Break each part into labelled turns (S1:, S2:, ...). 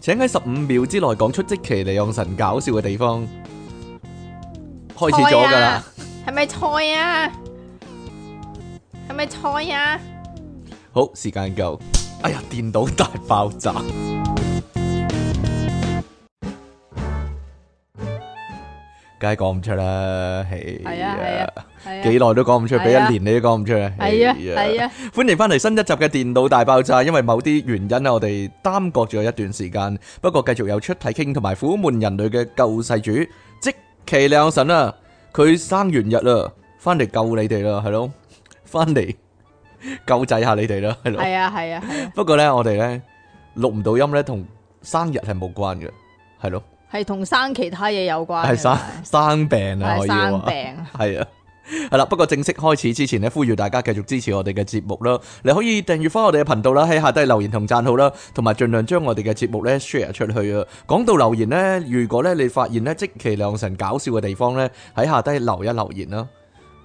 S1: 請喺十五秒之內講出即其利用神搞笑嘅地方。開始咗㗎
S2: à.
S1: 啦，
S2: 係咪菜啊？係咪菜啊？
S1: 好，時間夠。哎呀，電腦大爆炸！梗係講唔出啦，係
S2: 係啊係啊，係啊
S1: 幾耐都講唔出，俾
S2: 係啊
S1: 一年你都講唔出啊！
S2: 係啊
S1: 係
S2: 係啊，
S1: 欢迎翻嚟新一集嘅電腦大爆炸，因為某啲原因啊，我哋耽搁咗一段時間，不過繼續有出體傾同埋苦悶人類嘅救世主，即其亮神啊！佢生完日啦，翻嚟救你哋啦，係咯，翻嚟救濟下你哋啦，係咯。
S2: 係啊係啊係啊，
S1: 不過咧，我哋咧錄唔到音咧，同生日係冇關嘅，係咯，
S2: 係同生其他嘢有關嘅。
S1: 係生生病啊，可
S2: 係
S1: 以話
S2: 生病。
S1: 系啊。系啦，不過正式開始之前咧，呼籲大家繼續支持我哋嘅節目啦。你可以訂閱翻我哋嘅頻道啦，喺下低留言同讚好啦，同埋盡量將我哋嘅節目咧 share 出去啊。講到留言呢，如果咧你發現咧即其良神搞笑嘅地方呢，喺下低留一留言啦。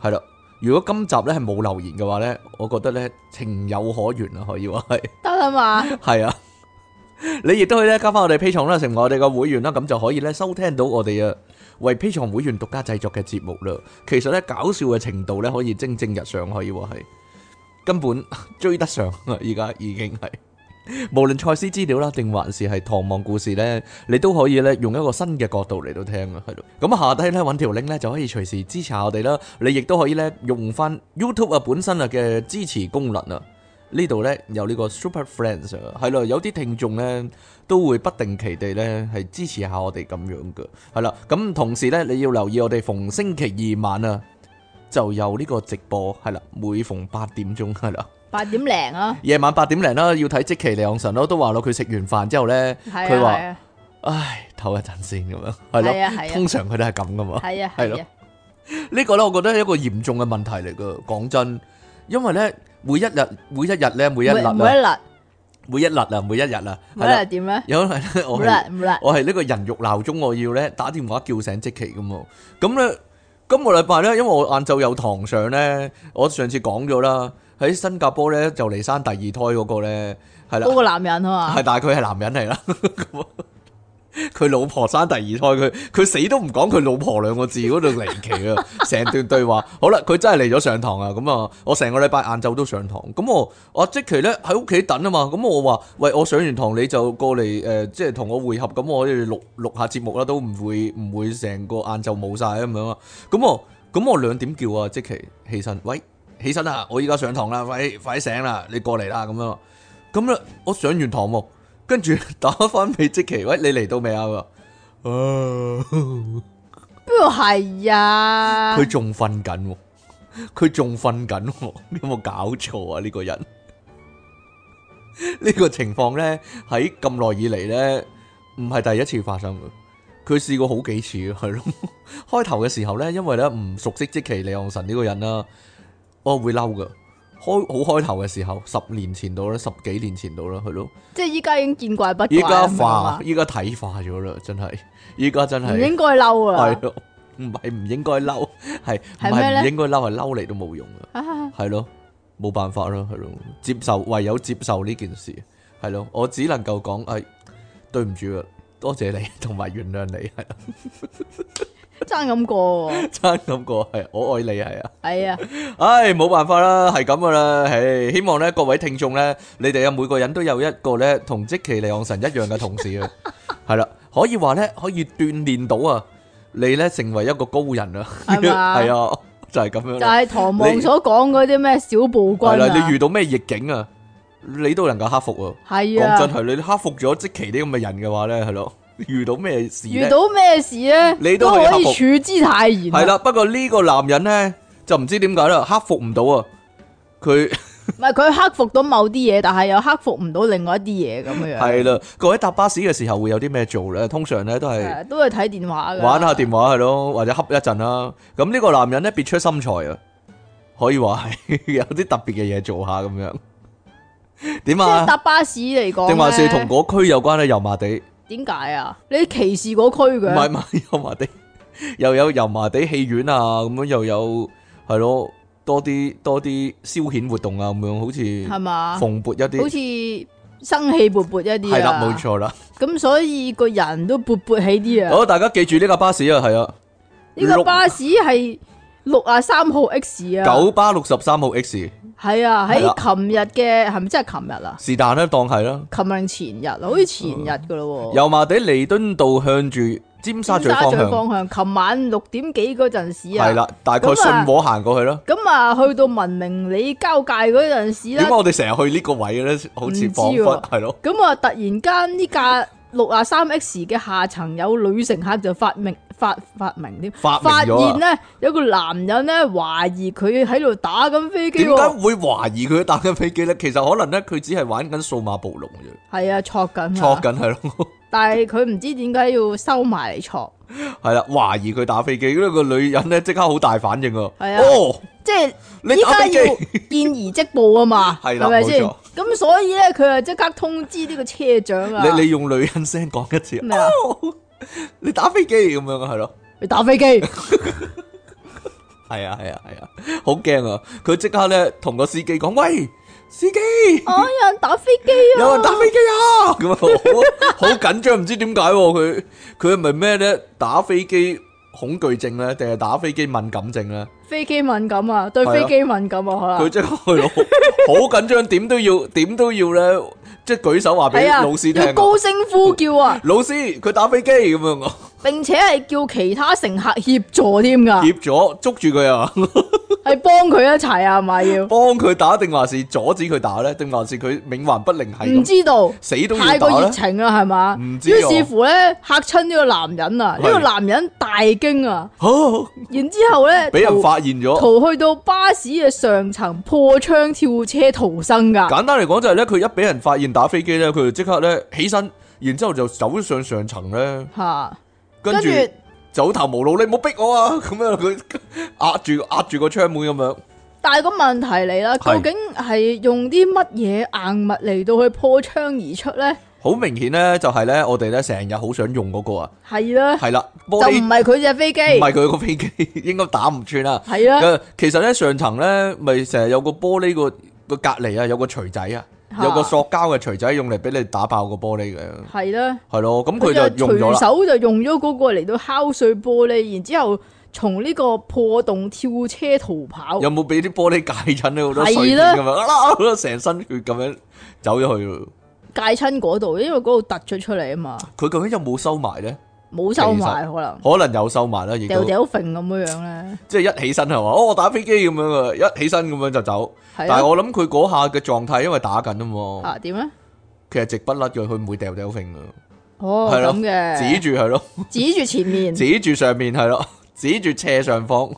S1: 係啦，如果今集咧係冇留言嘅話呢，我覺得呢情有可原啊，可以話係。
S2: 得啦嘛，
S1: 系啊，你亦都可以咧加翻我哋 P 床啦，成為我哋嘅會員啦，咁就可以咧收聽到我哋啊為 P 床會員獨家製作嘅節目啦。其實咧搞笑嘅程度咧可以蒸蒸日上，可以話係根本追得上啊！而家已經係。無論賽斯資料啦，定還是係唐望故事咧，你都可以咧用一個新嘅角度嚟到聽啊，係咯。咁下低咧揾條 link 咧就可以隨時支持下我哋啦。你亦都可以咧用翻 YouTube 啊本身啊嘅支持功能啊。呢度咧有呢個 Super Friends 啊，係咯，有啲聽眾咧都會不定期地咧係支持下我哋咁樣嘅，係啦。咁同時咧，你要留意我哋逢星期二晚啊，就有呢個直播，係啦，每逢八點鐘係啦，
S2: 八點零啊，
S1: 夜晚八點零啦，要睇即期兩神咯，都話咯，佢食完飯之後咧，
S2: 係
S1: 佢話
S2: 啊
S1: 唉唞一陣先咁樣，
S2: 係
S1: 係
S2: 啊係
S1: 咯，
S2: 啊
S1: 通常佢都係咁噶嘛。
S2: 係啊
S1: 係
S2: 係
S1: 咯
S2: 啊
S1: 呢個咧，我覺得係一個嚴重嘅問題嚟噶，講真，因為咧每一日每一日咧每一
S2: 每
S1: 日啊
S2: 每
S1: 每
S2: 一日
S1: 一日啊，每一日啊，係
S2: 每一
S1: 啦
S2: 日，點咧？
S1: 有係咧，我
S2: 每
S1: 係
S2: 日每日
S1: 我係呢個人肉鬧鐘，我要咧打電話叫醒即期噶嘛。咁咧，今個禮拜咧，因為我晏晝有堂上咧，我上次講咗啦，喺新加坡咧就嚟生第二胎嗰個咧，係
S2: 嗰
S1: 啦，
S2: 個男人啊
S1: 係
S2: 嘛，
S1: 但係佢係男人嚟啦。 咁佢老婆生第二胎，佢佢死都唔講佢老婆兩個字嗰度離奇 啊！成段對話，好啦，佢真係嚟咗上堂啊！咁啊，我成個禮拜晏晝都上堂，咁我我即期咧喺屋企等啊嘛，咁我話喂，我上完堂你就過嚟誒、呃即係同我會合，咁我可以錄錄下節目啦，都唔會唔會成個晏晝冇晒咁樣啊！咁我咁我兩點叫啊，即期起身，喂，起身啦！我而家上堂啦，快快醒啦，你過嚟啦咁樣，啊咁咧我上完堂喎。跟住 打翻俾即奇，喂，你嚟到未啊？佢話
S2: 邊度係
S1: 啊
S2: 啊
S1: 佢？仲瞓緊喎，佢仲瞓緊喎， 有冇搞錯啊？呢、個人 呢個情況呢，喺咁耐以嚟呢，唔係第一次發生嘅，佢試過好幾次嘅，係咯。 開頭嘅時候呢，因為呢唔熟悉即奇李昂神呢個人啦，我會嬲噶。開好開頭嘅時候，十年前到啦，十幾年前到啦，係咯。
S2: 即係依家已經見怪不怪
S1: 依家
S2: 咁樣啊
S1: 化，依家睇化咗啦，真係，依家真
S2: 嘛，唔
S1: 係
S2: 應該嬲啊
S1: 係！咯，唔係唔應該嬲，係唔係
S2: 係咩
S1: 唔
S2: 咧
S1: 應該嬲，係嬲嚟都冇用啊，
S2: 啊
S1: 係咯，冇辦法啦，係咯，接受唯有接受呢件事，係咯，我只能夠講，誒，對唔住啊，多謝你，同埋原諒你，係啊
S2: 爭咁過喎，
S1: 真咁過，係我愛你，係啊。
S2: 係啊，
S1: 唉，冇辦法啦，係咁噶啦，唉，希望咧各位聽眾咧，你哋啊每個人都有一個咧同即其利昂神一樣嘅同事啊，係啦，可以話咧可以鍛鍊到啊，你咧成為一個高人啊，
S2: 係
S1: 係
S2: 嘛
S1: 啊，就係咁樣
S2: 就
S1: 啦，
S2: 係唐望
S1: 你
S2: 所講嗰啲咩小暴
S1: 係
S2: 君
S1: 啦，你遇
S2: 啊，
S1: 到咩逆境啊，你都能夠克服啊，
S2: 係
S1: 講真
S2: 啊，
S1: 係你克服咗即其呢咁嘅人嘅話咧，係咯，遇到咩事
S2: 遇
S1: 咧，
S2: 到咩事咧，
S1: 你都
S2: 都
S1: 可以
S2: 可以
S1: 克服
S2: 處之泰然啊。
S1: 係啦，不過呢個男人咧就唔知點解啦，克服唔到啊，佢。
S2: 唔係佢克服到某啲嘢，但係又克服唔到另外一啲嘢咁樣。
S1: 系啦，各位搭巴士嘅時候會有啲咩做咧？通常咧都係
S2: 係啊都係睇電話㗎。
S1: 玩下電話係咯，或者恰一陣啦。咁呢個男人咧別出心裁啊，可以話係 有啲特別嘅嘢做下咁樣。點
S2: 即係
S1: 啊？
S2: 搭巴士嚟講咧，
S1: 定還是同嗰區有關咧？油麻地
S2: 點解啊？你歧視嗰區
S1: 唔
S2: 嘅？
S1: 係唔 係油麻地，又有油麻地戲院啊，咁樣又有係咯，多啲多啲消遣活動啊，咁樣好
S2: 係
S1: 似
S2: 嘛？
S1: 蓬勃一
S2: 好
S1: 啲。
S2: 似生氣勃勃一啲啊。
S1: 係啦，冇。錯啦。
S2: 咁所以個人都勃勃起啲啊。
S1: 好，大家記住呢架巴士啊，係啊，
S2: 呢個
S1: 六
S2: 巴士係六啊三號 X 啊。
S1: 九巴六十三號 X，
S2: 系啊，
S1: 係啦
S2: 喺琴日嘅係咪真係琴日啊？
S1: 是但啦，當係啦。
S2: 琴日定前日啊，好似前日噶咯喎。
S1: 油麻地彌敦道向住尖嗯沙咀
S2: 哦尖
S1: 方向，
S2: 方向，琴晚六點幾嗰陣時啊，
S1: 係啦，大概
S2: 咁啊
S1: 順和行過去啦。
S2: 咁啊去到文明里交界嗰陣時
S1: 點啊
S2: 咧
S1: 解，我哋成日去呢個位嘅咧？好似
S2: 唔知
S1: 彷彿
S2: 喎
S1: 係咯，
S2: 咁啊突然間呢架六啊三 X 嘅下層有女乘客就發明發發明添，
S1: 發明
S2: 發現
S1: 咗啊！
S2: 咧有個男人咧懷疑佢喺度打緊飛機
S1: 點解
S2: 喎，
S1: 會懷疑佢打緊飛機咧？其實可能咧，佢只係玩緊數碼暴龍啫，
S2: 係啊戳緊
S1: 錯
S2: 啊，
S1: 緊係咯。
S2: 但係佢唔知點解要收埋嚟戳。
S1: 系啦，懷疑佢打飛機，因為個女人咧即刻好大反應啊！
S2: 係啊
S1: 哦，
S2: 即係
S1: 你
S2: 依
S1: 打
S2: 家
S1: 飛
S2: 要
S1: 機，
S2: 見而即報啊嘛，
S1: 係啦
S2: 係咪先
S1: 冇錯？
S2: 咁所以咧，佢就即刻通知呢個車長啊，
S1: 你你用女人聲講一次，
S2: 咩啊
S1: 哦，你打飛機咁樣啊，係咯，
S2: 你 打飛機，哎
S1: 係啊，係啊，係啊，好驚啊！佢即刻咧同個司機講：喂，司機，
S2: 哎呀，打飛機啊！
S1: 有人打飛機啊！咁啊，好好緊張，唔知點解喎佢佢係咪咩咧？打飛機恐懼症咧，定係打飛機敏感症咧？
S2: 飛機敏感啊，對
S1: 係啊
S2: 飛機敏感啊，可
S1: 佢
S2: 能
S1: 即刻去 咯，好緊張，點都要點都要咧，即係舉手話俾
S2: 係啊，
S1: 老師聽
S2: 要
S1: 啊。
S2: 高聲呼叫啊，
S1: 老師，佢打飛機咁樣啊，
S2: 並且係叫其他乘客協助添噶，
S1: 劫咗，捉住佢 啊，
S2: 係幫佢一齊啊，係咪要？
S1: 幫佢打定還是阻止佢打咧？定還是佢冥顽不靈係
S2: 唔
S1: 咁
S2: 知道。
S1: 死都要
S2: 太過
S1: 打
S2: 熱
S1: 咧？
S2: 情啊啦，係嘛？
S1: 唔知啊
S2: 於
S1: 喎
S2: 是乎咧，嚇親呢個男人啊，呢個
S1: 係
S2: 男人大驚啊，
S1: 哦
S2: 然之後咧，
S1: 俾人
S2: 就
S1: 發現咗。
S2: 逃去到巴士嘅上層破窗跳車逃生噶，
S1: 簡單嚟講就係咧，佢一俾人發現打飛機咧，佢就即刻咧起身，然之后就走上上層咧，
S2: 吓，
S1: 跟
S2: 跟
S1: 住
S2: 住
S1: 走投無路，你唔好逼我啊！ 咁樣佢壓住壓住個窗門咁樣，
S2: 但係個問題嚟啦，
S1: 係
S2: 究竟係用啲乜嘢硬物嚟到去破窗而出咧？
S1: 好明顯咧就係咧，我哋咧成日好想用嗰個啊，
S2: 係啦，
S1: 係啦，玻
S2: 就
S1: 璃
S2: 唔係佢只飛機，
S1: 唔係佢個飛機 應該打唔穿啦。
S2: 係啦，
S1: 誒其實咧上層咧，咪成日有個玻璃個個隔離啊，有個錘仔啊，
S2: 嚇
S1: 有個塑膠嘅錘仔用嚟俾你打爆個玻璃嘅，
S2: 係啦，
S1: 係咯，咁佢就用咗
S2: 隨
S1: 啦，
S2: 手就用咗嗰個嚟到敲碎玻璃，然之後從呢個破洞跳車逃跑，
S1: 有冇俾啲玻璃戒親咧好多碎片咁樣，啊成身血咁樣走咗去咯。
S2: 界親嗰度，因為嗰度突咗出嚟啊嘛，
S1: 佢究竟有冇收埋咧？
S2: 冇收
S1: 其實
S2: 埋可能。
S1: 可能有收埋啦，亦
S2: 掉
S1: 都
S2: 掉揈咁樣樣咧，
S1: 即係一起身係嘛？哦，我打飛機咁樣啊，一起身咁樣就走。
S2: 係
S1: 但係
S2: 啊，
S1: 我諗佢嗰下嘅狀態，因為打緊啊嘛，
S2: 啊點咧？
S1: 其實直不甩嘅，佢唔會掉掉揈嘅，
S2: 哦，
S1: 係咯
S2: 咁嘅，
S1: 指住係咯。
S2: 指住前面，
S1: 指住上面係咯，指住斜上方，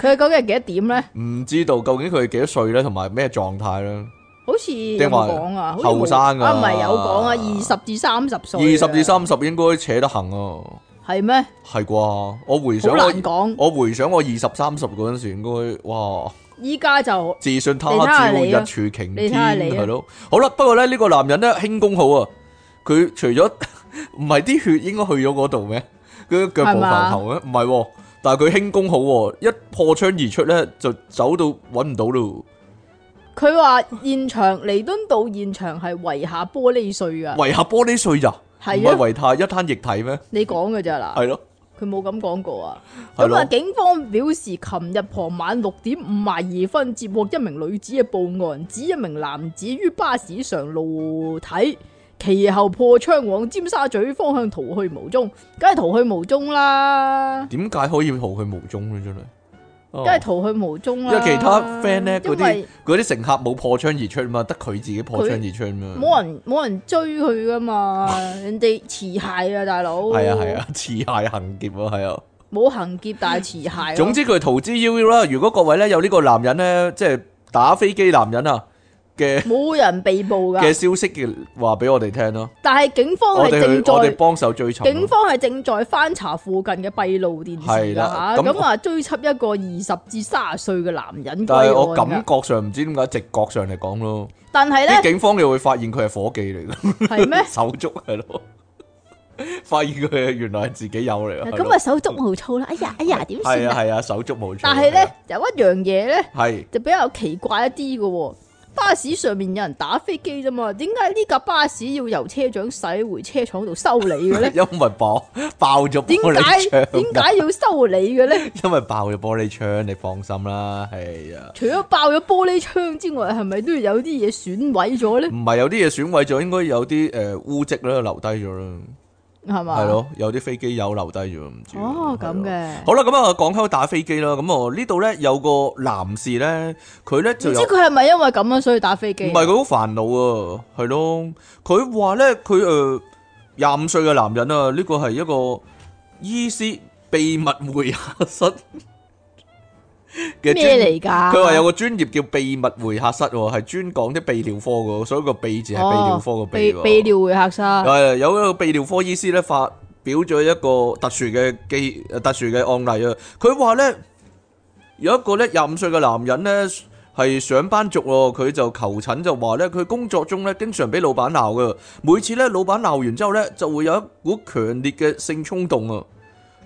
S2: 佢究竟系几多点咧？
S1: 唔知道究竟佢係幾多歲咧，同埋咩狀態咧？
S2: 好似有
S1: 定話
S2: 冇講啊？好似
S1: 後生㗎
S2: 冇啊，唔係有講啊，二十至三十歲，
S1: 二
S2: 啊
S1: 十至三十應該扯得行啊，
S2: 係咩？
S1: 係啩？我回想
S2: 好難
S1: 我，
S2: 講。
S1: 我回想我二十三十嗰陣時，應該哇，
S2: 依家就
S1: 自信他
S2: 你睇下
S1: 朝
S2: 你
S1: 一
S2: 啊
S1: 柱擎
S2: 你睇
S1: 天
S2: 下你啊
S1: 係咯。好啦，不過咧呢個男人咧輕功好啊，佢除咗 唔係啲血應該去咗嗰度咩？佢腳
S2: 係
S1: 步浮
S2: 嘛
S1: 頭啊咩？唔係喎，但係佢輕功好喎，一破窗而出咧就走到揾唔到咯。
S2: 佢話現場彌敦道現場係圍下玻璃碎噶，
S1: 維下玻璃碎咋？唔
S2: 啊係
S1: 係
S2: 啊，
S1: 維泰一灘液體咩？
S2: 你講嘅咋嗱？
S1: 係咯，
S2: 佢冇咁講過啊。
S1: 係
S2: 咁
S1: 咯，
S2: 啊，警方表示，琴日傍晚六點五廿二分接獲一名女子嘅報案，指一名男子於巴士上露體，其後破窗往尖沙咀方向逃去無蹤，梗係逃去無蹤啦，
S1: 點解可以逃去無蹤咧？真係，哦
S2: 梗係逃去無蹤
S1: 因
S2: 啦。
S1: 為其他 friend 咧，嗰
S2: 啊因
S1: 啲
S2: 為
S1: 嗰啲乘客冇破窗而出嘛，得佢自己破窗而出嘛。
S2: 冇人冇人追佢 噶嘛，人哋持械啊，大佬。
S1: 係啊係，啊， 持械行劫啊，係啊。
S2: 冇行劫但係持械咯。啊
S1: 總之佢逃之夭夭啦。如果各位咧有呢個男人咧，即係打飛機男人啊嘅
S2: 冇人被捕噶
S1: 嘅，消息嘅話俾我哋聽咯，
S2: 但係警方
S1: 我
S2: 係
S1: 哋去
S2: 正
S1: 我
S2: 在
S1: 哋。幫手追尋
S2: 警
S1: 咯。
S2: 方係正在翻查附近嘅閉路電視
S1: 係
S2: 噶
S1: 啦
S2: 吓，
S1: 咁
S2: 咁啊追緝一個二十至三十歲嘅男人
S1: 但係我
S2: 歸
S1: 感
S2: 案㗎
S1: 覺上唔知點解，直覺上嚟講咯，
S2: 但係
S1: 啲
S2: 咧
S1: 警方你會發現佢係伙計嚟嘅。？
S2: 係咩
S1: 手足系咯， 發現佢原來係自己有嚟㗎。
S2: 咁啊手足無措啦！哎呀哎呀，點算
S1: 系啊
S2: 啊？
S1: 係啊，手足無措。
S2: 但係咧有一樣嘢咧
S1: 係？
S2: 就比較奇怪一啲嘅喎，巴士上面有人打飛機啫嘛，點解呢架巴士要由車長駛回車廠度修理嘅咧
S1: 因為爆爆咗
S2: 點
S1: 玻
S2: 解
S1: 璃窗
S2: 點解要修理嘅咧？
S1: 因為爆咗玻璃窗，你放心啦，係啊，
S2: 除咗爆咗玻璃窗之外，係咪都要有啲嘢損毀咗咧？
S1: 唔係有啲嘢損毀咗，應該有啲诶污跡啦，留低咗啦，
S2: 係嘛？
S1: 係咯，有啲飛機友留低咗，唔知啊
S2: 哦，咁。
S1: 係咯
S2: 嘅。
S1: 好啦，咁啊，講開打飛機啦，咁我呢度咧有個男士咧，佢咧
S2: 唔
S1: 就
S2: 知
S1: 有。
S2: 佢係咪因為咁樣所以打飛機？
S1: 唔係佢好煩惱啊，係咯。佢話咧，佢誒廿五歲嘅男人啊，呢個係一個醫師秘密會客室嘅
S2: 咩
S1: 專。
S2: 嚟㗎？
S1: 佢話有個專業叫秘密會客室喎，係專講啲泌尿科嘅，所以個秘字係泌尿科嘅
S2: 哦泌
S1: 泌喎。
S2: 泌尿會客室。
S1: 係有一個泌尿科醫師咧發表咗一個特殊嘅記特殊嘅案例啊，佢話咧有一個咧廿五歲嘅男人咧係上班族喎，佢就求診就話咧佢工作中咧經常俾老闆鬧嘅，每次咧老闆鬧完之後咧就會有一股強烈嘅性衝動啊，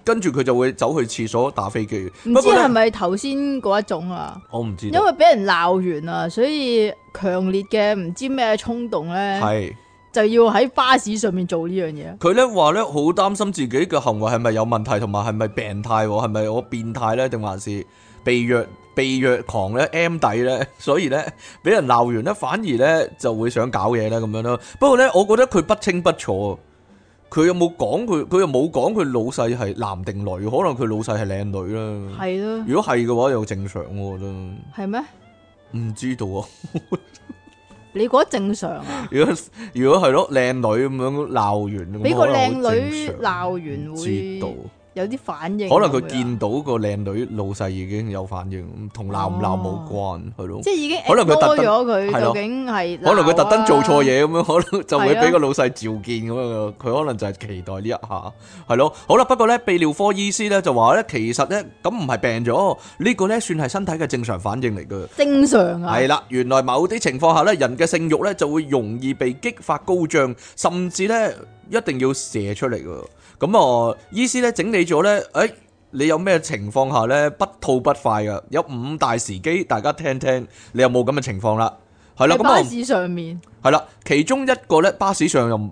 S1: 跟住佢就會走去廁所打飛機。
S2: 唔
S1: 不
S2: 知
S1: 過
S2: 係
S1: 咧，
S2: 咪頭先嗰一種啊？
S1: 我唔知
S2: 因
S1: 道，
S2: 為俾人鬧完啊，所以強烈嘅唔知咩衝動咧，
S1: 係。
S2: 就要喺巴士上面做呢樣嘢。
S1: 佢咧話咧好擔心自己嘅行為係咪有問題，同埋係咪病態喎，係咪我變態咧，定還是被虐被虐狂咧 M 底咧？ 所以咧俾人鬧完咧，反而咧就會想搞嘢咧咁樣咯。不過咧，我覺得佢不清不楚，佢有冇講佢佢又冇講佢老細係男定女，可能佢老細係靚女啦。
S2: 係啊咯，
S1: 如果係嘅話，又正常喎我覺得。
S2: 係咩？
S1: 唔知道啊！
S2: 你覺得正常啊？
S1: 如果如果係咯，靚女咁樣鬧完，咁
S2: 俾個
S1: 可能
S2: 靚
S1: 好
S2: 女
S1: 正常
S2: 鬧完
S1: 知道
S2: 會。有啲反應咁
S1: 可
S2: 樣啊，
S1: 能佢見到個靚女老細已經有反應，同鬧唔鬧冇關，係咯。
S2: 哦即係已經
S1: 可能佢特
S2: ignore
S1: 登
S2: 咗佢
S1: 係咯
S2: 究竟係啊
S1: 可能佢特登做錯嘢咁樣，可能就會
S2: 係啊
S1: 俾個老細召見咁樣。佢可能就係期待呢一下，係咯。好啦，不過咧，泌尿科醫師咧就話咧，其實咧咁唔係病咗，呢個咧算係身體嘅正常反應嚟嘅。
S2: 正常啊，
S1: 係啦，原來某啲情況下咧，人嘅性慾咧就會容易被激發高漲，甚至咧一定要射出嚟噶。咁啊，醫師咧整理咗咧，誒、你有咩情況下咧不吐不快噶？有五大時機，大家聽聽，你有冇咁嘅情況啦？係啦，
S2: 喺
S1: 咁啊
S2: 巴。士上面
S1: 系啦，其中一個咧，巴士上又唔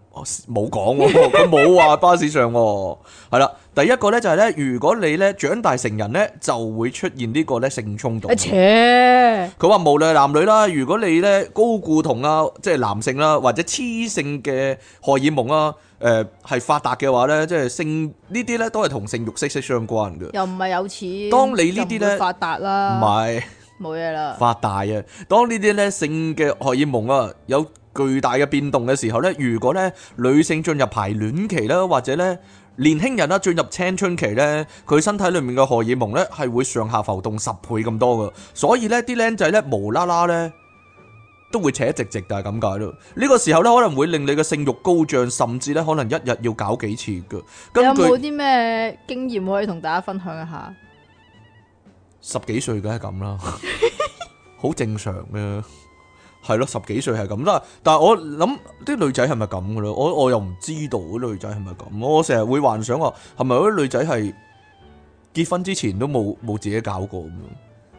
S1: 冇講喎，佢冇話巴士上喎。係啦，第一個咧就係咧，如果你咧長大成人咧，就會出現呢個咧性衝動
S2: 啊。切，
S1: 佢話無論係男女啦，如果你咧高固酮啊，即係男性啦，或者雌性嘅荷爾蒙啊，誒、係發達嘅話咧，即係性呢啲咧都係同性慾息息相關嘅。
S2: 又唔係有錢，
S1: 當你呢啲
S2: 就唔
S1: 呢
S2: 會發達
S1: 唔
S2: 啦，
S1: 係
S2: 冇嘢啦，
S1: 發大啊！當呢啲咧性嘅荷爾蒙啊有巨大嘅變動嘅時候咧，如果咧女性進入排卵期啦，或者咧年輕人啦進入青春期咧，佢身體裡面嘅荷爾蒙咧係會上下浮動十倍咁多噶，所以咧啲僆仔咧無啦啦咧。都會扯直直，但係咁解咯。呢、個時候咧，可能會令你嘅性慾高漲，甚至咧可能一日要搞幾次嘅。
S2: 你
S1: 根
S2: 有冇
S1: 據
S2: 啲咩經驗可以同大家分享一下？
S1: 十幾歲梗係咁啦， 好正常嘅，係咯，十幾歲係咁啦。但係我諗啲女仔係咪咁嘅咧？我我又唔知道啲女仔係咪咁。我成日會幻想話係咪嗰啲女仔係結婚之前都冇冇自己搞過咁樣。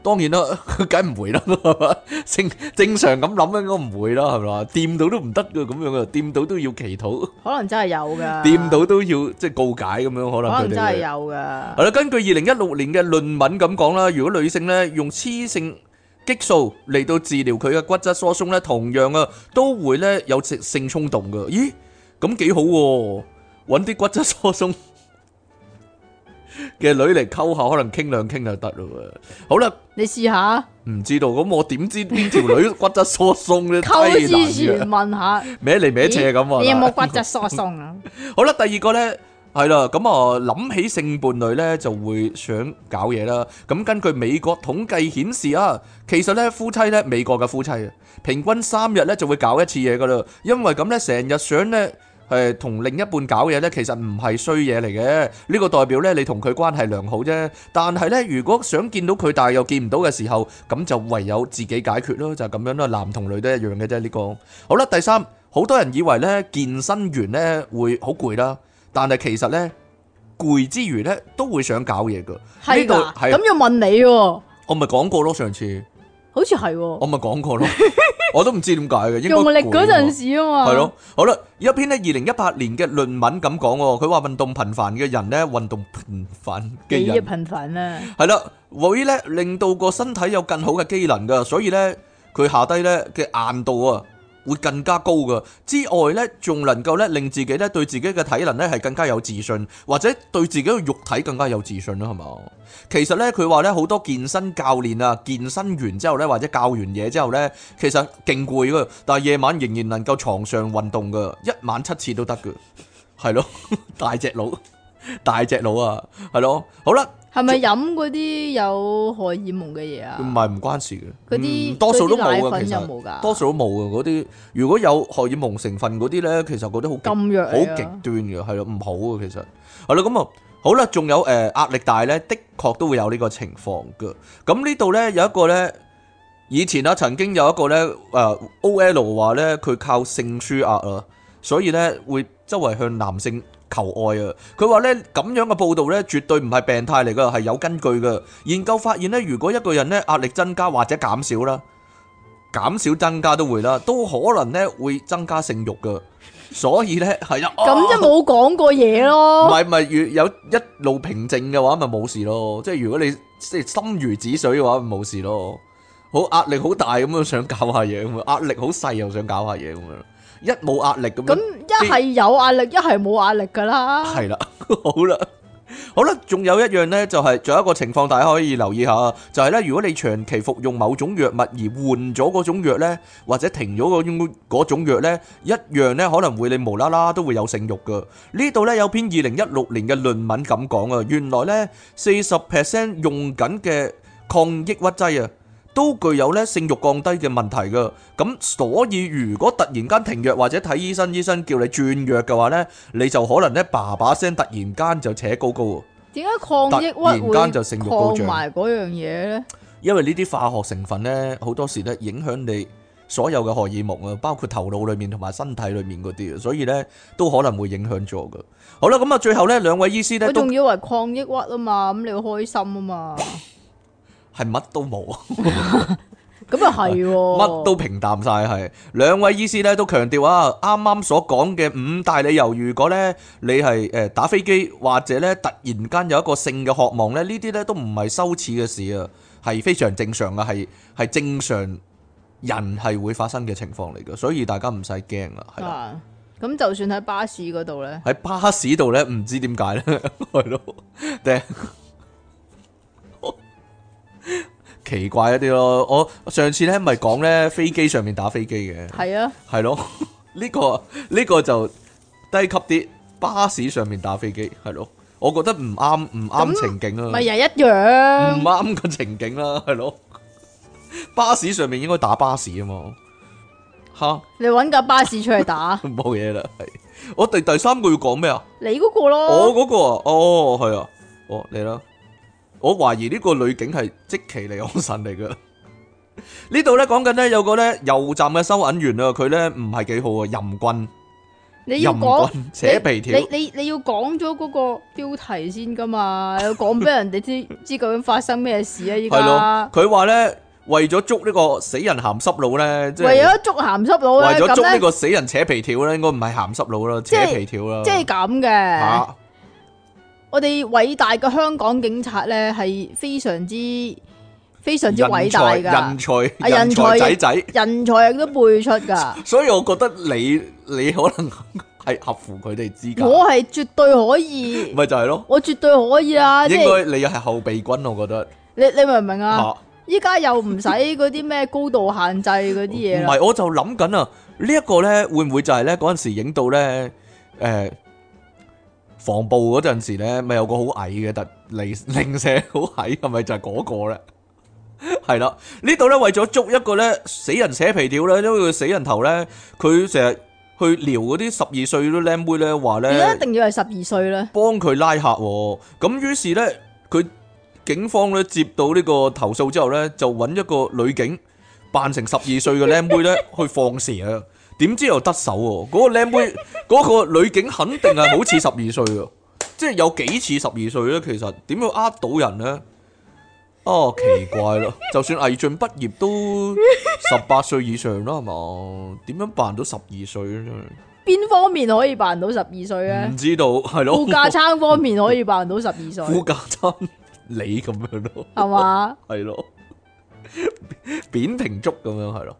S1: 當然啦， 梗唔會啦，係嘛正正常咁諗應該唔會啦，係咪掂到都唔得嘅咁樣啊，掂到都要祈禱，
S2: 可能真係有噶，
S1: 掂到都要即係告解咁樣，可能
S2: 可
S1: 佢哋
S2: 能真係
S1: 會
S2: 有噶
S1: 系，啦，根據二零一六年嘅論文咁講啦，如果女性咧用雌性激素嚟到治療佢嘅骨質疏鬆咧，同樣啊都會咧有性性衝動嘅。咦，咁幾好喎、揾啲骨質疏鬆嘅女嚟溝下，可能傾兩傾就得咯喎。好啦，
S2: 你試下
S1: 唔知道咁我點知邊條女骨質疏鬆咧？
S2: 溝
S1: 低能
S2: 之前
S1: 嘅，
S2: 問下，
S1: 歪嚟歪斜咁啊！
S2: 咦你有冇骨質疏 鬆啊？
S1: 好啦，第二個呢，係啦，咁啊諗起性伴侶呢，就會想搞嘢啦。咁根據美國統計顯示啊，其實呢，夫妻呢，美國嘅夫妻啊，平均三日呢就會搞一次嘢噶啦。因為咁呢，成日想呢，誒同另一半搞嘢呢，其實唔係衰嘢嚟嘅。呢個代表呢，你同佢關係良好啫。但係呢，如果想見到佢，但係又見唔到嘅時候，咁就唯有自己解決咯，就係咁樣啦。男同女都一樣嘅啫，呢個。好啦，第三，好多人以為咧健身完咧會好攰啦，但係其實咧攰之餘咧都會想搞嘢噶。呢
S2: 係
S1: 度
S2: 㗎，
S1: 係啊
S2: 咁要問你喎，
S1: 我咪講過咯，上次
S2: 好似係喎。
S1: 我咪講過咯，我都唔知點解哦嘅，應該
S2: 用力嗰
S1: 攰喎
S2: 陣時啊嘛，
S1: 系咯，好啦，有一篇咧二零一八年嘅論文咁講喎，佢話運動頻繁嘅人咧，運動頻繁嘅
S2: 幾
S1: 人
S2: 頻繁啊，
S1: 係啦，會咧令到個身體有更好嘅機能噶，所以咧佢下低咧嘅硬度啊會更加高噶。之外咧，仲能夠咧令自己咧對自己嘅體能咧係更加有自信，或者對自己嘅肉體更加有自信啦，啊係嘛？其實咧佢話咧好多健身教練啊，健身完之後咧或者教完嘢之後咧，其實勁攰噶，但係夜晚仍然能夠床上運動噶，一晚七次都得噶，係咯， 大隻佬，大隻佬啊，係咯，好啦。
S2: 係咪飲嗰啲有荷爾蒙嘅嘢
S1: 唔
S2: 啊？
S1: 係唔關事嘅，
S2: 嗰啲
S1: 嗯多數都冇
S2: 嗰啲奶
S1: 嘅，
S2: 粉
S1: 其
S2: 有
S1: 實
S2: 冇啊㗎
S1: 多數都冇嘅嗰啲。如果有荷爾蒙成分嗰啲咧，其實嗰啲好極
S2: 禁藥
S1: 好
S2: 嚟
S1: 極
S2: 啊，
S1: 端嘅，係咯，唔好嘅其實。係咯，咁啊，好啦，仲有誒壓力大咧，的確都會有呢個情況嘅。咁呢度咧有一個咧，以前啊曾經有一個咧誒 OL 話咧，佢靠性輸壓啊，所以咧會周圍向男性。求愛啊！佢話咧咁樣嘅報道咧，絕對唔係病態嚟噶，係有根據嘅。研究發現咧，如果一個人咧壓力增加或者減少啦，減少增加都會啦，都可能咧會增加性慾噶。所以咧係啊，
S2: 咁即係冇講過嘢
S1: 唔
S2: 咯，
S1: 係唔係，如有一路平靜嘅話，咪冇事咯。即係如果你即係心如止水嘅話，咪冇事咯。好壓力好大咁樣想搞下嘢咁樣，壓力好細又想搞下嘢咁樣，一冇壓力咁
S2: 咁
S1: 樣
S2: 一係有壓力，一係冇壓力㗎啦，
S1: 係啦， 好啦。好啦，仲有一樣呢，就係、仲有一個情況，大家可以留意下，就係、呢：如果你長期服用某種藥物而換咗嗰種藥呢，或者停咗嗰種嗰種藥呢，一樣呢可能會你無啦啦都會有性慾噶。呢度呢，有篇二零一六年嘅論文咁講啊，原來呢，四十 percent 用緊嘅抗抑鬱劑啊，都具有呢性慾降低嘅問題噶。咁所以如果突然間停藥或者睇醫生，醫生叫你轉藥嘅話呢。你就可能咧爸爸聲突然間就扯高高喎，
S2: 點解抗抑鬱
S1: 突然間就
S2: 會
S1: 性慾高漲
S2: 抗埋嗰樣嘢咧？
S1: 因為呢啲化學成分咧好多時咧影響你所有嘅荷爾蒙啊，包括頭腦裏面同埋身體裏面嗰啲啊，所以咧都可能會影響咗噶。好啦，咁啊最後咧兩位醫師咧
S2: 我
S1: 都
S2: 仲以為抗抑鬱啊嘛，咁你會開心啊嘛，
S1: 係乜都冇啊。
S2: 咁又係喎，
S1: 乜都平淡晒係。兩位醫師咧都強調啊，啱啱所講嘅五大理由，如果咧你係誒打飛機或者咧突然間有一個性嘅渴望咧，呢啲咧都唔係羞恥嘅事啊，係非常正常嘅，係係正常人係會發生嘅情況嚟嘅，所以大家唔使驚啊，係啦。
S2: 啊，咁就算喺巴士嗰度咧，
S1: 喺巴士度咧，唔知點解咧， 係咯，定係 奇怪一啲咯。我上次咧咪講咧飛機上面打飛機嘅。
S2: 係啊，
S1: 係咯， 呢、個呢、個就低級啲，巴士上面打飛機係咯，我覺得唔啱唔啱情景
S2: 咪
S1: 啊，
S2: 又一
S1: 唔
S2: 樣，
S1: 啱個情景啦，係咯，巴士上面應該打巴士啊嘛，吓
S2: 你揾架巴士出去打
S1: 冇嘢啦，係我第第三個要講咩啊？
S2: 你嗰個
S1: 我
S2: 咯，
S1: 嗰個啊，哦係啊，哦你啦，我懷疑呢個女警係即其尼昂神嚟噶。呢度咧講緊咧有個咧油站嘅收銀員啊，佢咧唔係幾好啊，淫棍。
S2: 你要
S1: 淫
S2: 講。
S1: 棍扯皮條，
S2: 你你你要講咗嗰個標題先噶嘛， 你要講俾人哋知知究竟發生咩事啊！依
S1: 係咯
S2: 家。
S1: 佢話咧，為咗捉呢個死人鹹濕佬咧，即係
S2: 為
S1: 為
S2: 咗捉鹹濕佬咧，
S1: 咗捉
S2: 咁
S1: 呢
S2: 咧
S1: 個死人扯皮條咧，應該唔係鹹濕佬啦，扯
S2: 係
S1: 皮條啦。
S2: 即係呃咁嘅。
S1: 嚇
S2: 我哋偉大嘅香港警察咧，係非常之非常之偉大噶
S1: 人，才
S2: 啊
S1: 人
S2: 人
S1: 才
S2: 才
S1: 仔仔，
S2: 人才亦都輩出噶。
S1: 所以我覺得你你可能係合乎佢哋資格，
S2: 我係絕對可以，
S1: 咪就係咯。
S2: 我絕對可以啦。啊即
S1: 應
S2: 係
S1: 該你係後備軍，我覺得
S2: 你你明唔明
S1: 嚇。
S2: 啊？依家又唔使嗰啲咩高度限制嗰啲嘢
S1: 唔
S2: 啦，
S1: 係，我就諗緊啊，呢一個咧會唔會就係咧嗰陣時影到咧誒防暴嗰陣時咧，咪有個好矮嘅特零零舍好矮，係咪就係嗰個咧？係啦，呢度咧為咗捉一個咧死人扯皮條咧，因為佢死人頭咧，佢成日去撩嗰啲十二歲嗰啲僆妹咧，話
S2: 而家
S1: 咧
S2: 一定要係十二歲啦。
S1: 幫佢拉客喎。咁於是咧，佢警方咧接到呢個投訴之後咧，就揾一個女警扮成十二歲嘅僆妹咧去放蛇啊。點知又得手喎？嗰、個僆妹，嗰個女警肯定係好似十二歲啊！即係有幾似十二歲咧？其實點樣呃到人咧？哦，奇怪咯，就算魏俊畢業都十八歲以上啦，係嘛？點樣扮到十二歲咧？
S2: 邊方面可以扮到十二歲咧
S1: 唔？知道，係咯
S2: 副，架撐方面可以扮到十二歲，
S1: 副架撐你咁樣咯，
S2: 係嘛？
S1: 係咯，扁平足咁樣係咯，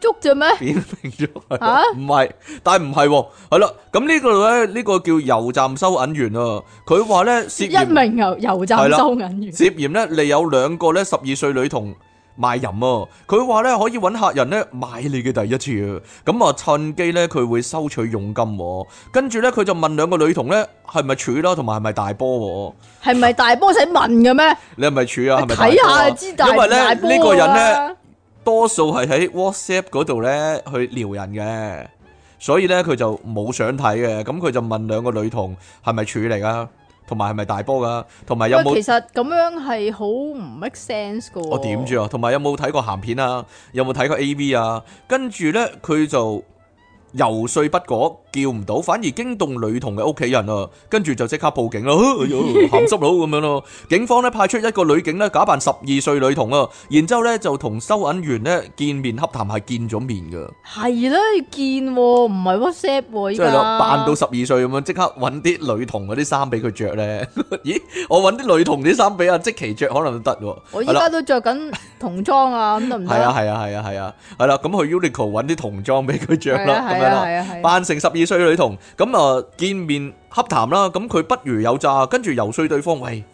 S2: 捉啫咩？
S1: 扁平足係
S2: 啊
S1: 咯，唔係，但係唔係喎，係啦，咁呢個咧，呢個叫油站收銀員啊，佢話咧涉
S2: 一
S1: 嫌。
S2: 名油油
S1: 啊係
S2: 站
S1: 啦
S2: 收銀員，
S1: 涉嫌咧，你有兩個咧十二歲女童賣淫啊！佢話咧可以揾客人咧買你嘅第一次啊！咁啊趁機咧佢會收取佣金喎，跟住咧佢就問兩個女童咧係咪處啦，同埋係咪大波
S2: 係咪大波使問嘅咩？
S1: 喎？你係咪處啊？係咪大
S2: 睇
S1: 波啊
S2: 下知大
S1: 因為
S2: 唔
S1: 咧
S2: 大波啊
S1: 呢個人咧
S2: 咧，
S1: 多數係喺 WhatsApp 嗰度咧去撩人嘅，所以咧佢就冇想睇嘅。咁佢就問兩個女童係咪處嚟噶，同埋係咪大波噶，同埋有冇
S2: 喂，？其實咁樣係好唔 make sense 嘅喎。
S1: 我點知啊？同埋有冇睇過鹹片啊？有冇睇過 A.V. 啊？跟住呢，佢就游說不果，叫唔到，反而驚動女童嘅屋企人啊！跟住就即刻報警啦， 哎呦鹹濕佬咁樣咯。警方呢，派出一個女警呢，假扮十二歲女童啊，然之後咧就同收銀員呢見面洽談，係見咗面噶，
S2: 係啦，要見喎，唔係 WhatsApp 喎，依
S1: 即
S2: 家
S1: 係扮到十二歲咁樣，即刻揾啲女童嗰啲衫俾佢着呢。 咦，我揾啲女童啲衫俾阿即奇着可能都得喎。
S2: 我依
S1: 係啦
S2: 家都着緊童裝啊，咁得唔得？
S1: 係啊，係啊係啊係啊，係啦，咁去 Uniqlo 揾啲童裝俾佢着
S2: 係
S1: 啦，咁
S2: 啊，係
S1: 樣
S2: 啊，
S1: 啦，
S2: 係啊，係啊。
S1: 扮成十二歲女童，咁啊見面洽談啦，咁佢不如有詐，跟住游說對方，喂，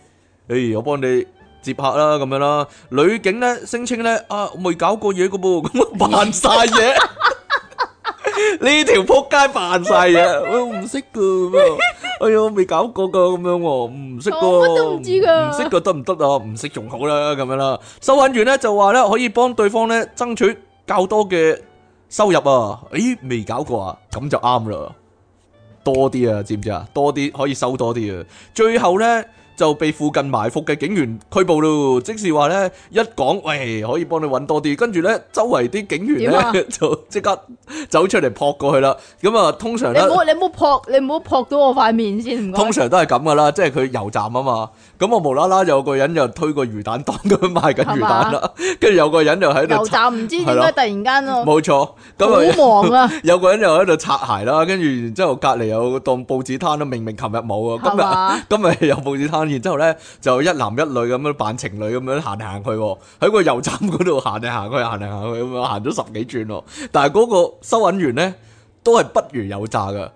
S1: 誒我幫你接客啦，咁樣啦，女警咧聲稱咧啊我未搞過嘢噶噃，咁我扮晒嘢，呢條撲街扮晒嘢，我唔識噶咁啊，哎呀我未搞過噶咁樣喎，唔識噶，
S2: 我乜都唔知㗎
S1: 唔識個得唔得啊？唔識仲好啦，咁樣啦。收銀員咧就話咧可以幫對方咧爭取較多嘅收入啊。咦，未搞過啊，咁就啱啦，多啲啊，知唔知啊？多啲可以收多啲啊。最後咧就被附近埋伏嘅警員拘捕咯。即是話咧一講喂可以幫你揾多啲，跟住咧周圍啲警員
S2: 點 啊
S1: 咧就即刻走出嚟撲過去啦。咁啊，通常
S2: 你
S1: 咧。
S2: 唔好你唔好撲，你唔好撲到我塊面先，唔該
S1: 通。常都係咁噶啦，即係佢油站啊嘛，咁我無啦啦有個人就推個魚蛋檔咁樣賣緊魚蛋啦，跟住有個人就喺度
S2: 油
S1: 擦，
S2: 站唔知點
S1: 係咯
S2: 解突然間我
S1: 冇錯，咁啊
S2: 好忙啊，
S1: 有個人又喺度擦鞋啦，跟住然之後隔離有檔報紙攤啦，明明琴日冇
S2: 係
S1: 啊，
S2: 嘛？
S1: 今日今日有報紙攤，然之後咧就一男一女咁樣扮情侶咁樣行嚟行去喎，喺個油站嗰度行嚟行去，行嚟行去咁樣行咗十幾轉喎，但係嗰個收銀員咧都係不如有詐噶。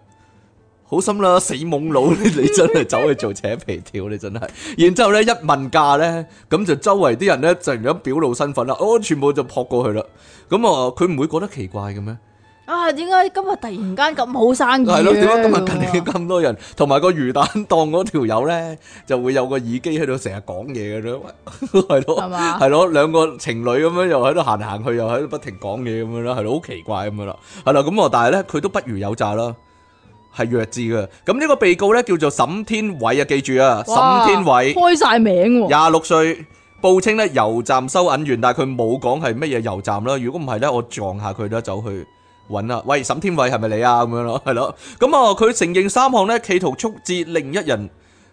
S1: 好心啦，死懵佬，你你真係走去做扯皮條，你真係。然之後咧一問價咧，咁就周圍啲人咧就咁表露身份啦，哦，全部就撲過去啦。咁啊，佢唔會覺得奇怪嘅咩？
S2: 啊，點解今日突然間咁好生意
S1: 係咯，點解今日
S2: 嘅
S1: 近嚟咁多人，同埋個魚蛋檔嗰條友咧，就會有個耳機喺度成日講嘢嘅啫， 係
S2: 係
S1: 咯，
S2: 嘛？
S1: 係咯，兩個情侶咁樣又喺度行嚟行去，又喺度不停講嘢咁樣啦，係咯，好奇怪咁樣啦，係啦，咁啊，但係咧佢都不如有詐啦。係弱智嘅，咁呢個被告咧叫做沈天偉啊，記住啊，
S2: 哇
S1: 沈天偉。
S2: 開晒名喎，
S1: 廿六歲，報稱咧油站收銀員，但係佢冇講係乜嘢油站啦。如果唔係咧，我撞下佢啦，走去揾啦。喂，沈天偉係咪你啊？咁樣咯，係咯。咁啊，佢承認三項咧企圖促致另一人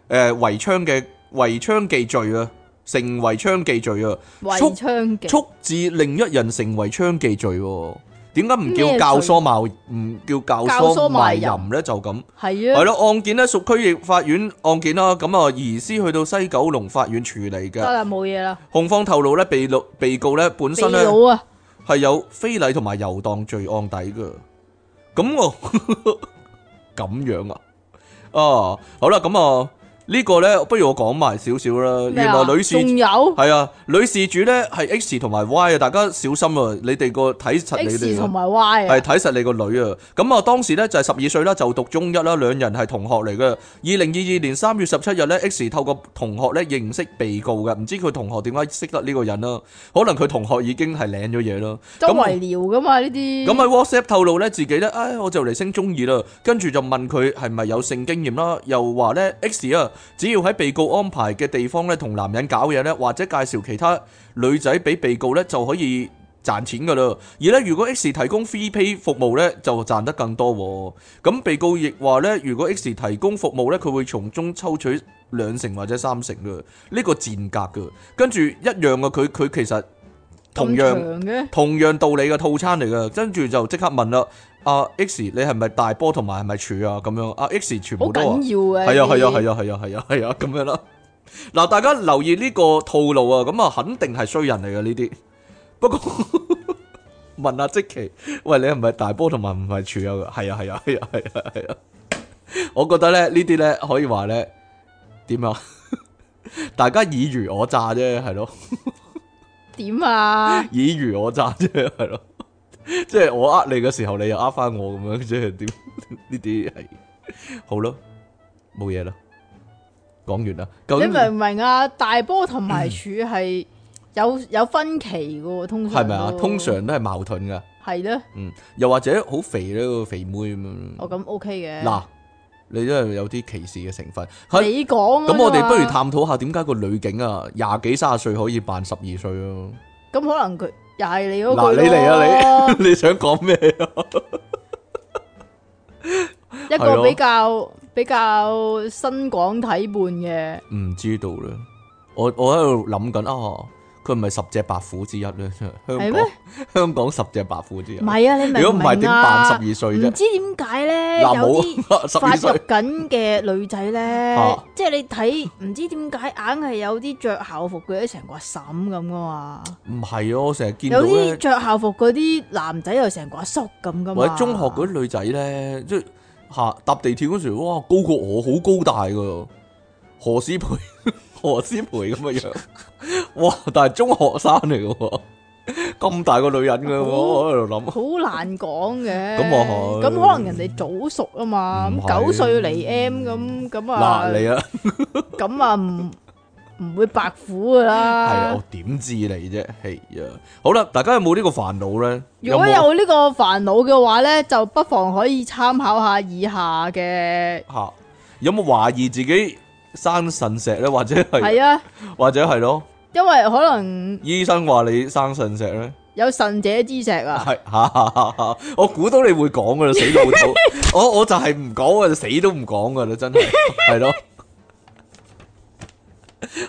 S1: 誒違槍嘅違槍記罪啊，成違槍記罪啊，
S2: 圍
S1: 速
S2: 槍嘅。
S1: 促致另一人成為槍記罪喎。點解唔叫
S2: 咩罪
S1: 教唆賣唔叫教
S2: 教唆
S1: 唆賣
S2: 賣淫
S1: 淫咧？就咁。
S2: 係
S1: 係
S2: 啊，
S1: 咯，案件咧屬區域法院案件啦，咁啊移師去到西九龍法院處理
S2: 得
S1: 嘅。
S2: 啦，冇嘢啦。
S1: 控方透露咧，被錄被告咧本
S2: 秘
S1: 身咧
S2: 佬啊，
S1: 係有非禮同埋遊蕩罪案底嘅。咁我 咁樣啊？啊，好啦，咁啊呢個咧，不如我講埋少少啦。
S2: 咩
S1: 原
S2: 啊
S1: 來女事
S2: 仲有
S1: 係啊，女事主咧係 X 同埋 Y 啊，大家小心啊！你哋個睇實你
S2: X
S1: 哋啊
S2: 同。埋 Y
S1: 係
S2: 啊，
S1: 睇實你個女啊！咁啊，當時咧就係十二歲啦，就讀中一啦，兩人係同學嚟嘅。二零二二年三月十七日咧，X 透過同學咧認識被告嘅，唔知佢同學點解識得呢個人啦？可能佢同學已經係領咗嘢啦。
S2: 周
S1: 咁
S2: 圍聊噶嘛呢
S1: 咁
S2: 啲。
S1: 喺 WhatsApp 透露咧，自己咧，唉，我就嚟升中二啦，跟住就問佢係咪有性經驗啦，又話咧 X 啊，只要喺被告安排嘅地方咧同男人搞嘢咧，或者介紹其他女仔俾被告咧，就可以賺錢噶啦。而咧，如果 X 提供 free pay 服務咧，就賺得更多喎。咁被告亦話咧，如果 X 提供服務咧，佢會從中抽取兩成或者三成嘅，呢個賤格嘅。跟住一樣嘅，佢佢其實同
S2: 咁
S1: 樣。
S2: 長嘅，
S1: 同樣道理嘅套餐嚟嘅，跟住就即刻問啦，阿、X 你係咪大波同埋係咪柱啊？咁樣，阿、X 全
S2: 好
S1: 部都話
S2: 緊要嘅。
S1: 係啊係啊係啊
S2: 啊，
S1: 係啊係啊係啊咁樣啦。嗱，大家留意呢個套路啊，咁啊肯定係衰人嚟嘅呢啲。不過 問阿即奇，喂你係咪大波同埋唔係柱啊？係啊係啊係啊係啊係啊！我覺得咧呢啲咧可以話咧點啊？ 大家爾虞我詐啫，係咯。
S2: 點啊？
S1: 以如我詐啫，係咯， 即係我呃你嘅時候，你又呃翻我咁樣，即係點？ 呢啲係好咯，冇嘢啦，講完啦。究
S2: 你
S1: 竟
S2: 明唔明啊？大波同埋柱係有有分歧嘅喎，通常
S1: 係咪啊？
S2: 都
S1: 通常都係矛盾噶，
S2: 係咧。
S1: 嗯，又或者好肥呢個肥妹咁樣。
S2: 我咁 OK 嘅。
S1: 嗱，你都係有啲歧視嘅成分。係
S2: 你講啊
S1: 咁，我哋不如
S2: 嘛
S1: 探討下點解個女警啊，廿幾卅歲可以扮十二歲咯？
S2: 咁可能佢又係你嗰
S1: 嗱，
S2: 句
S1: 你嚟啊
S2: 咯，
S1: 你，你想講咩啊？
S2: 一
S1: 係
S2: 個
S1: 咯
S2: 比較比較新廣體伴嘅，
S1: 唔知道咧，我我喺度諗緊啊，佢唔係十隻白虎之一咧， 香
S2: 係
S1: 港
S2: 咩
S1: 香港十隻白虎之一
S2: 唔。係啊，你明
S1: 如果
S2: 唔
S1: 唔
S2: 明啊？
S1: 係點扮十二歲
S2: 唔
S1: 啫？
S2: 知點解咧，
S1: 嗱，
S2: 有啲
S1: 冇 十
S2: 發
S1: 二
S2: 育
S1: 歲，
S2: 緊嘅女仔咧
S1: 啊，
S2: 即係你睇唔知點解硬係有啲着校服嘅成個阿嬸咁噶嘛，
S1: 唔係啊！我成日見到
S2: 有啲
S1: 咧，
S2: 着校服嗰啲男仔又成個阿叔咁噶嘛。
S1: 或者中學嗰啲女仔咧，即係吓搭地鐵嗰時，哇，高過我，好高大噶，何詩蓓， 何詩蓓咁嘅樣， 哇！但係中學生嚟噶，咁大個女人噶，我喺度諗。
S2: 好難講嘅，
S1: 咁我係
S2: 咁可能人哋早熟啊嘛，
S1: 唔係
S2: 咁九歲嚟 M 咁咁啊，
S1: 嗱，你啊！
S2: 咁啊唔唔會白虎噶
S1: 系啊，
S2: 啦
S1: 我。點知你啫？係啊，好啦，大家有冇呢個煩惱咧？
S2: 如果
S1: 冇
S2: 有呢個煩惱嘅話呢，就不妨可以參考下以下嘅，
S1: 吓，有冇懷疑自己生腎石咧？或者係，
S2: 係啊，
S1: 或者係咯？
S2: 因為可能
S1: 醫生話你生腎石咧，
S2: 有神者之石啊。
S1: 係吓，我估到你會講噶啦，死老 土！我我就係唔講啊，死都唔講噶啦，真係係咯。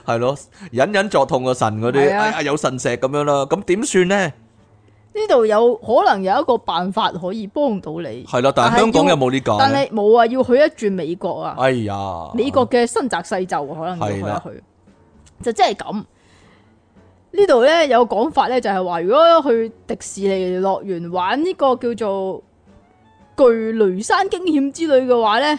S1: 係咯，隱隱作痛個腎嗰啲，
S2: 係啊
S1: 哎呀有腎石咁樣啦，咁點算咧？
S2: 呢度有可能有一個辦法可以幫到你，
S1: 係啦，但
S2: 但
S1: 係
S2: 係
S1: 香港
S2: 要
S1: 有冇呢個？
S2: 但係冇啊，要去一轉美國啊。
S1: 哎呀，
S2: 美國嘅新澤西州啊可能要去
S1: 係啦
S2: 一去，就真係咁。呢度咧有講法咧，就係話如果去迪士尼樂園玩呢個叫做巨雷山驚險之旅嘅話咧，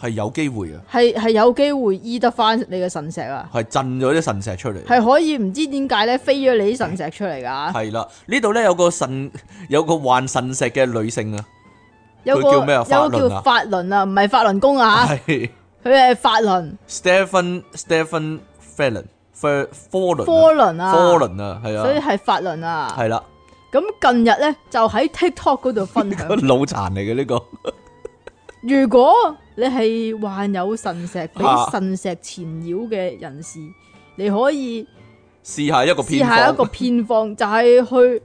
S1: 係有機會啊！
S2: 係係有機會醫得翻你嘅腎石啊，
S1: 係震咗啲腎石出嚟。
S2: 係可以唔知點解咧飛咗你啲腎石出嚟 噶。
S1: 係啦，呢度咧有個腎 有個患腎石嘅女性啊，
S2: 有個
S1: 佢叫咩啊
S2: 有
S1: 法輪啊
S2: 個叫法輪啊，唔係法輪功啊，
S1: 係
S2: 佢係法輪
S1: Stephen Stephen Fallon Fer 科
S2: 科
S1: 倫
S2: 輪
S1: 啊
S2: 啊，
S1: 科倫啊，係
S2: 所以
S1: 啊，
S2: 係法輪啊。
S1: 係啦，
S2: 咁近日咧就喺 TikTok 嗰度分享
S1: 個。腦殘嚟嘅呢個
S2: 如果你係患有腎石俾
S1: 啊
S2: 腎石纏繞嘅人士，你可以
S1: 試下一個
S2: 試
S1: 偏
S2: 下一個
S1: 方，
S2: 偏方，就係去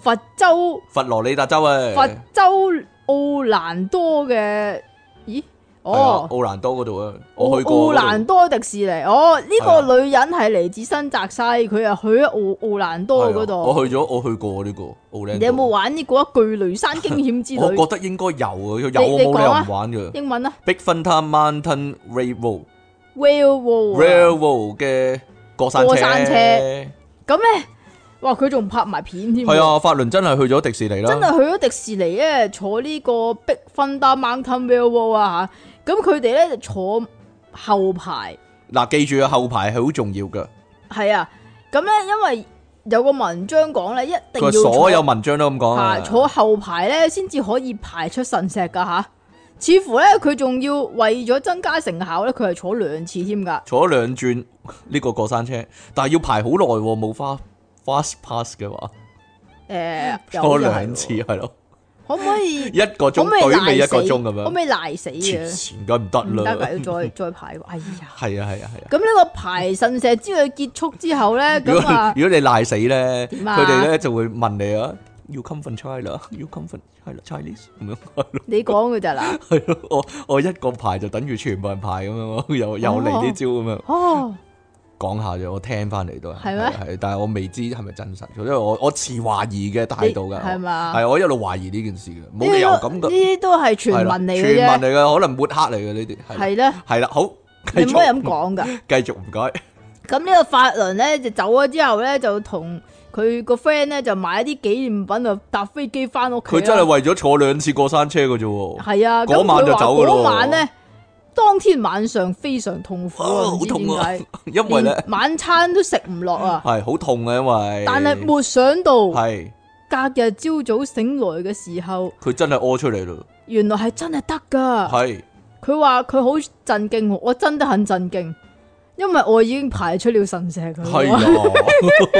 S2: 佛州
S1: 佛羅里達州啊，
S2: 佛州奧蘭多嘅，咦？
S1: 係啊
S2: 哦，
S1: 奧蘭多嗰度啊，我去過嗰
S2: 奧
S1: 度
S2: 蘭多迪士尼，哦，呢
S1: 係啊
S2: 個女人係嚟自新澤西，佢啊去咗奧奧蘭多
S1: 係啊
S2: 嗰度。
S1: 我去咗，我去過呢個奧蘭多。
S2: 你有冇玩呢個巨雷山驚險之
S1: 我
S2: 旅？
S1: 覺得應該有啊，有
S2: 你
S1: 冇理
S2: 講啊
S1: 由唔玩嘅
S2: 英文啊
S1: Big Thunder Mountain Railroad。
S2: ，Railroad 啊。
S1: Railroad 嘅過山
S2: 過
S1: 車，
S2: 山車
S1: 係
S2: 咁咧，哇！佢仲拍埋片添喎。
S1: 啊，法倫真係去咗迪士尼啦，
S2: 真係去咗迪士尼咧，坐呢個 Big Thunder Mountain Railroad 啊吓，咁佢哋咧就坐後排，
S1: 嗱，記住啊，後排係好重要噶。
S2: 係啊，咁咧因為有個文章講咧，一
S1: 佢
S2: 定要
S1: 話所
S2: 坐
S1: 有文章都咁講
S2: 啊
S1: 啊，
S2: 坐後排咧，先至可以排出腎石噶吓。似乎咧佢仲要為咗增加成效咧，佢係坐兩次添噶。
S1: 坐咗兩轉呢個過山車，但係要排好耐喎，冇花 fast pass 嘅話，
S2: 誒、有
S1: 坐
S2: 就係
S1: 兩次
S2: 喎
S1: 係咯，
S2: 可唔可以？
S1: 一個
S2: 可
S1: 鐘
S2: 唔可以
S1: 對尾
S2: 賴
S1: 一
S2: 死？
S1: 個鐘咁
S2: 可唔
S1: 樣，
S2: 可以賴死
S1: 黐
S2: 嘅？
S1: 線梗唔得
S2: 啊唔得
S1: 啦
S2: 噶，，要再再排。哎呀！
S1: 係啊係啊係啊。
S2: 咁呢個排腎石之旅結束之後咧，
S1: 如
S2: 咁
S1: 果
S2: 啊，
S1: 如果你賴死咧，
S2: 點啊
S1: 佢哋咧就會問你啊，You come from China，You come from China Chinese 咁樣 係咯
S2: 你講嘅咋 嗱？
S1: 係咯，我我一個排就等於全部人排咁樣咯，又又嚟呢招咁樣。
S2: 哦，
S1: 講下啫，我聽翻嚟都係
S2: 係咩
S1: 係但係我未知係咪真實，因為我我持懷疑嘅態度㗎，
S2: 你係嘛
S1: 係我一路懷疑呢件事嘅，冇
S2: 呢
S1: 理由
S2: 個
S1: 咁
S2: 呢
S1: 嘅，
S2: 啲都係傳
S1: 係啦
S2: 聞嚟
S1: 傳聞
S2: 嘅啫，
S1: 嚟嘅，可能抹黑嚟嘅呢啲，係啦
S2: 係咧，
S1: 係啦，好，繼
S2: 你唔可以
S1: 續，
S2: 咁講噶。
S1: 繼續唔該，
S2: 咁呢個法輪咧就走咗之後咧，就同佢個 friend 咧就買啲紀念品就搭飛機翻屋企
S1: 佢
S2: 啦。
S1: 真係為咗坐兩次過山車嘅啫喎，
S2: 啊係啊，咁
S1: 嗰晚就走㗎
S2: 佢話
S1: 咯
S2: 嗰晚咧，當天晚上非常痛苦
S1: 啊
S2: 啊，
S1: 好
S2: 唔知
S1: 痛
S2: 點
S1: 啊
S2: 解，
S1: 因為咧
S2: 連晚餐都食唔落啊。
S1: 係好痛嘅，因為
S2: 但係沒想到，
S1: 係
S2: 隔日朝早醒來嘅時候，
S1: 佢真係屙出嚟咯，
S2: 原來係真係得噶。
S1: 係
S2: 佢話佢好震驚，我真的很震驚，因為我已經排出了腎石
S1: 係
S2: 佢。
S1: 啊，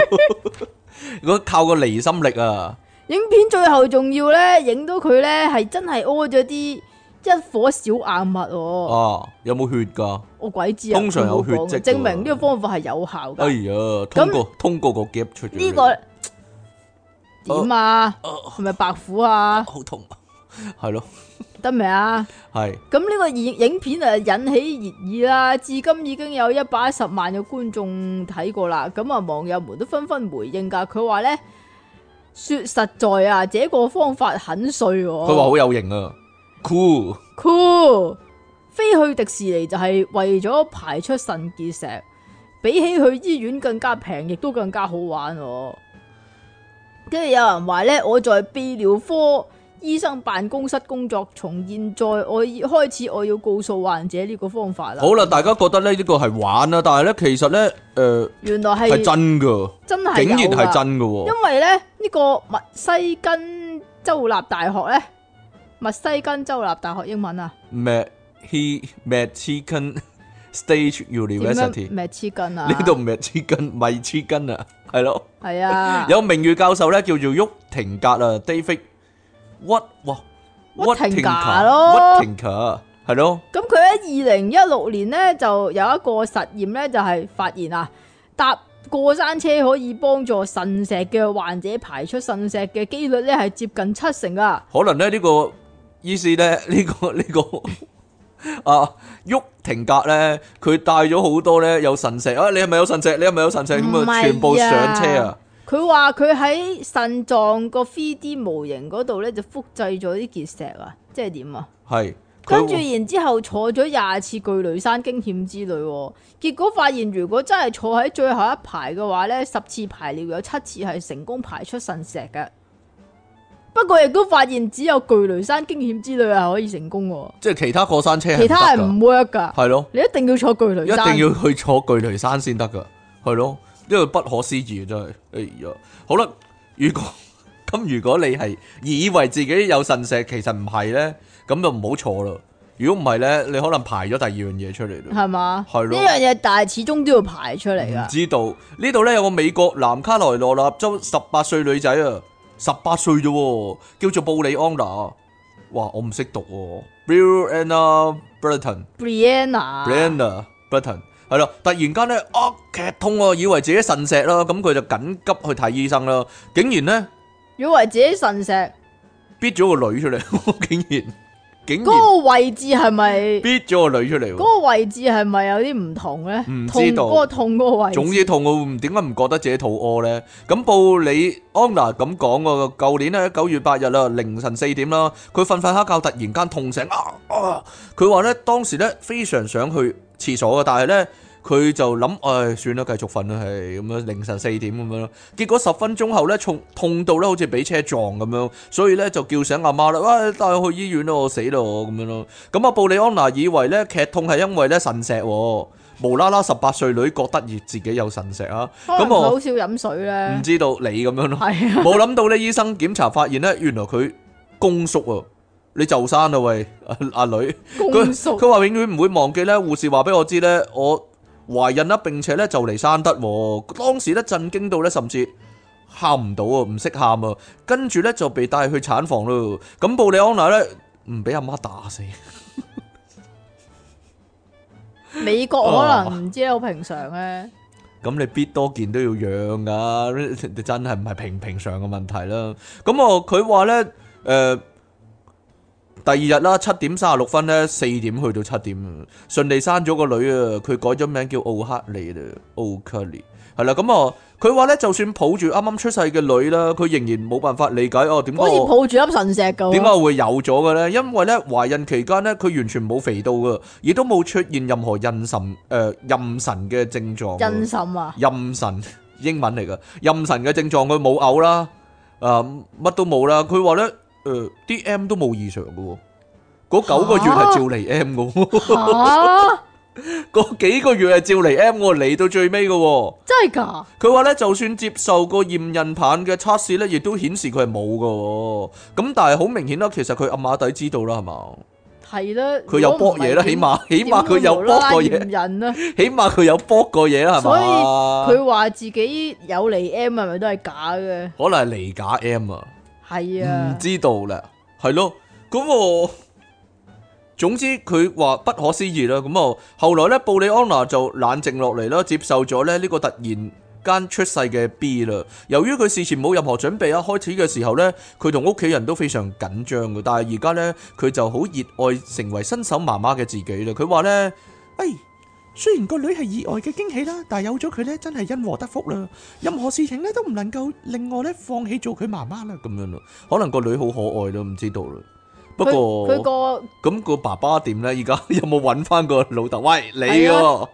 S1: 如果靠個離心力啊，
S2: 影片最後仲要咧，影到佢咧係真係屙咗啲一顆小硬物喎，
S1: 啊有冇血㗎？
S2: 我鬼知啊！
S1: 通常有血跡㗎
S2: 證明呢個方法係有效
S1: 哎
S2: 噶。
S1: 呀，通過通過個夾出咗
S2: 呢
S1: 嚟
S2: 個點啊？
S1: 啊
S2: 係咪白虎啊？
S1: 好痛 啊，係咯，
S2: 得未啊？
S1: 係
S2: 咁呢個影影片啊引起熱議啦，至今已經有一百一十萬嘅觀眾睇過啦。咁啊，網友們都紛紛回應㗎，佢話咧，說實在啊，這個方法很碎、喎。
S1: 佢話好有型啊，cool，
S2: cool，飛去迪士尼就係為咗排出腎結石，比起去醫院更加平，亦都更加好玩、喎。跟住有人話咧，我在泌尿科醫生辦公室工作，從現在我已開始我要告訴患者呢個方法啦。
S1: 好啦，大家覺得咧呢個係玩啦，但係咧其實咧誒
S2: 原來
S1: 係
S2: 係
S1: 真噶，
S2: 真係
S1: 竟然
S2: 有㗎
S1: 係真噶喎，
S2: 因為咧呢、呢個密西根州立大學咧，密西根州立大學英文啊，
S1: 咩 he met chicken stage
S2: 點樣
S1: university
S2: 咩黐根啊？
S1: 呢度唔係 chicken 咪 chicken 啊，係咯，
S2: 係 啊，
S1: 有名譽教授咧叫做沃廷格啊，David 屈哇
S2: 沃廷格咯
S1: 沃廷格係咯。
S2: 咁佢喺二零一六年咧就有一個實驗咧，就係、發現啊，搭過山車可以幫助腎石嘅患者排出腎石嘅機率咧係接近七成啊！
S1: 可能咧呢個醫師咧呢、 個呢、個 啊沃廷格咧，佢帶咗好多咧有腎石啊！你係咪有腎石？你係咪有腎石？
S2: 唔
S1: 咁
S2: 係
S1: 啊，
S2: 啊
S1: 全部上車啊！
S2: 佢話佢喺腎臟個 3D 模型嗰度咧就複製咗啲結石啊，即係點啊？
S1: 係
S2: 跟住
S1: 佢
S2: 然之後坐咗廿次巨雷山驚險之旅、喎，結果發現如果真係坐喺最後一排嘅話呢十次排尿有七次係成功排出腎石嘅。不過亦都發現只有巨雷山驚險之旅係可以成功、喎，
S1: 即係其他過山車係
S2: 其他係
S1: 唔
S2: 唔 work 噶。
S1: 係咯，
S2: 你一定要坐巨雷
S1: 一定
S2: 山，
S1: 要去坐巨雷山先得噶，係咯，因為不可思議啊真係。哎呀，好啦，如果 咁如果你係以為自己有腎石，其實唔係咧，咁就唔好坐啦。如果唔係咧，你可能排咗第二樣嘢出嚟啦。
S2: 係嘛？
S1: 係
S2: 呢
S1: 咯嗯
S2: 樣嘢，但係始終都要排出嚟
S1: 唔
S2: 噶。
S1: 知道呢度呢，有個美國南卡羅來納州十八歲女仔啊，十八歲啫喎，叫做布里安娜。哇，我唔識讀喎 b i l l Anna Burton
S2: Brianna，
S1: Brianna Burton 係啦，突然間呢，啊劇痛啊，以為自己腎石啦，咁佢就緊急去睇醫生啦，竟然呢，
S2: 以為自己腎
S1: 嗯
S2: 石
S1: 逼咗個女出嚟， 竟然竟
S2: 嗰
S1: 然
S2: 個位置係咪？
S1: 逼咗個女出嚟喎，
S2: 嗰個位置係咪有啲唔同咧？
S1: 唔
S2: 痛
S1: 知道
S2: 嗰個痛嗰個位置。
S1: 總之痛，我唔點解唔覺得自己肚屙呢？咁布里安娜咁講喎，舊年咧九月八日啦，凌晨四點啦，佢瞓瞓下覺，突然間痛醒啊啊！佢話呢，當時呢非常想去廁所嘅，但係呢，佢就諗，唉，算啦，繼續瞓啦，係咁樣凌晨四點咁樣咯。結果十分鐘後呢，痛痛到呢好似俾車撞咁樣，所以呢就叫醒阿媽啦，喂，帶我去醫院咯，我死咯我咁樣咯。咁啊，布里安娜以為呢劇痛係因為呢腎石喎。無啦啦十八歲女覺得自己有腎石啊，
S2: 可能
S1: 咁
S2: 佢
S1: 我
S2: 好少飲水咧
S1: 唔，知道你咁樣咯，
S2: 係啊，
S1: 冇諗到呢醫生檢查發現呢，原來佢宮縮啊，你就生啦喂，阿、阿女，
S2: 公
S1: 佢
S2: 熟
S1: 佢話永遠唔會忘記呢護士話俾我知呢，我懷孕啦並且呢就嚟生得喎，當時呢震驚到呢，甚至喊唔到啊，唔識喊啊，跟住咧就被帶去產房咯。咁布里安娜咧唔俾阿媽打死，
S2: 美國可能唔知好平常咧，
S1: 咁你必多件都要養噶，你 真係唔係平唔平常嘅問題啦。咁啊，佢話咧，誒、第二日啦，七點三十六分咧，四點去到七點，順利生咗個女啊，佢改咗名叫奧克利啦，奧克利係啦。咁啊，佢話咧，就算抱住啱啱出世嘅女啦，佢仍然冇辦法理解哦，點解
S2: 好似
S1: 我
S2: 抱住粒神石咁。
S1: 點解會有咗嘅咧？因為咧懷孕期間咧，佢完全冇肥到嘅，亦都冇出現任何妊娠誒妊娠嘅症狀㗎。
S2: 真 心啊？
S1: 妊娠英文嚟嘅妊娠嘅症狀，佢冇嘔啦，啊乜都冇啦。佢話咧誒啲 M 都冇異常嘅喎，嗰九個月係照嚟 M 嘅喎，
S2: 吓，
S1: 嗰幾個月係照嚟 M 喎，嚟到最尾嘅喎。
S2: 真係㗎？
S1: 佢話咧，就算接受過驗孕棒嘅測試咧，亦都顯示佢係冇嘅喎。咁但係好明顯啦，其實佢暗馬底知道啦，係嘛？
S2: 係啦，
S1: 佢有搏嘢啦，起碼起碼佢有搏過嘢，
S2: 人啦，
S1: 起碼佢有搏過嘢啦，係
S2: 所以
S1: 嘛？
S2: 佢話自己有嚟 M 係咪都係假嘅？
S1: 可能係離假 M 啊。唔
S2: 係啊，
S1: 知道啦，係咯，咁我總之佢話不可思議啦，咁啊，後來咧布里安娜就冷靜落嚟啦，接受咗咧呢個突然間出世嘅 B 啦。由於佢事前冇任何準備啊，開始嘅時候咧，佢同屋企人都非常緊張嘅，但係而家咧佢就好熱愛成為新手媽媽嘅自己啦。佢話咧，哎。雖然個女係意外嘅驚喜啦，但係有咗佢咧，真係因禍得福啦。任何事情咧都唔能夠令我咧放棄做佢媽媽啦，咁樣咯。可能個女好可愛咯，唔知道啦。不
S2: 佢
S1: 過
S2: 佢個
S1: 咁個爸爸點咧？而家 有冇揾翻個老豆？喂，你
S2: 係啊
S1: 喎，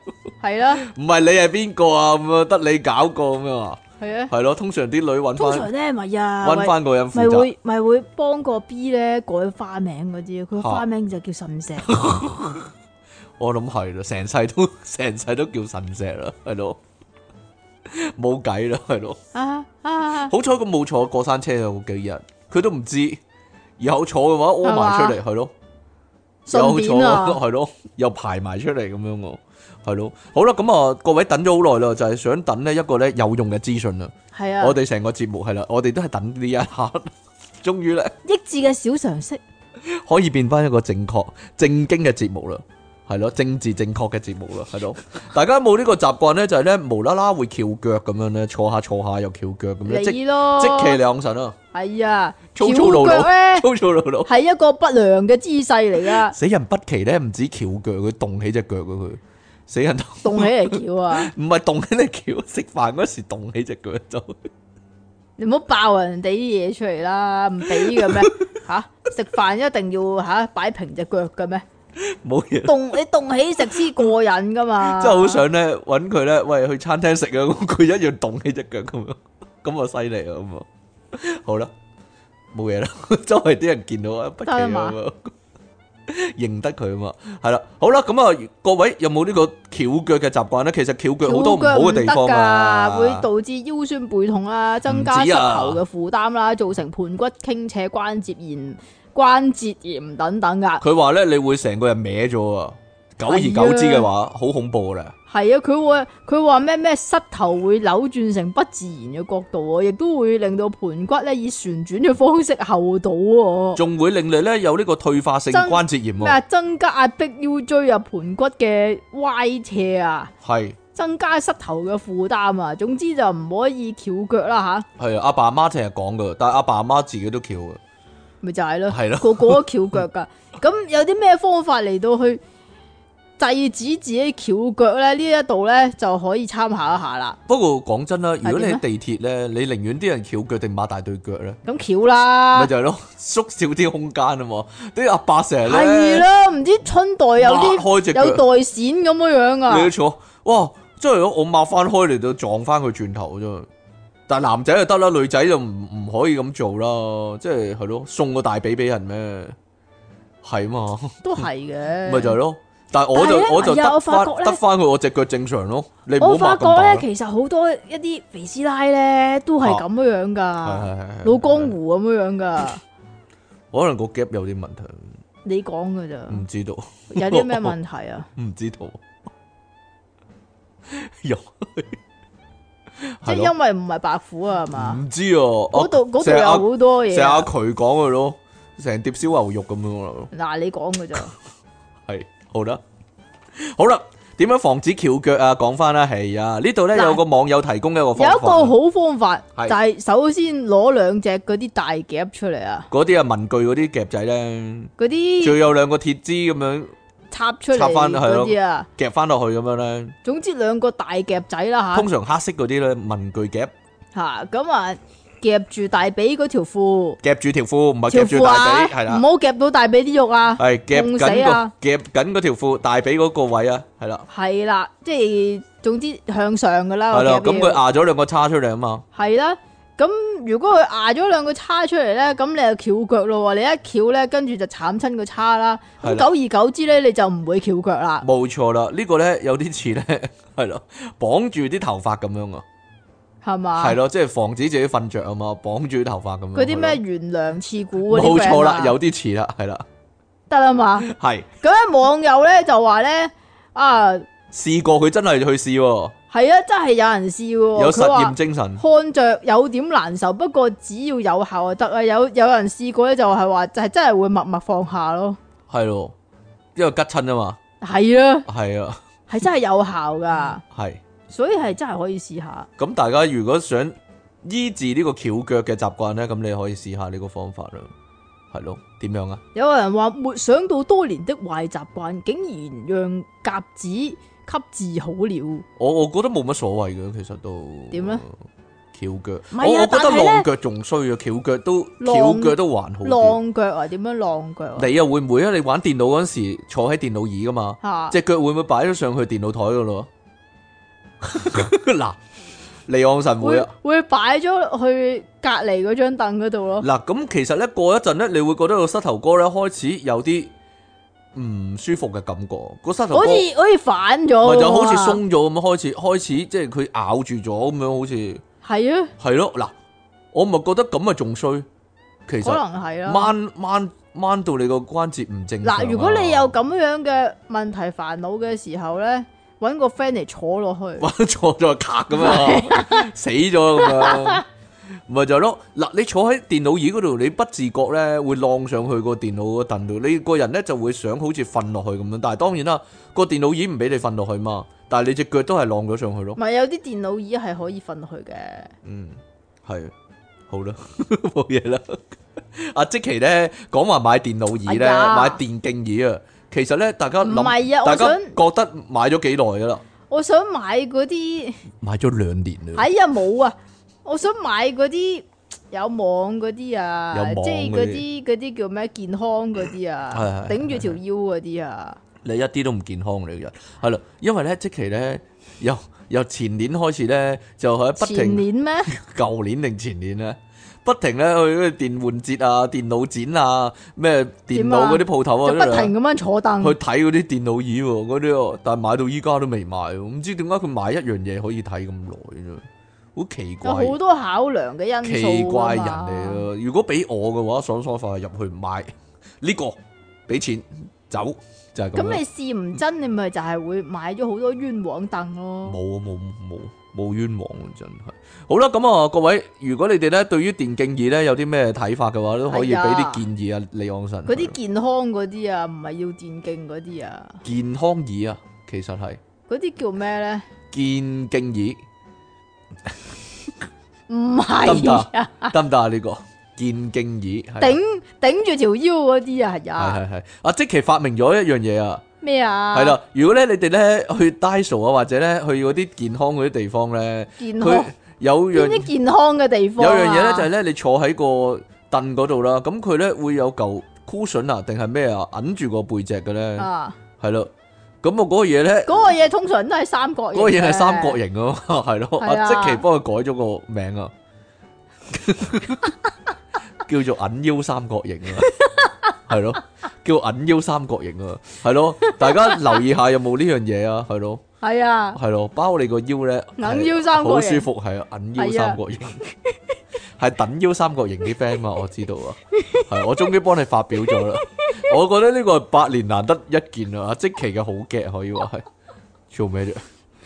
S2: 係啦，
S1: 唔係你係邊個啊？咁啊，得你搞過咁樣啊？
S2: 係啊。
S1: 係咯，通常啲女揾
S2: 通
S1: 翻
S2: 常咧咪啊，
S1: 揾翻個人負
S2: 咪
S1: 責，
S2: 會咪會幫個 B 咧改花名嗰啲，佢花名就叫神 石，
S1: 我諗係啦，成世都 成世都叫神石啦，係咯，冇計啦，係咯。
S2: 啊啊，
S1: 好彩佢冇坐過山車啊！嗰幾日佢都唔知，有坐嘅話屙埋出嚟，係咯，
S2: 順
S1: 有坐
S2: 便啊，
S1: 係咯，又排埋出嚟咁樣喎，係咯。好啦，咁啊，各位等咗好耐啦，就係想等呢一個咧有用嘅資訊啦。
S2: 係啊
S1: 我，哋成個節目係啦，我哋都係等呢一刻， 終於咧
S2: 益智嘅小常識，
S1: 可以變翻一個正確正經嘅節目啦。係咯，政治正確嘅節目啦，係咯。大家有冇呢個習慣咧？就係咧無啦啦會翹腳咁樣咧，坐下坐下又翹腳咁樣，即
S2: 你咯，
S1: 嗯即其兩神啊，
S2: 係啊，
S1: 粗粗魯
S2: 翹腳
S1: 魯，
S2: 咧
S1: 粗粗魯魯。
S2: 係一個不良嘅姿勢嚟噶，
S1: 死人不奇咧，唔止翹腳，佢動起只腳嘅佢。死人
S2: 動起嚟翹啊！
S1: 唔係動起你翹，食飯嗰時動起只腳就
S2: 你唔好爆人哋啲嘢出嚟啦，唔俾嘅 咩？吓食飯一定要吓擺平只腳嘅咩？
S1: 冇嘢。
S2: 動你動起食先過癮噶嘛！
S1: 真係好想咧揾佢咧，喂去餐廳食啊，咁佢一樣動起只腳咁樣， 咁啊犀利啊咁啊。好啦，冇嘢啦， 周圍啲人見到啊，不奇啊
S2: 得啦嘛
S1: 咁啊認得佢啊嘛，係啦，好啦，咁啊，各位有冇呢個翹腳嘅習慣咧？其實翹腳好多唔好嘅地方啊，
S2: 會導致腰酸背痛啦，增加膝頭嘅負擔啦，造成盤骨傾斜、關節炎、關節炎等等噶。
S1: 佢話咧，你會成個人歪咗啊！久
S2: 哎
S1: 而久之嘅話，好恐怖噶啦。
S2: 係啊，佢會佢話咩咩膝頭會扭轉成不自然嘅角度啊，亦都會令到盤骨咧以旋轉嘅方式後倒喎。
S1: 仲會令你咧有呢個退化性
S2: 真
S1: 關節炎
S2: 咩啊？
S1: 喎。
S2: 增加壓迫腰椎啊，盤骨嘅歪斜啊，
S1: 係
S2: 增加膝頭嘅負擔啊。總之就唔可以翹腳啦吓，
S1: 係啊，阿爸阿媽成日講噶，但係阿爸阿媽自己都翹嘅。
S2: 咪就係咯。
S1: 係咯，
S2: 個個都翹 腳噶。咁有啲咩方法嚟到去制止自己翹腳咧？呢一度咧就可以參考一下啦。
S1: 不過講真啦，如果你
S2: 係點啊
S1: 喺地鐵咧，你寧願啲人翹腳定擘大對腳咧，
S2: 咁翹啦
S1: 咪，就係咯，縮少啲空間啊嘛。啲阿伯成日
S2: 係
S1: 咧
S2: 啦，唔知春代有
S1: 擘
S2: 啲
S1: 開隻腳，
S2: 有袋閃咁樣樣
S1: 你都
S2: 啊，
S1: 坐，哇！真係我擘翻開嚟到撞翻佢轉頭啫。但係男仔就得啦，女仔就唔唔可以咁做啦。即係係咯，送個大髀俾人咩？係嘛，
S2: 都係嘅。
S1: 咪就係咯。但係我
S3: 但係
S1: 就
S3: 呢
S1: 我就
S3: 哎呀
S1: 得
S3: 我發
S1: 翻
S3: 覺呢
S1: 得翻佢我只腳正常咯。你唔好
S3: 我
S1: 擘
S3: 發
S1: 咁大
S3: 覺
S1: 啦。
S3: 咧，其實好
S2: 好多一啲肥師奶咧都係咁樣樣噶，
S1: 係
S2: 老江，湖咁樣樣噶。
S1: 可能個 gap 有啲問題，
S2: 你講噶
S3: 啊
S2: 咋？
S1: 唔知道，
S2: 有啲咩問題啊？
S1: 唔知道。有
S2: 即系
S3: 啊
S1: 係咯
S2: 因为唔系白虎啊，系嘛？
S1: 唔知啊，
S2: 嗰度嗰度
S1: 成日
S2: 有
S1: 阿
S2: 好多
S1: 成日
S2: 嘢
S1: 阿
S2: 啊。
S1: 渠講嘅咯，成碟燒牛肉咁樣咯，
S2: 嗱，你讲噶 咋？
S1: 係好啦，好啦，點樣防止翹腳啊？講翻啦，係啊，呢度咧
S2: 嗱
S1: 有個網友提供一個
S2: 有
S1: 方
S2: 一
S1: 法
S2: 個，好方法，
S1: 係
S2: 就係首先攞兩隻嗰啲大夾出嚟啊，
S1: 嗰啲啊文具嗰啲夾仔咧，
S2: 嗰
S1: 最
S2: 啲
S1: 有兩個鐵枝咁樣
S2: 插出嚟
S1: 插返係
S2: 嗰
S1: 咯
S2: 啲啊，
S1: 夾翻落去咁樣咧，
S2: 總之兩個大夾仔啦吓
S1: 通常黑色嗰啲咧文具夾
S2: 吓，咁啊夾住大髀嗰條褲，
S1: 夾住條褲，唔係
S2: 條
S1: 哦夾住
S2: 褲
S1: 大
S2: 啊，
S1: 髀，係
S2: 唔
S1: 啦。
S2: 好夾到大髀啲肉啊，
S1: 係夾緊
S2: 凍死啊
S1: 個夾緊嗰條褲大髀嗰個位啊，係啦，
S2: 係啦，即係總之向上噶啦，
S1: 係
S2: 個
S1: 啦，
S2: 夾
S1: 咁佢
S2: 要
S1: 壓咗兩個叉出嚟啊嘛，
S2: 係啦。咁如果佢牙咗兩個叉出嚟咧，咁你就翹腳咯喎，你一翹咧，跟住就慘親個叉啦。
S1: 係
S2: 咁
S1: 啦
S2: 久而久之咧，你就唔會翹腳啦。
S1: 冇錯啦，呢個咧有啲似咧 係咯，綁住啲頭髮咁樣啊，
S2: 系嘛？
S1: 係咯，即係防止自己瞓着啊嘛，綁住啲頭髮咁樣。
S2: 啊嗰啲咩
S1: 係
S2: 懸梁刺股
S1: 咯？
S2: 嗰啲
S1: 冇
S2: friend
S1: 錯啦
S2: 啊，
S1: 有啲似啦，係啦，
S2: 得啦嘛。
S1: 係
S2: 咁咧網友咧就話咧啊，
S1: 試過佢真係去試喎，
S2: 係啊，真係有人試喎。
S1: 有實
S2: 佢
S1: 驗
S2: 話
S1: 精神，
S2: 看着有點難受，不過只要有效就得啊。有有人試過咧，就係話就係真係會默默放下咯。
S1: 係咯，因為吉親啊嘛，
S2: 係啊，
S1: 係啊，
S2: 係真係有效噶，
S1: 係。
S2: 所以係真係可以試下。
S1: 咁大家如果想醫治呢個翹腳嘅習慣咧，咁你可以試下呢個方法啦，係咯？點樣啊？
S2: 有人話沒想到多年的壞習慣，竟然讓鴿子給治好了。
S1: 我我覺得冇乜所謂嘅，其實都
S2: 點咧？
S1: 翹腳，
S2: 唔係啊
S1: 我我覺得
S2: 但係呢
S1: 浪腳仲衰啊，翹腳都
S2: 浪
S1: 翹腳都還好啲。
S2: 浪腳啊？點樣浪腳啊？
S1: 你又會唔會啊？你玩電腦嗰陣時坐喺電腦椅噶嘛？
S2: 嚇
S1: 只腳會唔會擺咗上去電腦台噶咯？ 嗱，離岸神會
S2: 会
S1: 啊！
S2: 会摆咗去隔離嗰張凳嗰度咯，
S1: 嗱，咁其實咧過一陣咧，你會覺得個膝頭哥咧開始有啲唔舒服嘅感覺，個膝頭
S2: 好
S1: 哥
S2: 似
S1: 咪
S2: 好似反咗咁啊，
S1: 就好似鬆咗咁樣，開始開始即係佢咬住咗咁樣，好似
S2: 係啊，
S1: 係咯。嗱，我咪覺得咁咪仲衰，其
S2: 可
S1: 實
S2: 能係啊啦。
S1: 掹掹掹到你個關節唔正常啊。
S2: 嗱，如果你有咁樣嘅問題煩惱嘅時候咧，揾個 friend 嚟坐落去，
S1: 玩錯咗卡咁 樣，死咗咁樣。咪就係咯，嗱，你坐喺電腦椅嗰度，你不自覺咧會晾上去個電腦個凳度，你個人咧就會想好似瞓落去咁樣。但係當然啦，個電腦椅唔俾你瞓落去嘛，但係你只腳都係晾咗上去咯。
S2: 咪有啲電腦椅係可以瞓落去嘅。
S1: 嗯，係，好啦， 冇嘢啦。阿即奇咧講話買電腦椅咧，
S2: 哎呀
S1: 買電競椅啊，其實咧大家
S2: 唔係
S1: 諗，
S2: 啊我
S1: 大家
S2: 想
S1: 覺得買咗幾耐噶啦？
S2: 我想買嗰啲，
S1: 買咗兩年啦
S2: 哎，呀冇啊！我想買嗰啲有網嗰啲啊
S1: 有網，嗰啲
S2: 即係嗰啲嗰啲叫咩健康嗰啲啊
S1: 係係，係
S2: 頂住條腰嗰啲啊，
S1: 你一啲都唔健康你個人，係啦，因為咧即期咧由由前年開始咧就喺不
S2: 前
S1: 停，
S2: 年咩？
S1: 舊年定前年咧，不停咧去嗰啲電換節啊、電腦展啊、咩電
S2: 點啊
S1: 腦嗰啲鋪頭啊，
S2: 就不停咁樣坐凳
S1: 去。睇嗰啲電腦椅喎，嗰啲喎但係買到依家都未買喎，唔知點解佢買一樣嘢可以睇咁耐啫，好奇
S2: 有好
S1: 怪，
S2: 多考量嘅因素啊
S1: 奇怪人
S2: 㗎嘛
S1: 嚟咯。如果俾我嘅話，爽爽快入去買呢、個，俾錢走就係咁啊樣
S2: 咁。你試唔真，你咪就係會買咗好多冤枉凳咯。
S1: 冇啊冇冇冇冤枉啊真係。好啦，咁啊各位，如果你哋咧對於電競椅咧有啲咩睇法嘅話，都可以俾
S2: 係啊
S1: 啲建議啊，李昂臣。
S2: 嗰啲健康嗰啲啊，唔係要電競嗰啲啊，
S1: 健康椅啊，其實係
S2: 嗰啲叫咩咧？
S1: 健競椅，
S2: 唔
S1: 得唔
S2: 係啊，
S1: 得？得唔得啊？呢個健競椅係啊
S2: 頂頂住條腰嗰啲啊，係
S1: 係
S2: 啊，
S1: 係係。阿即奇發明咗一樣嘢啊！
S2: 咩啊？
S1: 係，啦，如果咧你哋咧去 Daiso 啊，或者咧去嗰啲健康嗰啲地方咧，
S2: 健康
S1: 佢有樣
S2: 邊啲健康嘅地
S1: 有
S2: 方啊？
S1: 樣嘢咧就係咧，你坐喺個凳嗰度啦，咁佢咧會有嚿 cushion 啊，定係咩啊，揞住個背脊嘅咧，
S2: 啊，
S1: 係咯。咁我嗰個嘢咧，
S2: 嗰個嘢通常都係三角
S1: 嗰
S2: 形。
S1: 個嘢係三角。形啊嘛，係咯。
S2: 係
S1: 阿
S2: 啊
S1: 即奇幫佢改咗個名啊， 叫做揞腰三角形啊，係咯，叫揞腰三角形啊，係咯。大家留意下有冇呢樣嘢啊，係咯。
S2: 係啊，
S1: 系咯，包你個腰咧，
S2: 揞腰三角形
S1: 好舒服，係啊，揞腰三角形， 係等腰三角形啲 friend 嘛，我知道 啊，係我終於幫你發表咗啦，我覺得呢個係百年難得一見啊，阿即奇嘅好 get 可以話係做咩啫？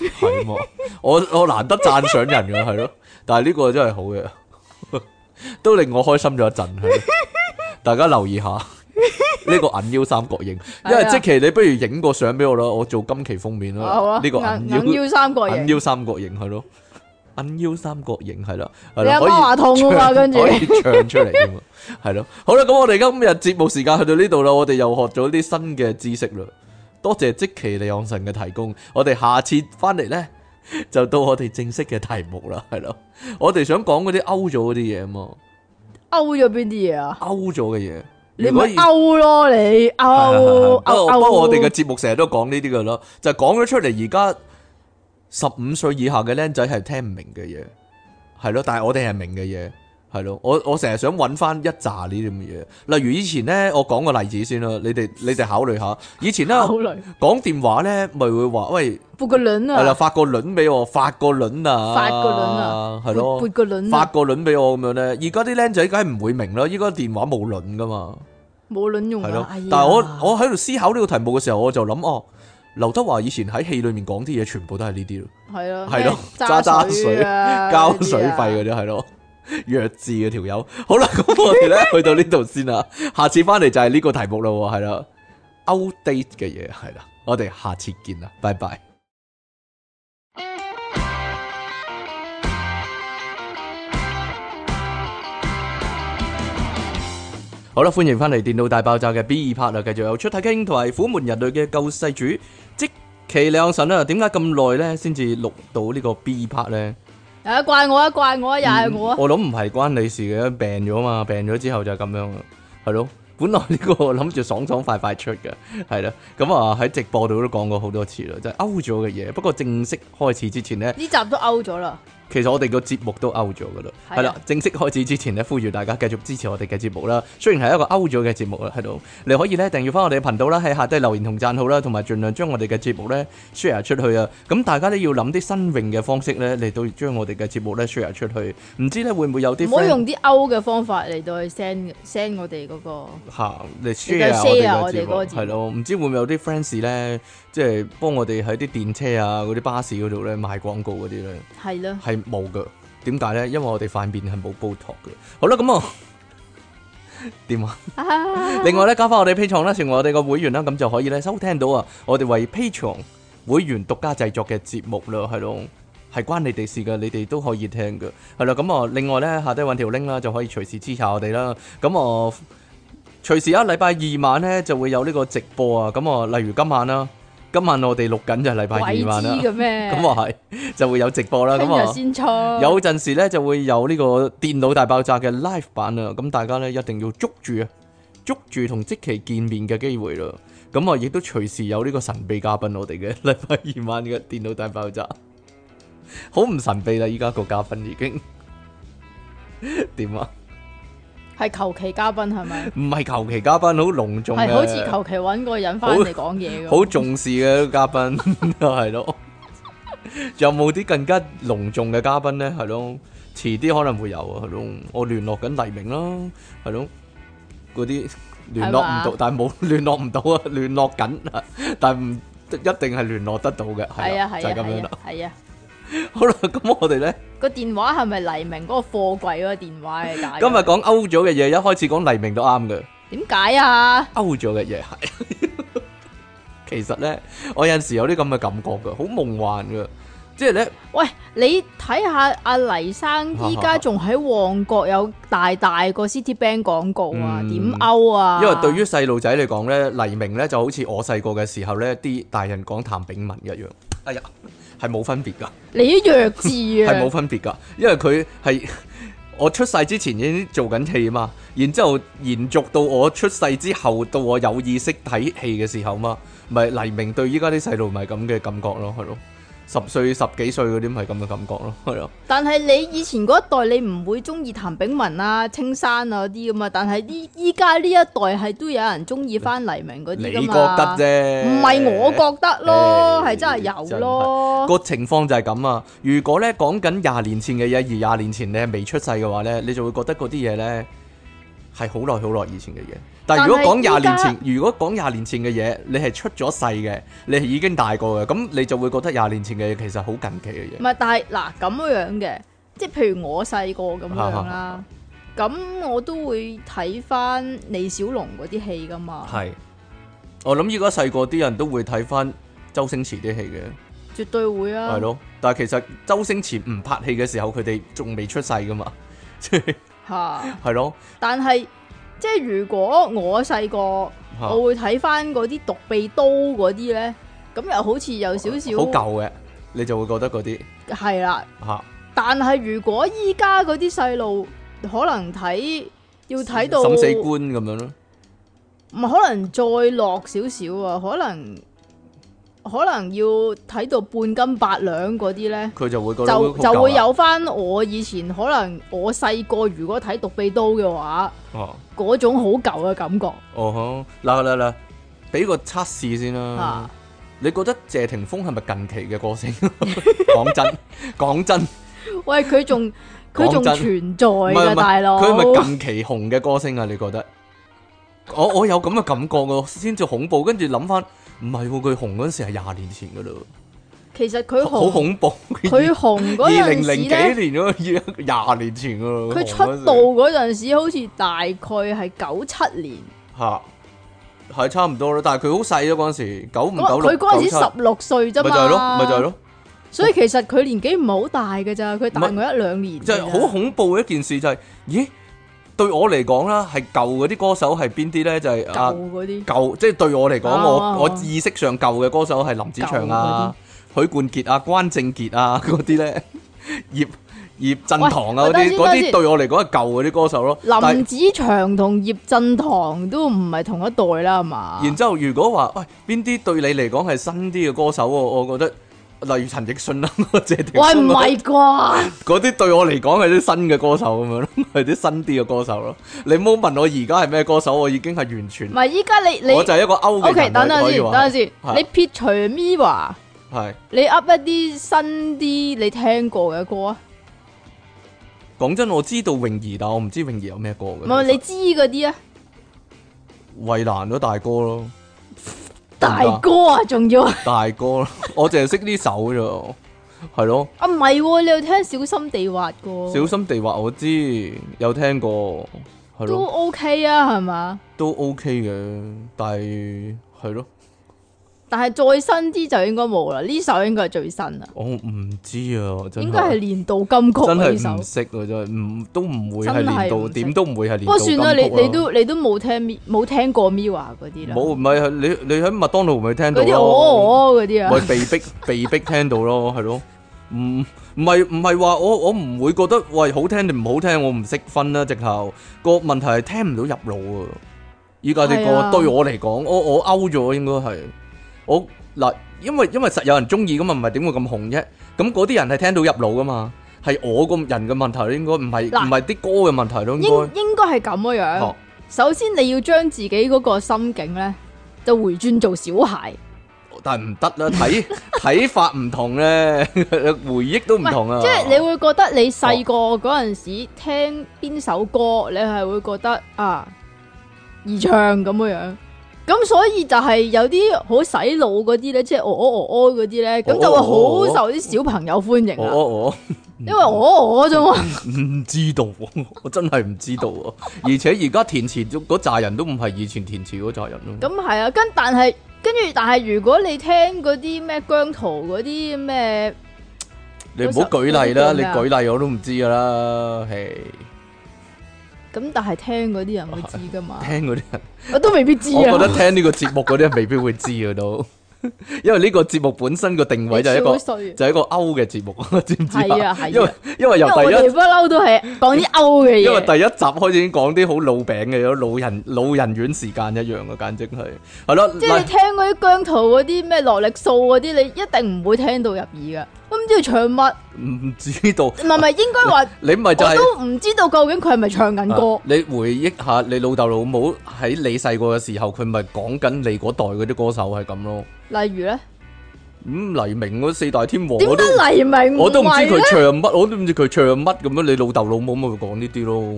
S1: 系嘛？我我难得讚賞人嘅係咯，但係呢個真係好嘅， 都令我開心咗一陣。係咯大家留意 下呢個銀腰三角形，因為
S2: 係啊
S1: 即期你不如影個相俾我啦，我做今期封面
S2: 啊好
S1: 啦
S2: 啦，，
S1: 呢個銀
S2: 硬硬
S1: 腰
S2: 腰三角
S1: 銀
S2: 形，
S1: 腰三角形係咯，銀腰三角形係啦，係
S2: 你
S1: 啦，
S2: 阿
S1: 可
S2: 媽
S1: 以。
S2: 話痛啊嘛，跟住
S1: 可以唱出嚟噶嘛，系咯。好啦，咁我哋今日節目時間去到呢度啦，我哋又學咗啲新嘅知識啦。多謝即其利昂神嘅提供，我哋下次翻嚟呢，就到我哋正式嘅題目啦，係咯。我哋想講嗰啲勾咗嗰啲嘢啊嘛，
S2: 勾咗邊啲嘢啊？
S1: 勾咗嘅嘢。
S2: 你
S1: 如果
S2: 咪勾咯，你
S1: 係係係
S2: 勾
S1: 不過
S2: 勾
S1: 不
S2: 勾。
S1: 過我哋嘅節目成日都講呢啲噶啦，就係講咗出嚟，而家十五歲以下嘅僆仔係聽唔明嘅嘢，係咯，但係我哋係明嘅嘢，係咯，我我成日想揾翻一紮呢啲咁嘅嘢，例如以前咧，我講個例子先啦，你哋你哋考慮下，以前咧
S2: 考慮
S1: 講電話咧，咪會話喂
S2: 撥個輪
S1: 係啦，
S2: 啊，
S1: 發個輪俾我，發個輪啊，
S2: 發個輪啊，
S1: 係咯
S2: 撥撥。個輪
S1: 發
S2: 啊，
S1: 個輪俾我咁樣咧，而家啲僆仔梗係唔會明啦，依家電話冇輪噶嘛。
S2: 冇輪用
S1: 系咯
S2: 啊。哎呀，
S1: 但系我我喺度思考呢個題目嘅時候，我就諗哦，劉德華以前喺戲裏面講啲嘢，全部都係呢啲咯，
S2: 係咯
S1: 係咯
S2: 咩揸
S1: 揸水
S2: 啊
S1: 交
S2: 呢啲啊
S1: 水費嗰啲係咯， 弱智嘅條友。好啦，咁我哋咧去到呢度先啦， 下次翻嚟就係呢個題目啦喎，係啦，outdate 嘅嘢係啦，我哋下次見啦，拜拜。好啦，歡迎翻嚟《電腦大爆炸》嘅 B 二 part 啊，繼續有出體傾同埋虎門人類嘅救世主即其兩神啊，點解咁耐咧先至錄到呢個 B part 咧？
S2: 啊怪我啊怪我啊又係我啊
S1: 嗯，我諗唔係關你事嘅，病咗嘛，病咗之後就係咁樣啦，係咯。本來呢個我諗住爽爽快快出嘅，係啦。咁啊喺直播度都講過好多次啦，就係勾咗嘅嘢。不過正式開始之前呢，
S2: 呢集都勾咗啦，
S1: 其實我哋個節目都勾咗噶啦，
S2: 係啊
S1: 係啦。正式開始之前呢，呼籲大家繼續支持我哋嘅節目啦。雖然係一個勾咗嘅節目啦，喺度你可以咧訂閱翻我哋嘅頻道啦，喺下低留言同讚好啦，同埋盡量將我哋嘅節目咧 share 出去啊。咁大家咧要諗啲新穎嘅方式咧嚟到將我哋嘅節目咧 share 出去。唔知咧會唔會有啲
S2: 唔好
S1: friend-
S2: 用啲勾嘅方法嚟到去 send send 我哋嗰個。
S1: 吓，你
S2: 你就
S1: share 我
S2: share
S1: 哋
S2: 我
S1: 個
S2: 哋嗰個
S1: 節目
S2: 節目
S1: 係咯，唔知會唔會有啲 friends 咧，即係幫我哋喺啲電車啊、嗰啲巴士嗰度咧賣廣告嗰啲咧，
S2: 係咯，
S1: 係冇噶。點解咧？因為我哋塊面係冇煲托嘅。好啦，咁啊， 點啊？另外咧，加翻我哋 P 床啦，成為我哋個會員啦，咁就可以咧收聽到啊，我哋為 P 床會員獨家製作嘅節目啦，係咯。係關你哋事㗎，你哋都可以聽㗎，係啦。咁啊，另外咧，下低揾條 link 啦，就可以隨時支持我哋啦。咁我隨時啊，禮拜二晚咧就會有呢個直播啊。咁啊，例如今晚啦，今晚我哋錄緊就係禮拜
S2: 鬼
S1: 二
S2: 知
S1: 晚啦。
S2: 嘅咩？
S1: 咁啊係，就會有直播啦。咁啊
S2: 聽日。先出。
S1: 有陣時咧就會有呢個電腦大爆炸嘅 live 版啊，咁大家咧一定要捉住啊，捉住同即期見面嘅機會啦。咁啊，亦都隨時有呢個神秘嘉賓我哋嘅 禮拜二晚嘅電腦大爆炸，好唔神秘啦！依家個嘉賓已經 點啊？
S2: 係求其嘉賓係咪？
S1: 唔係求其嘉賓，好隆重嘅，
S2: 係好似求其揾個人翻嚟 講嘢咁。
S1: 好重視嘅嘉賓，係咯。有冇啲更加隆重嘅嘉賓咧？係咯，遲啲可能會有啊，係咯。我聯絡緊黎明啦，係咯，嗰啲聯絡唔
S2: 係
S1: 到
S2: 嘛，
S1: 但係冇 聯絡唔到啊，聯絡緊，但係唔一定係聯絡得到嘅，係
S2: 係
S1: 啦
S2: 啊，係啊，
S1: 就係咁樣啦。
S2: 係啊，
S1: 好啦，咁我哋咧
S2: 個電話係咪黎明嗰個貨櫃嗰個電話嚟打嘅？
S1: 今日講勾咗嘅嘢，一開始講黎明都啱嘅。
S2: 點解啊？
S1: 勾咗嘅嘢係。 其實咧，我有陣時有啲咁嘅感覺嘅，好夢幻嘅，即係咧。
S2: 喂，你睇下阿黎生依家仲喺旺角有大大個 City Bank 廣告啊，
S1: 嗯
S2: 點勾啊？
S1: 因為對於細路仔嚟講咧，黎明咧就好似我細個嘅時候咧，啲大人講譚炳文一樣。哎呀，係冇分別㗎，
S2: 你啲弱智啊，
S1: 係冇分別㗎，因為佢係我出世之前已經做緊戲嘛，然之後延續到我出世之後，到我有意識睇戲嘅時候嘛，咪黎明對依家啲細路咪咁嘅感覺咯，係咯，十歲十幾歲嗰啲咪咁嘅感覺咯，係咯。
S2: 但係你以前嗰一代你唔會中意譚炳文啊、青山啊嗰啲噶嘛，但係呢依家呢一代係都有人中意翻黎明嗰
S1: 你
S2: 啲
S1: 覺
S2: 噶嘛。
S1: 得啫？
S2: 唔係我覺得咯，
S1: 唉
S2: 係真係有咯。
S1: 個情況就係咁啊！如果咧講緊廿年前嘅嘢，而廿年前你係未出世嘅話咧，你就會覺得嗰啲嘢咧係好耐好耐以前嘅嘢。但係如果講廿
S2: 但係依家
S1: 年前，如果講廿年前嘅嘢，你係出咗世嘅，你係已經大個嘅，咁你就會覺得廿年前嘅嘢其實好近期嘅嘢
S2: 唔。係，但係嗱咁樣嘅，即係譬如我細個咁樣啦，咁我都會睇翻李小龍嗰啲戲噶嘛，
S1: 係，我諗而家細個啲人都會睇翻周星馳啲戲嘅。
S2: 絕對會啊
S1: 系。咯，但系其實周星馳唔拍戲嘅時候，佢哋仲未出世噶嘛， 即係
S2: 嚇！
S1: 係咯，
S2: 但係即係如果我細個，
S1: 嚇
S2: 我會睇翻嗰啲獨臂刀嗰啲咧，咁又好似有少
S1: 好
S2: 少
S1: 舊嘅，你就會覺得嗰啲
S2: 係啦。
S1: 吓
S2: 但係如果依家嗰啲細路可能睇要睇到
S1: 審死官咁樣咯，
S2: 唔係可能再落少少啊，可能可能要睇到半斤八兩嗰啲咧，
S1: 佢就會覺得
S2: 就
S1: 好哦舊啦
S2: 就會有翻我以前可能我細個如果睇《獨臂刀》嘅話，
S1: 哦
S2: 嗰種好舊嘅感覺
S1: 哦呵嗱嗱嗱，俾個測試先啦
S2: 啊。
S1: 你覺得謝霆鋒係咪近期嘅歌 星？講真，講真，唔
S2: 喂，佢仲 佢仲
S1: 講真
S2: 存在
S1: 係
S2: 㗎，
S1: 唔係
S2: 大佬。
S1: 佢係咪近期紅嘅歌星啊？你覺得？我我有咁嘅感覺噶，先至恐怖。跟住諗翻，唔係喎，佢紅嗰陣時係廿年前噶啦。
S2: 其實佢
S1: 好
S2: 紅
S1: 恐怖。
S2: 佢紅嗰
S1: 二零
S2: 陣
S1: 零
S2: 時
S1: 幾
S2: 咧，
S1: 年嗰個二廿年前噶咯，
S2: 佢出道嗰陣時好似大概係九七年，
S1: 吓係差唔多啦，但係佢好細咯嗰陣時，九五
S2: 咁啊
S1: 嗯九六
S2: 佢嗰陣時
S1: 97
S2: 十六歲啫
S1: 咪
S2: 嘛，
S1: 就係咯，咪就係咯，
S2: 所以其實佢年紀唔係好大嘅咋，佢大我一兩年。
S1: 就係好。啊恐怖嘅一件事就係，咦？對我嚟講啦，係舊嗰啲歌手係邊啲咧？就係啊
S2: 舊嗰啲
S1: 舊，即係對我嚟講，
S2: 啊啊
S1: 我
S2: 啊
S1: 我意識上舊嘅歌手係林子祥啊、許冠傑啊、關正傑啊 嗰啲咧，葉葉振棠啊
S2: 喂
S1: 嗰
S2: 等
S1: 啲，
S2: 先
S1: 嗰
S2: 等
S1: 啲
S2: 先
S1: 對我嚟講係舊嗰啲歌手咯。但係
S2: 林子祥同葉振棠都唔係同一代啦，係嘛？
S1: 然之後，如果話喂邊啲對你嚟講係新啲嘅歌手喎，我覺得例如陳奕迅啦、 謝霆
S2: 喂，唔
S1: 鋒啦
S2: 係啩？
S1: 嗰啲對我嚟講係啲新嘅歌手咁樣咯， 係啲新啲嘅歌手咯。你唔好問我而家係咩歌手，我已經係完全
S2: 唔，係依家你你
S1: 我就係一個歐嘅
S2: OK，
S1: 人類啊
S2: 等下
S1: 可以
S2: 先，等
S1: 話
S2: 下先
S1: 係。
S2: 你撇除 Miva，
S1: 係
S2: 你 up 一啲新啲你聽過嘅歌啊？
S1: 講真，我知道泳兒，但我唔知泳兒有咩歌嘅。
S2: 唔係你知嗰啲啊？
S1: 衞蘭嗰大哥咯，
S2: 大哥啊，仲要啊？
S1: 大哥咯， 我淨係識呢首啫，係咯。
S2: 唔係喎，你有聽小心地滑嘅
S1: 小
S2: 喎，
S1: 心地滑我知，有聽過，係咯
S2: 都。OK 啊，係嘛？
S1: 都 OK 嘅，但係係咯，
S2: 但係再新啲就應該冇啦，呢首應該係最新啦，
S1: 我唔知啊，真
S2: 應該係
S1: 係
S2: 年度金曲啊
S1: 真
S2: 呢
S1: 係唔
S2: 首。
S1: 識啊，真係唔都唔會係
S2: 真係
S1: 年
S2: 唔
S1: 度，
S2: 識
S1: 點都唔會係
S2: 不
S1: 年
S2: 過
S1: 度
S2: 算
S1: 金
S2: 啦，你
S1: 曲啊
S2: 你都你都冇聽 Mi- 冇聽過 Miwa 嗰啲啦，
S1: 冇，唔係你你喺麥當勞咪聽到
S2: 嗰啲
S1: 咯，
S2: 哦哦嗰 啲
S1: 咪
S2: 啊，
S1: 被逼被逼聽到咯，係咯。唔唔係唔係話我我唔會覺得喂好聽定唔好聽，我唔識分啦。直頭個問題係聽唔到入腦啊！依家啲
S2: 係啊
S1: 歌對我嚟講，我我 out 咗應該係我嗱，因為因為實有人中意噶嘛，唔係點會咁紅啫？咁嗰啲人係聽到入腦噶嘛，係我個人嘅問題咯，應該唔係
S2: 嗱
S1: 唔係啲歌嘅問題咯，
S2: 應
S1: 應
S2: 應該係咁嘅
S1: 該
S2: 樣
S1: 哦。
S2: 首先你要將自己嗰個心境咧，就回轉做小孩。
S1: 但係唔得啦，睇 睇法唔同咧，回憶都唔
S2: 唔係
S1: 同啊。
S2: 即係你會覺得你細個嗰陣時聽邊首歌，你係會覺得啊易唱咁樣樣。咁所以就係有啲好洗腦嗰啲咧，即係哦哦哦哦嗰啲咧，咁就會
S1: 哦
S2: 好受啲小朋友歡迎
S1: 我
S2: 啦。
S1: 我我。
S2: 因為哦哦啫嘛，
S1: 嗯唔知道喎， 我真係唔知道喎。而且而家填詞嗰扎人都唔係以前填詞嗰扎人咯。
S2: 咁係啊。跟但係跟住，但係如果你聽嗰啲咩姜濤嗰啲咩，
S1: 你唔好舉例啦，
S2: 嗰首
S1: 你舉例我都唔知噶啦。係
S2: 咁但係聽嗰啲人會知噶嘛？
S1: 聽嗰啲人，
S2: 我都未必啊知
S1: 哦我覺得
S2: 啊。
S1: 聽呢個節目嗰啲人未必會知嘅都， 因為呢個節目本身個定位就係一個
S2: 你超衰啊
S1: 就係一個歐嘅節目， 知唔知
S2: 係啊係啊
S1: 因為因為由
S2: 因為我
S1: 第
S2: 哋
S1: 一
S2: 不嬲都係講啲歐嘅嘢。
S1: 因為第一集開始已經講啲好老餅嘅，有老人老人院時間一樣嘅，簡直係係咯。
S2: 即係你聽嗰啲姜濤嗰啲咩落力數嗰啲，你一定唔會聽到入耳噶。我唔知佢唱乜，
S1: 唔知道
S2: 唔係唔係應該話
S1: 你咪 就係
S2: 我都唔知道究竟佢係咪唱緊歌
S1: 啊。你回憶下你老豆老母喺你細個嘅時候，佢咪講緊你嗰代嗰啲歌手係咁咯。
S2: 例如咧，
S1: 咁、黎明嗰四大天王，
S2: 點
S1: 啊我都
S2: 解黎明
S1: 我都唔知
S2: 係
S1: 佢
S2: 咧？
S1: 唱乜，我都唔知佢唱乜咁樣。你老豆老母咪會講呢啲咯。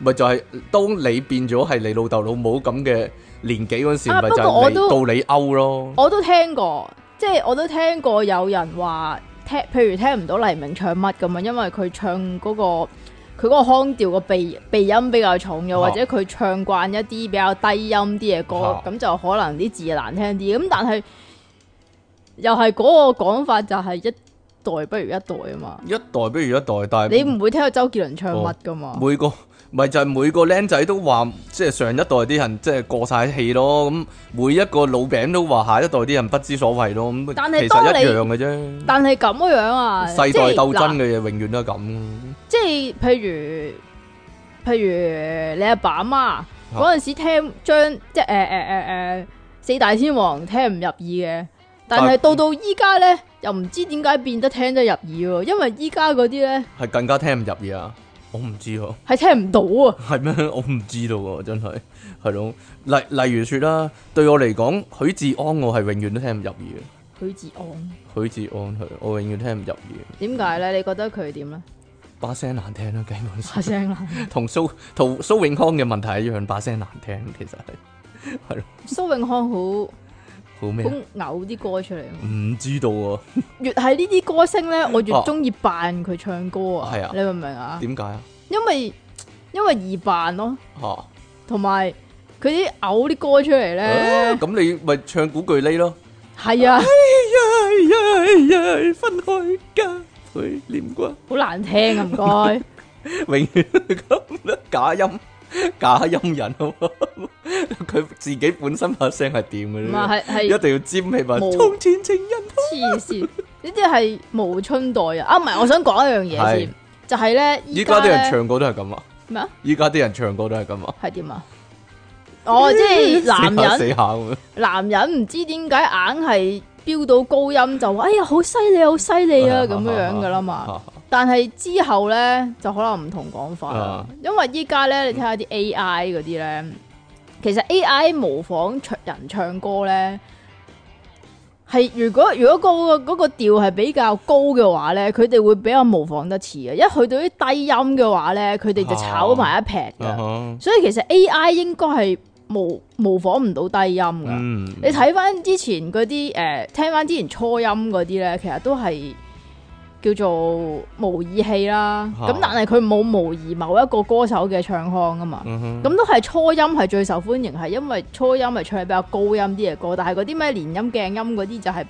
S1: 咪就係當你變咗係你老豆老母咁嘅年紀嗰時，
S2: 啊
S1: 咪
S2: 不
S1: 就
S2: 過我
S1: 係你
S2: 都
S1: 到你勾咯。
S2: 我都聽過，即係我都聽過有人話聽，譬如聽唔到黎明唱乜咁啊，因為佢唱嗰、個佢嗰個腔調個鼻鼻音比較重，又
S1: 啊
S2: 或者佢唱慣一啲比較低音啲嘅歌，
S1: 啊
S2: 咁、就可能啲字難聽啲。咁但係又係嗰個講法就係一代不如一代啊嘛，
S1: 一代不如一代，但
S2: 你
S1: 係
S2: 唔會聽到周杰倫唱乜噶嘛？
S1: 每個咪就係每個僆仔都話，即係上一代啲人即係過晒氣咯。咁每一個老餅都話下一代啲人不知所謂咯。咁
S2: 但係
S1: 其
S2: 當
S1: 實
S2: 你
S1: 一樣嘅啫。
S2: 但係咁樣啊，
S1: 世代
S2: 即係
S1: 鬥
S2: 嗱
S1: 爭嘅嘢永遠都係咁。
S2: 即係譬如譬如你阿爸阿
S1: 啊
S2: 媽嗰陣時聽將即係誒誒誒誒四大天王聽唔入耳嘅，但係
S1: 但
S2: 到到依家咧又唔知點解變得聽得入耳喎，因為依家嗰啲咧
S1: 係更加聽唔入耳啊！我唔 知喎，
S2: 係聽唔到啊，
S1: 係咩？我唔知道喎，真係係咯。例例如説啦，對我嚟講，許志安我係永遠都聽唔入耳
S2: 許志安
S1: 嘅。許志安係我永遠聽唔入耳，
S2: 點解咧？你覺得佢點咧？
S1: 把聲難聽啦，基本
S2: 把
S1: 上
S2: 聲啦，
S1: 同蘇同蘇永康嘅問題一樣，把聲難聽，其實係係咯，
S2: 蘇永康好
S1: 好咩啊？
S2: 好嘔啲歌出嚟啊，
S1: 唔知道喎，
S2: 越係呢啲歌星咧，我
S1: 哦
S2: 越中意扮佢唱歌啊
S1: 係啊，
S2: 你明唔明啊？
S1: 點解啊？
S2: 因為因為易扮咯。
S1: 嚇
S2: 同埋佢啲嘔啲歌出嚟
S1: 啊
S2: 咧，
S1: 咁你咪唱古巨呢咯？
S2: 係啊，哎
S1: 呀呀呀！分開家去念瓜。
S2: 好難聽啊， 唔該。
S1: 永遠都咁啦，假音假音人啊嘛，佢自己本身把聲係點嘅
S2: 唔
S1: 咧？
S2: 係係
S1: 一
S2: 係
S1: 定要尖起把。
S2: 冇
S1: 從前情人
S2: 黐線，呢啲係無春代啊！啊，唔係，我想講一樣嘢
S1: 係
S2: 先，就係咧，
S1: 依家啲人
S2: 咧
S1: 唱歌都係咁啊！
S2: 咩啊？
S1: 依家啲人唱歌都係咁啊！
S2: 係點啊？ 哦，即係男
S1: 死下
S2: 人，
S1: 死下咁樣，
S2: 男人唔知點解硬係飆到高音，就話哎呀好犀利，好犀利啊咁樣樣噶啦嘛。
S1: 啊
S2: 但係之後咧就可能唔同講法啦，
S1: 啊嗯
S2: 因為依家咧你睇下啲 AI 嗰啲咧，其實 AI 模仿唱人唱歌咧，係如果如果、嗰個嗰、個調係比較高嘅話咧，佢哋會比較模仿得似嘅。一去到啲低音嘅話咧，佢哋就炒埋一劈嘅。
S1: 啊哈
S2: 所以其實 AI 應該係模模仿唔到低音㗎。
S1: 嗯，
S2: 你睇翻之前嗰啲誒，聽翻之前初音嗰啲咧，其實都係叫做模擬器啦。
S1: 嚇
S2: 咁、但係佢冇模擬某一個歌手嘅唱腔啊嘛。
S1: 咁
S2: 咁都係初音係最受歡迎，係因為初音係唱比較高音啲嘅歌，但係嗰啲咩連音鏡音嗰啲就係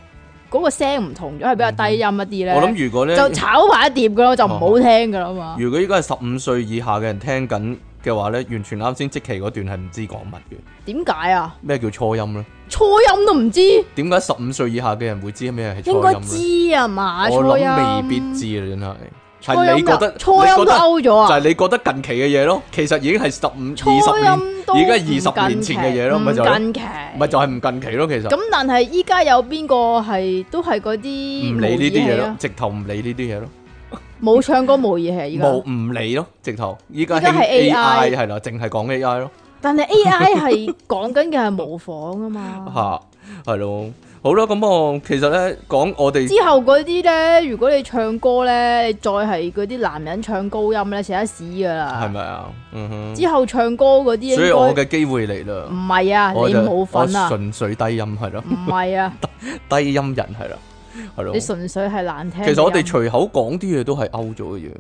S2: 嗰個聲唔同咗，係比較低音一啲咧。
S1: 嗯我諗如果咧，
S2: 就炒埋一碟噶咯，就唔好聽噶啦嘛。
S1: 如果依家係十五歲以下嘅人聽緊嘅話咧，完全啱先即期嗰段係唔知講乜嘅，
S2: 點解啊？
S1: 咩叫初音咧？
S2: 初音都唔知，
S1: 點解十五歲以下嘅人會知咩係初
S2: 應
S1: 音
S2: 該
S1: 咧？
S2: 知啊嘛。
S1: 我
S2: 初音
S1: 諗未必知啦，
S2: 初
S1: 真係。係
S2: 音
S1: 你覺得，
S2: 初音
S1: 你覺
S2: 都
S1: 得
S2: 勾咗啊
S1: 就！係你覺得近期嘅嘢咯，其實已經係十五、
S2: 初
S1: 二十年，
S2: 音都
S1: 已經係20年前嘅嘢咯咪就係
S2: 唔近期。
S1: 咪就係唔近期咯。其實
S2: 咁但係依家有邊個係都係嗰啲
S1: 唔理呢啲嘢
S2: 模擬器
S1: 咯
S2: 啊，
S1: 直頭唔理呢啲嘢咯，
S2: 冇唱歌模擬器依家。
S1: 冇唔理咯，直頭依家
S2: 依家
S1: 興
S2: 係
S1: AI
S2: AI
S1: 係啦，淨係講 AI 咯
S2: 但係 A I 係講緊嘅係模仿 啊嘛。
S1: 吓，係咯。好啦，咁我其實咧講我哋
S2: 之後嗰啲咧，如果你唱歌咧，你再係嗰啲男人唱高音咧，成一屎噶
S1: 係
S2: 啦。
S1: 咪啊？嗯哼，
S2: 之後唱歌嗰啲啊應該，
S1: 所以我嘅機會嚟
S2: 唔
S1: 啦，
S2: 係啊，
S1: 我
S2: 你
S1: 就
S2: 冇份
S1: 我
S2: 啊，
S1: 純粹低音係咯，
S2: 唔 係啊，
S1: 低音人係啦，係咯
S2: 你。純粹係難聽嘅音。
S1: 其實我哋隨口講啲嘢都係勾咗嘅嘢。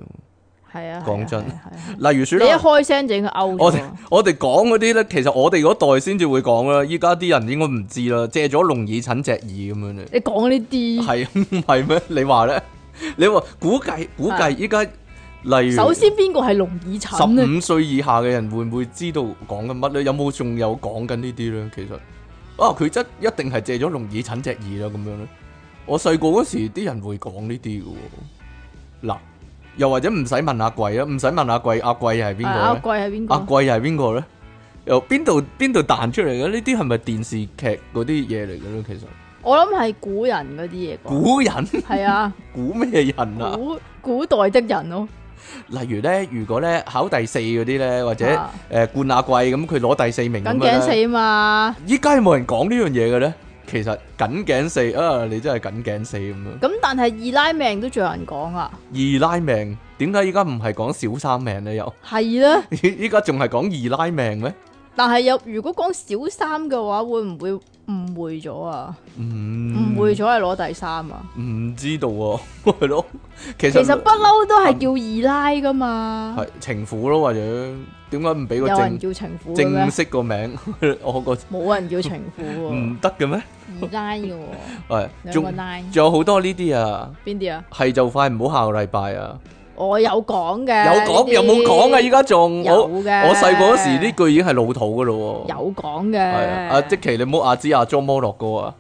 S2: 係啊，
S1: 講真
S2: 係啊，係啊係啊
S1: 例如
S2: 你
S1: 說
S2: 一
S1: 啦，
S2: 開聲就應該勾
S1: 我
S2: 咗
S1: 哋。我哋講嗰啲咧，其實我哋嗰代先至會講啦，依家啲人應該唔知啦，借咗聾耳陳隻耳咁樣咧，
S2: 你講呢啲。
S1: 係啊唔係咩？你話咧？你話估計估計依家例如
S2: 啊首先邊個係龍耳啊
S1: 十
S2: 陳咧？
S1: 五啊歲以下嘅人會唔會知道講緊乜咧？有冇仲有講緊呢啲咧？其實啊，佢真一定係借咗聾耳陳隻耳啦，咁樣咧。我細個嗰時啲人會講呢啲嘅喎，嗱，又或者唔使問阿貴啦，唔使問阿貴，阿貴係邊
S2: 啊阿
S1: 個咧？
S2: 貴係邊
S1: 阿
S2: 個？
S1: 貴又係邊個咧？由邊度邊度彈出嚟嘅？呢啲係咪電視劇嗰啲嘢嚟嘅咧？其實
S2: 我諗係古人嗰啲嘢啩，
S1: 古 人
S2: 係啊，
S1: 估咩人啊？
S2: 古古代的人咯，
S1: 例如咧，如果咧考第四嗰啲咧，或者
S2: 啊
S1: 誒冠亞貴咁，佢攞第四名咁啊
S2: 緊
S1: 樣
S2: 頸
S1: 咧。
S2: 四嘛。
S1: 依家有冇人講呢樣嘢嘅咧？其實緊頸四啊，你真係緊頸四咁樣。
S2: 咁但係二奶命都仲有人講啊，
S1: 二奶命點解依家唔係講小三命咧？又
S2: 系啦。
S1: 依家仲係講二奶命咩？
S2: 但係有如果講小三嘅話，會唔會誤會咗啊？
S1: 唔
S2: 誤會咗係攞第三啊？
S1: 唔知道喎， 係咯。其
S2: 其
S1: 實
S2: 實不嬲都係叫二奶噶嘛，
S1: 係情婦咯，或者點解唔俾
S2: 有
S1: 個
S2: 人
S1: 正
S2: 叫情婦嘅
S1: 正
S2: 咩？
S1: 式個名？ 我個
S2: 冇人叫情婦喎，
S1: 唔得嘅咩？
S2: 二奶嘅喎，
S1: 係
S2: 兩
S1: 嗯仲
S2: 個奶
S1: 仲有好多呢啲啊，
S2: 邊啲啊？
S1: 係就快唔好下個禮拜啊！
S2: 我有講嘅，
S1: 有講
S2: 呢啲
S1: 有冇講啊？依家仲
S2: 有
S1: 我
S2: 嘅
S1: 我細個嗰時呢句已經係老土噶咯喎。
S2: 有講嘅，
S1: 係啊，阿即奇你唔好阿芝阿裝摩洛哥啊！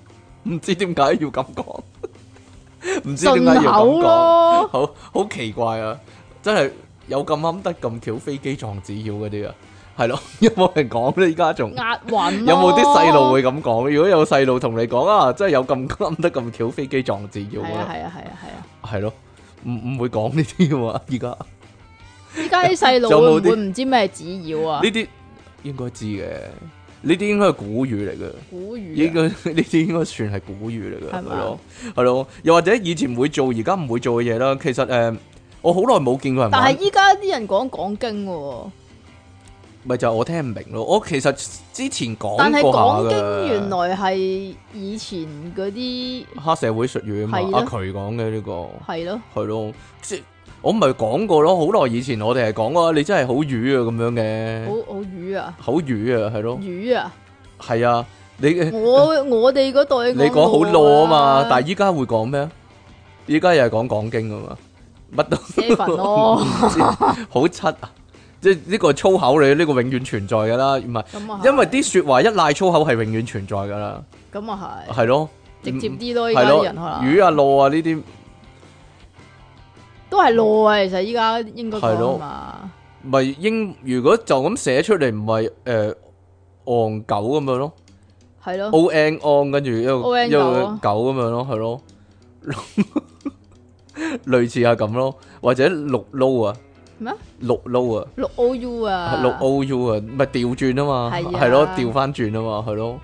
S1: 唔知點解要咁講， 唔知點解
S2: 順
S1: 要咁
S2: 口
S1: 講，
S2: 咯，
S1: 好好奇怪啊！真係有咁啱得咁巧飛機撞紙鷂嗰啲啊，係咯？ 有冇人講咧？依家仲
S2: 押韻咯
S1: 有冇啲細路會？咁講？如果有細路同你講啊，真係有咁啱得咁巧飛機撞紙鷂
S2: 係啊
S1: 啊，
S2: 係啊係啊係啊！
S1: 係咯，唔唔會講呢啲噶嘛？依家。
S2: 依家啲細路會
S1: 有冇
S2: 唔
S1: 啲
S2: 會唔知咩指妖啊
S1: 呢？啲應該知嘅，呢啲應該係古語嚟嘅，
S2: 古
S1: 應
S2: 語
S1: 該 呢啲應該算係古語嚟嘅，
S2: 啊係
S1: 係
S2: 嘛
S1: 咯，係咯，又或者以前會做，而家唔會做嘅嘢啦。其實誒、我好耐冇見過
S2: 啊，
S1: 人
S2: 但
S1: 玩
S2: 係，依家啲人講講經喎，
S1: 咪就係我聽唔明咯。我其實之前講過
S2: 但係講
S1: 下
S2: 經原
S1: 嘅，
S2: 來係以前嗰啲
S1: 黑社會術語啊嘛
S2: 係，咯
S1: 阿渠講嘅呢個
S2: 係咯，
S1: 係咯，即我咪講過咯。好耐以前我哋係講過，你真係好魚啊咁樣嘅，
S2: 好好魚啊
S1: 好魚啊，係咯，
S2: 魚啊！
S1: 係啊，你。
S2: 我我哋嗰代
S1: 你講好攞啊嘛，但係依家會講咩啊？依家又係講講經啊嘛，乜都
S2: seven 咯，
S1: 好七啊！即係呢個粗口嚟，呢、個永遠存在噶啦，唔係
S2: 咁啊係
S1: 因為啲説話一賴粗口係永遠存在噶啦，
S2: 咁啊
S1: 係咯，
S2: 係直接
S1: 嗯
S2: 啲咯，依家
S1: 係
S2: 啲
S1: 咯，
S2: 人可能
S1: 魚啊、路啊呢啲
S2: 都係攞啊，其實依家應該
S1: 係
S2: 講
S1: 咯
S2: 啊嘛，
S1: 咪英，如果就咁寫出嚟，唔係誒昂狗咁樣咯
S2: 係咯，
S1: ，O N on 跟住一個
S2: on
S1: 一
S2: 狗啊
S1: 個狗咁樣咯，係 咯，類似係咁咯，或者綠撈啊，
S2: 咩啊
S1: 綠撈啊。
S2: 六 O U 啊，
S1: 六 O U 啊，咪調轉啊嘛，
S2: 係啊
S1: 係咯，調翻轉啊嘛，係咯。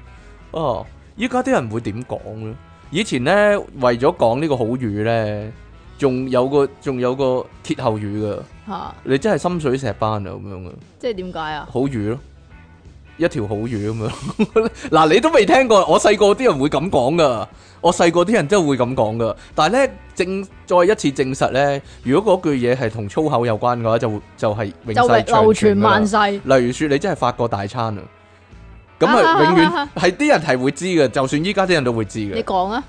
S1: 哦，依家啲人會點講咧？以前咧為咗講呢個好語咧，仲有個仲有個歇後語噶，
S2: 吓，
S1: 你真係心水石斑啊咁樣嘅
S2: 即係點解啊？
S1: 好語咯，一條好語咁樣。 嗱，你都未聽過，我細個啲人會咁講噶，我細個啲人真係會咁講噶。但係咧證再一次證實咧，如果嗰句嘢係同粗口有關嘅話，就會就係永
S2: 就
S1: 世
S2: 係流
S1: 長存
S2: 傳
S1: 㗎啦
S2: 萬世，
S1: 例如說你真係法國大餐啊，咁
S2: 啊
S1: 啊永
S2: 啊
S1: 遠
S2: 啊
S1: 係啲人係會知嘅，就算依家啲人都會知
S2: 你
S1: 嘅。
S2: 講啊，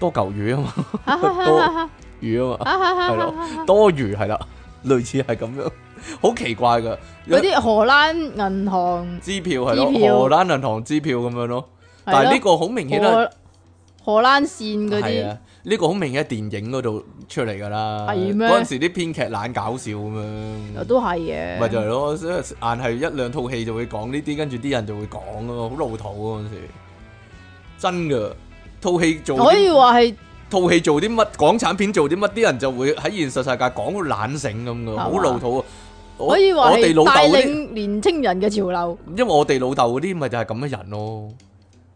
S1: 多嚿魚啊嘛，
S2: 哈哈哈哈哈
S1: 魚啊嘛，
S2: 哈哈哈
S1: 係
S2: 哈哈
S1: 咯，多魚係啦，類似係咁樣，好奇怪噶。
S2: 嗰啲荷蘭銀行
S1: 支票係咯，
S2: 支票
S1: 荷蘭銀行支票咁樣咯，但係呢
S2: 係
S1: 個好明顯係
S2: 咯，荷荷蘭線嗰
S1: 係
S2: 啲
S1: 啊，呢個好明顯係電影嗰度出嚟㗎啦。
S2: 係咩
S1: 嗰陣時啲編劇懶搞笑咁樣。
S2: 都係嘅，
S1: 咪就係咯，所以硬係一兩套戲就會講呢啲，跟住啲人就會講噶嘛，好老土啊嗰陣時，真噶。套戲做
S2: 可以
S1: 啲
S2: 話係
S1: 套戲做啲乜，港產片做啲乜，啲人就會喺現實世界講到懶醒咁噶，
S2: 嘛
S1: 好老土啊！我
S2: 可以話
S1: 我哋
S2: 係
S1: 老
S2: 帶
S1: 豆嗰啲，
S2: 領年青人嘅潮流，
S1: 因為我哋老豆嗰啲咪就係咁嘅人咯，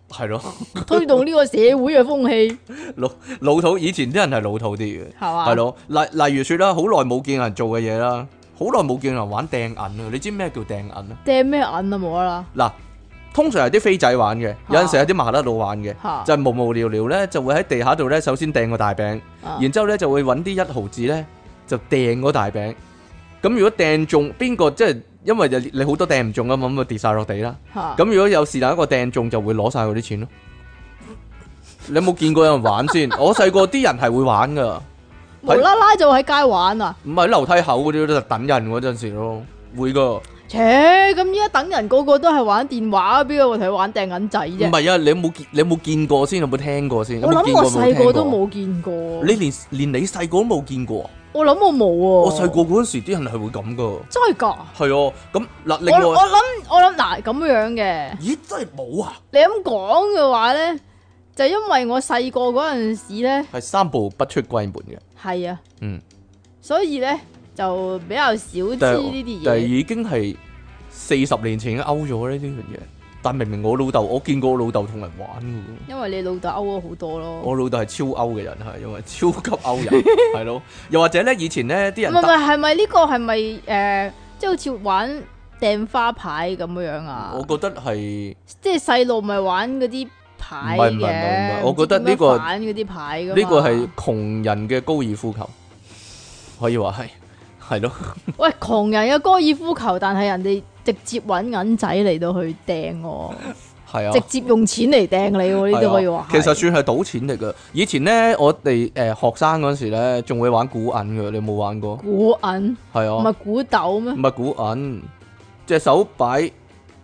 S1: 係咯，
S2: 推動呢個社會嘅風氣，
S1: 老老土。以前啲人係老土啲嘅，
S2: 係嘛？
S1: 係，咯。例例如說啦，好耐冇見人做嘅嘢啦，好耐冇見人玩掟銀啊！你知咩叫掟銀啊？
S2: 掟咩銀啊冇啦
S1: 嗱，通常係啲飛仔玩嘅，有陣時係啲麻甩佬玩嘅，
S2: 嚇
S1: 就係無無聊聊咧，就會喺地下度咧，首先掟個大餅，
S2: 啊
S1: 然之後咧就會揾啲一毫子咧就掟嗰大餅。咁如果掟中邊個，即係因為就你好多掟唔中啊嘛，咁就跌晒落地啦。
S2: 嚇
S1: 咁如果有是但一個掟中，就會攞晒嗰啲錢咯。你有冇見過有人玩 先？我細個啲人係會玩噶，
S2: 無啦啦就喺街玩啊！
S1: 唔係喺樓梯口嗰啲都等人嗰陣時咯，會噶。
S2: 切，咁依家等人個個都係玩電話，邊個會同佢玩掟銀仔
S1: 唔
S2: 啫？
S1: 係啊，你有冇見？你有冇見過先？有冇聽過先？有
S2: 我
S1: 冇見
S2: 諗
S1: 過
S2: 我細個
S1: 聽過
S2: 都
S1: 啊
S2: 冇見過，
S1: 你連連你細個都冇見過啊！
S2: 我諗我冇喎。
S1: 我細個嗰陣時啲人係會咁噶，
S2: 真係㗎？
S1: 係啊。咁嗱，另
S2: 我我
S1: 外，
S2: 諗我諗嗱咁樣嘅。
S1: 咦，真係冇啊，
S2: 你咁講嘅話咧，就因為我細個嗰陣時咧，
S1: 係三步不出閨門嘅，
S2: 係啊，
S1: 嗯，
S2: 所以咧就比較少知
S1: 但
S2: 呢
S1: 係
S2: 啲
S1: 但係
S2: 嘢。
S1: 已經係四十年前已經勾咗呢啲樣嘢，但明明我老豆，我見過我老豆同人玩嘅喎。
S2: 因為你老豆勾咗好多咯。
S1: 我老豆係超歐嘅人，係因為超級歐 人，係咯。又或者咧，以前咧啲人
S2: 唔係唔
S1: 搭，
S2: 係，係咪呢個係咪诶，誒即係好似玩掟花牌咁樣樣啊
S1: 我？覺得係
S2: 即係細路咪玩嗰啲牌
S1: 唔係唔係唔係唔係
S2: 嘅，
S1: 我覺得呢個
S2: 玩嗰啲牌噶。
S1: 呢個
S2: 啊
S1: 係窮人嘅高爾夫球，可以話係係咯。
S2: 喂窮人嘅高爾夫球，但係人哋直接揾銀仔嚟到去掟喎，
S1: 係啊，
S2: 直接用錢嚟掟你喎，呢
S1: 係
S2: 啲
S1: 啊
S2: 可以話係。
S1: 其實算係賭錢嚟噶。以前咧，我哋誒、呃、學生嗰陣時咧，仲會玩古銀嘅，你有冇玩過？
S2: 古銀
S1: 係
S2: 唔
S1: 啊
S2: 係，古豆咩
S1: 唔？係古銀，隻手擺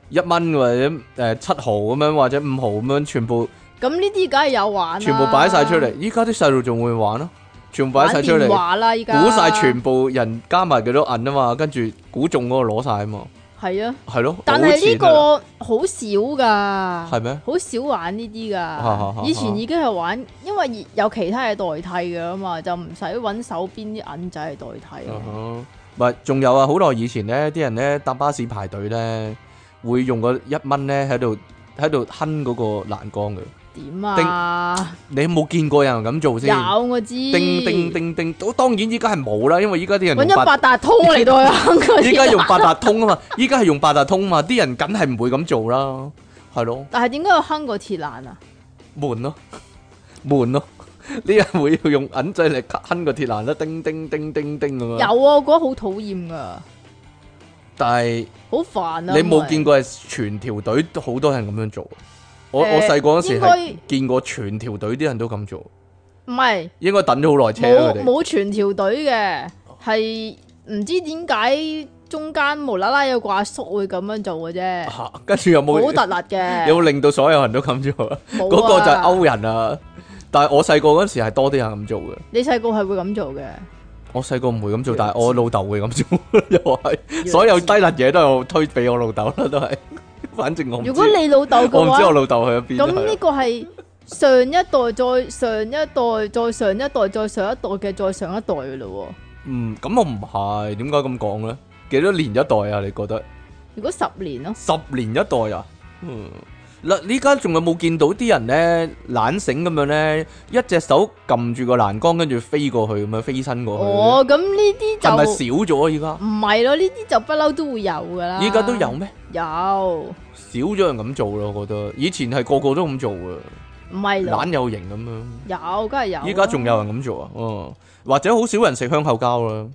S1: 一蚊或者誒、呃七毫咁樣，或者五毫咁樣，全部
S2: 咁呢啲梗係有玩啦
S1: 全部擺晒出嚟。，依家啲細路仲會玩咯，全部擺晒出
S2: 玩
S1: 嚟
S2: 電。話啦，依家
S1: 估晒全部人加埋幾多銀啊嘛，跟住估中嗰個攞晒啊嘛，
S2: 係啊，
S1: 係咯。
S2: 但
S1: 係
S2: 係呢個好少噶，
S1: 啊係咩？
S2: 好少玩呢啲
S1: 哈哈
S2: 噶。以前已經係玩，因為有其他嘢代替噶嘛，就唔使揾手邊啲銀仔嚟代替。啊
S1: 嗯哼唔係仲有啊！好耐以前咧，啲人咧搭巴士排隊咧，會用個一蚊咧喺度喺度哼嗰個欄杆嘅。
S2: 點啊？
S1: 你有冇見過有人咁做先？
S2: 有我知。
S1: 叮叮叮叮，都當然依家係冇啦，因為依家啲人
S2: 揾
S1: 用
S2: 一
S1: 八
S2: 八達通嚟到去坑嗰
S1: 依家
S2: 啲。
S1: 用八達通啊嘛， 依家係用八達通啊嘛，啲人梗係唔會咁做啦，係咯。
S2: 但係點解要坑個鐵欄啊？
S1: 闷咯，闷咯，呢人會要用銀仔嚟哼個鐵欄啦，叮叮叮叮叮咁
S2: 有啊，
S1: 樣。
S2: 我覺得好討厭噶，
S1: 但係
S2: 好煩啊！
S1: 你冇見
S2: 過？
S1: 過係全條隊好多人咁樣做。啊我
S2: 誒
S1: 我細個嗰時係
S2: 應
S1: 見過全條隊啲人都咁做，
S2: 唔係。
S1: 應該等咗好耐車啊
S2: 冇
S1: 佢哋。
S2: 冇全條隊嘅，係唔知點解中間無啦啦有個阿叔會咁樣做嘅啫，好
S1: 嚇啊跟住有
S2: 突兀
S1: 冇有
S2: 嘅。
S1: 冇令到所有人都咁做啊？
S2: 冇
S1: 嗰個就係
S2: 啊！
S1: 歐人啊！但係我細個嗰時係多啲人咁做嘅。
S2: 你細個係會咁做嘅，
S1: 我細個唔會咁做，
S2: 弱智
S1: 但係我老豆會咁做， 又係
S2: 智
S1: 所有低能嘢都係我推俾我老豆啦，都係。 反正我唔知
S2: 如果你老豆
S1: 我
S2: 嘅
S1: 唔知我
S2: 話，
S1: 老豆去咗邊。
S2: 咁呢
S1: 係啊
S2: 個係上一代再上一代再上一代再上一代嘅再上一代嘅咯喎。
S1: 嗯，咁我唔係，點解咁講咧？幾多年一代啊？你覺得
S2: 如果十年咯，
S1: 十年一代啊？嗯，嗱，呢家仲有冇見到啲人咧懶醒咁樣咧，一隻手撳住個欄杆，跟住飛過去咁樣飛身過去？
S2: 哦，咁呢啲
S1: 係咪
S2: 就
S1: 少咗啊？
S2: 唔係啊咯，呢啲就不嬲都會有噶啦。
S1: 依家依家都有咩？
S2: 有，
S1: 少咗人咁做咯，我覺得以前係個個都咁做嘅，
S2: 唔係咯
S1: 懶有型咁樣。
S2: 有，梗係有啦。
S1: 依家仲有人咁做啊？嗯，或者好少人食香口膠啦，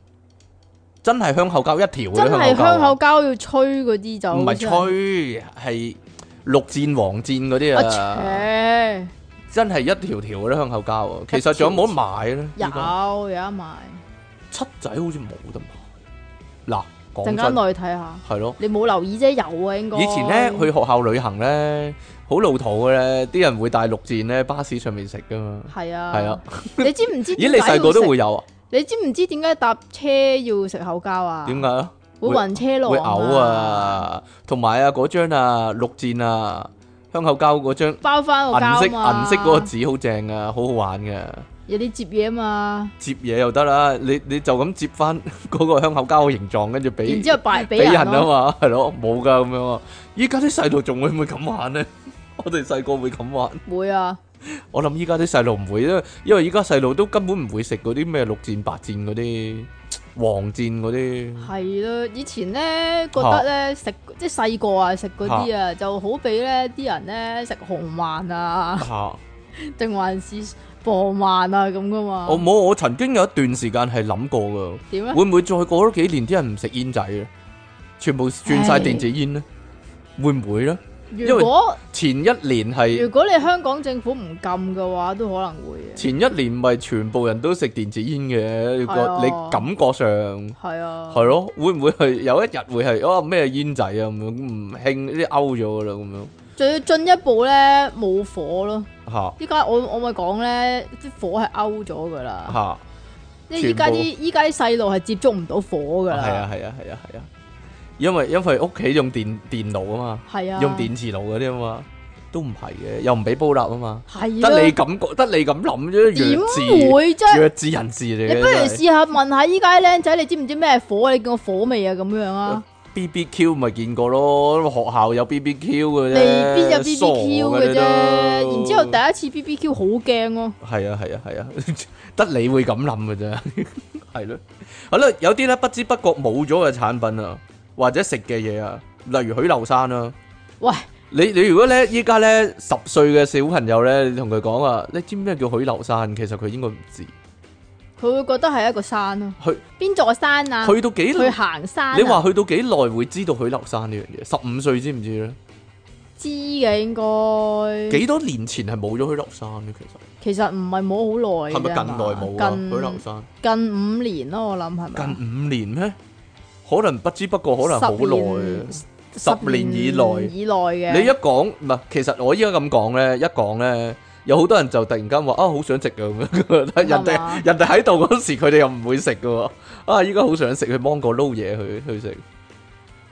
S1: 真係香口膠一條嘅
S2: 真係香
S1: 香
S2: 口
S1: 口
S2: 膠要吹嗰啲就
S1: 膠，唔係
S2: 好似
S1: 吹，係綠箭、黃箭嗰啲
S2: 係，
S1: 啊，
S2: 啊
S1: 真係一條條嘅香口膠啊。其實仲有冇得買咧？
S2: 切，
S1: 依家
S2: 有有得賣，
S1: 七仔好似冇得買。嗱，講
S2: 陣間
S1: 真
S2: 落去睇下。
S1: 係咯，
S2: 你冇留意啫，有啊應該。
S1: 以前咧去學校旅行咧，好老土嘅咧，啲人會帶綠箭咧，巴士上面食噶嘛。
S2: 係啊，
S1: 係啊。
S2: 你知唔知
S1: 咦，
S2: 點
S1: 你
S2: 解要食？
S1: 細個都會有啊？
S2: 你知唔知點解搭車要食口膠啊？
S1: 點解啊？
S2: 會暈車浪
S1: 會嘔！啊，同埋啊嗰張啊綠箭啊香口膠嗰張
S2: 包翻個膠
S1: 銀
S2: 啊
S1: 色
S2: 嘛
S1: 銀色嗰個紙好正啊，好好玩嘅，
S2: 有啲接嘢啊嘛，
S1: 接嘢又得啦，你你就咁接翻 嗰個香口膠嘅形狀，跟住俾
S2: 然之後擺俾
S1: 俾人啊
S2: 咯。
S1: 嘛，係咯，冇噶咁樣啊！依家啲細路仲會唔會咁玩呢？ 我哋細個會咁玩，
S2: 會啊，
S1: 我諗依家啲細路唔會，因為因為依家細路都根本唔會食嗰啲咩綠箭、白箭嗰啲、黃箭嗰啲。
S2: 係咯。以前咧覺得咧食即係細個啊食嗰啲啊，就好比咧啲人咧食紅萬啊。
S1: 嚇！
S2: 定還是傍晚啊咁噶嘛？
S1: 我冇，我曾經有一段時間係諗過㗎。
S2: 點啊咧？
S1: 會唔會再過咗幾年啲人唔食煙仔咧？全部轉晒電子煙咧？會唔會咧？為
S2: 如果
S1: 前一年係
S2: 如果你香港政府唔禁嘅話，都可能會嘅。
S1: 前一年咪全部人都食電子煙嘅，你
S2: 係
S1: 個
S2: 啊
S1: 你感覺上
S2: 係啊，
S1: 係咯？會唔會係有一日會係哦咩煙仔啊咁樣唔興啲勾咗噶啦咁樣
S2: 仲要進一步咧冇火咯。
S1: 吓
S2: 依家我我咪講咧，啲火係勾咗噶啦，
S1: 吓
S2: 即係依家啲
S1: 啊全
S2: 依家啲細路係接觸唔到火噶啦。
S1: 係啊係啊係啊係啊，因為因為屋企用電電腦啊
S2: 係啊，
S1: 嘛，用電磁爐嗰啲啊嘛，都唔係嘅，又唔俾煲蠟啊嘛。
S2: 係
S1: 得你
S2: 咯，
S1: 咁覺，得你咁諗啫，弱
S2: 點
S1: 智，
S2: 會啫？
S1: 弱智人士嚟
S2: 你
S1: 嘅。
S2: 不如
S1: 真係
S2: 試下問下依家啲僆仔，你知唔知咩係火？你見過火未啊？咁樣啊，
S1: BBQ 咪見過咯，學校有 BBQ 嘅啫，
S2: 未必有 B
S1: 傻
S2: B Q 嘅啫。
S1: 你都呃
S2: 然之後第一次 B B Q 好驚咯，
S1: 係啊係啊係啊， 得你會咁諗嘅啫， 係咯。好啦，有啲咧不知不覺冇咗嘅產品啊，或者食嘅嘢啊，例如許留山啊。
S2: 喂，
S1: 你你如果咧依家咧十歲嘅小朋友咧，你同佢講啊，你知唔知咩叫許留山？其實佢應該唔知，
S2: 佢會覺得係一個山咯。
S1: 去
S2: 邊座山啊？
S1: 去到幾
S2: 去行山啊。
S1: 你話去到幾耐會知道許留山呢樣嘢？十五歲知唔知咧？
S2: 知嘅應該，
S1: 幾多年前係冇咗許留山嘅，其
S2: 其實唔係冇好
S1: 實係
S2: 耐嘅啫
S1: 咪近
S2: 嘛
S1: 耐冇啊？許留
S2: 近
S1: 山
S2: 近五年咯，我諗係咪
S1: 近
S2: 啊？
S1: 五年咩？可能不知不覺，可能好
S2: 十
S1: 耐
S2: 年
S1: 啊。十年以內
S2: 以內嘅。
S1: 你一講唔係，其實我依家咁講咧，一講咧，有好多人就突然間話啊，好想食啊 咁樣。但係人
S2: 係嘛
S1: 哋人哋喺度嗰時，佢哋又唔會食嘅喎。啊，依家好想食去芒果撈嘢去去食。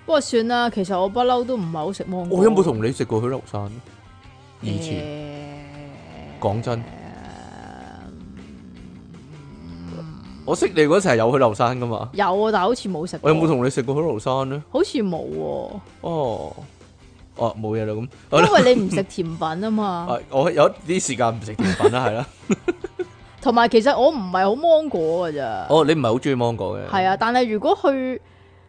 S2: 不過算啦，其實我不嬲都唔係好食芒果。
S1: 我有冇同你食過許留山？以
S2: Dạ.
S1: 前
S2: 前
S1: 講真，我識你嗰時係有許留山噶嘛？
S2: 有啊，但係好似冇食
S1: 我
S2: 過。
S1: 有冇同你食過許留山咧？
S2: 好似冇喎，
S1: 哦，哦，冇嘢啦咁。好啦
S2: 因為你唔食甜品啊 嘛。
S1: 啊我有啲時間唔食甜品啦，係 啦。
S2: 同埋其實我唔係好芒果㗎咋。
S1: 哦，你唔係好中意芒果嘅。
S2: 係啊，但係如果去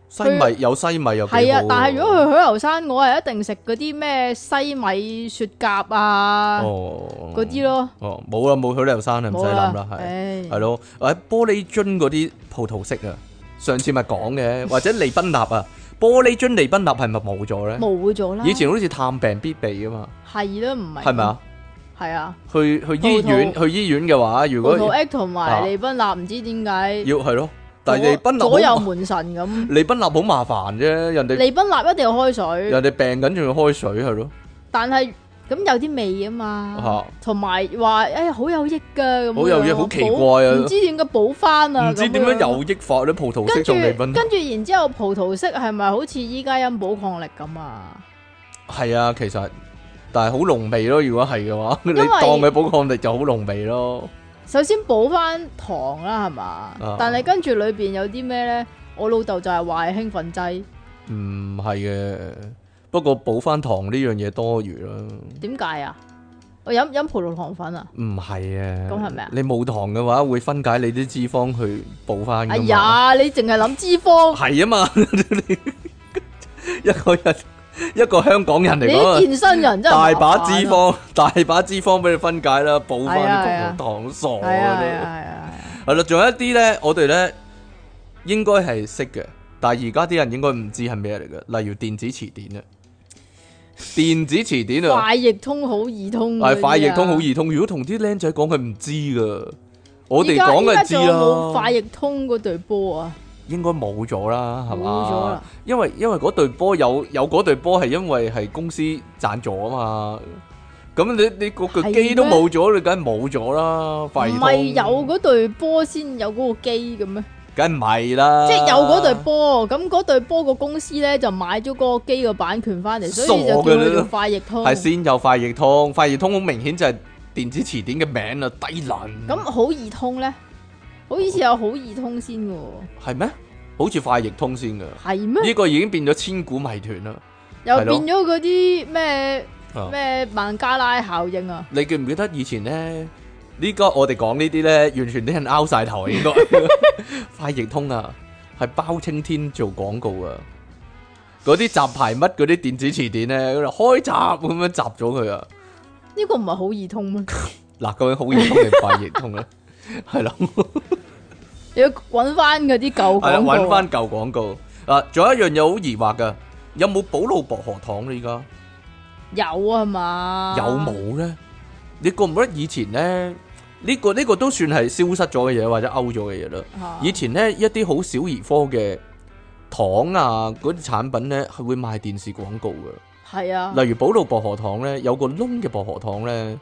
S1: 西米有西米又幾好
S2: 係啊，但係如果
S1: 喎
S2: 去許留山，我係一定食嗰啲咩西米雪蛤啊
S1: 哦
S2: 嗰啲咯，
S1: 哦冇啦冇許留山啦，唔
S2: 冇
S1: 使諗啦，係
S2: 啊唉
S1: 係咯，或者玻璃樽嗰啲葡萄色啊，上次咪講 嘅，或者利賓納啊，玻璃樽利賓納係咪冇咗咧？
S2: 冇咗啦。
S1: 以前好似探病必備噶嘛，
S2: 係啦，唔係
S1: 係咪啊？？
S2: 係啊，
S1: 去去醫院去醫院嘅話，如
S2: 葡
S1: 果
S2: 萄 X 同
S1: 啊
S2: 埋利賓納唔知點解
S1: 要係咯，但係利賓
S2: 左左
S1: 納
S2: 右
S1: 好
S2: 門神 咁。
S1: 利賓納好麻煩啫，人哋
S2: 利賓納一定要開水，
S1: 人哋病緊仲要開水係咯，
S2: 但係咁有啲味啊嘛，
S1: 嚇
S2: 同埋話誒好有益噶咁樣，
S1: 好有益好奇怪啊
S2: 補唔知點解補翻啊？
S1: 唔知
S2: 咁
S1: 點樣有益法咧？葡萄色
S2: 跟住
S1: 仲利賓納。
S2: 跟住然之後葡萄色係咪好似依家飲補抗力咁啊？
S1: 係啊，其實但係好濃味咯。如果係嘅話，你
S2: 為
S1: 當佢保抗力就好濃味咯。
S2: 首先補翻糖啦，係嘛？
S1: 啊
S2: 但係跟住裏邊有啲咩咧？我老豆就係話係興奮劑，
S1: 唔係嘅，不過補翻糖呢樣嘢多餘啦。
S2: 點解啊？我飲飲葡萄糖粉啊！
S1: 唔係啊，
S2: 咁係咪啊
S1: 你冇糖嘅話，會分解你啲脂肪去補翻
S2: 哎
S1: 㗎嘛。
S2: 呀，你淨係諗脂肪，
S1: 係啊嘛， 一個人一個香港人
S2: 你
S1: 嚟講
S2: 啲
S1: 啊，
S2: 健身人真係麻
S1: 大
S2: 煩啊
S1: 把脂，肪， 大把脂肪俾你分解啦，補翻
S2: 係啊係
S1: 啲
S2: 啊
S1: 葡萄糖傻
S2: 係啊
S1: 啊
S2: 係
S1: 你
S2: 啊。係啊係啊！
S1: 系啦，仲有一啲咧，我哋咧應該係識嘅，但係而家啲人應該唔知係咩嚟嘅，例如電子詞典啊，電子詞典啊，
S2: 快譯通好易通嗰啲啊，
S1: 係快譯通好易通。如果同啲僆仔講，佢唔知噶，我哋
S2: 依家
S1: 講
S2: 依家
S1: 嘅知
S2: 仲有冇快
S1: 啦，
S2: 譯通嗰對波啊，
S1: 應該冇咗啦，係
S2: 冇
S1: 嘛？
S2: 咗啦。
S1: 因為因為嗰隊波有有嗰隊波係因為係公司贊助啊嘛，咁你你嗰個
S2: 係
S1: 機都
S2: 咩
S1: 冇咗，你梗係冇咗啦，快
S2: 唔
S1: 譯
S2: 係有
S1: 通
S2: 嗰對波先有嗰個機嘅咩？
S1: 梗唔係啦，
S2: 即係有嗰對波，咁嗰對波個公司咧就買咗嗰個機嘅版權翻嚟，所以就叫
S1: 傻嘅
S2: 佢
S1: 你
S2: 做
S1: 都
S2: 快譯通。
S1: 係先有快譯通，快譯通好明顯就係電子詞典嘅名啦，低能。
S2: 咁好易通咧，好似有好易通先嘅喎，
S1: 係咩？好似快譯通先噶，呢、
S2: 係咩？
S1: 個已經變咗千古謎團啦。
S2: 又
S1: 係咯
S2: 變咗嗰啲咩
S1: 啊
S2: 咩孟加拉效 應啊？
S1: 你記唔記得以前呢？呢家我哋講呢啲呢，完全啲人拗晒頭啊應該。快譯通啊，係包青天做廣告啊。嗰啲雜牌乜嗰啲電子詞典呢，開閘咁樣閘咗佢啊。
S2: 呢個唔係好 易通咩？
S1: 嗱，究竟好易通定快譯通呢？ 係咯。
S2: 你要揾翻嗰啲舊廣
S1: 系啦，
S2: 告啊
S1: 揾翻舊廣告啊！仲有一樣嘢好疑惑噶，有冇保路薄荷糖咧？而家
S2: 有啊嘛？
S1: 有？冇咧？你覺唔覺得以前咧呢、個呢、個都算係消失咗嘅嘢，或者勾咗嘅嘢啦？
S2: 啊
S1: 以前咧一啲好小兒科嘅糖啊，嗰啲產品咧係會賣電視廣告嘅，
S2: 係啊，
S1: 例如保路薄荷糖咧有個窿嘅薄荷糖咧，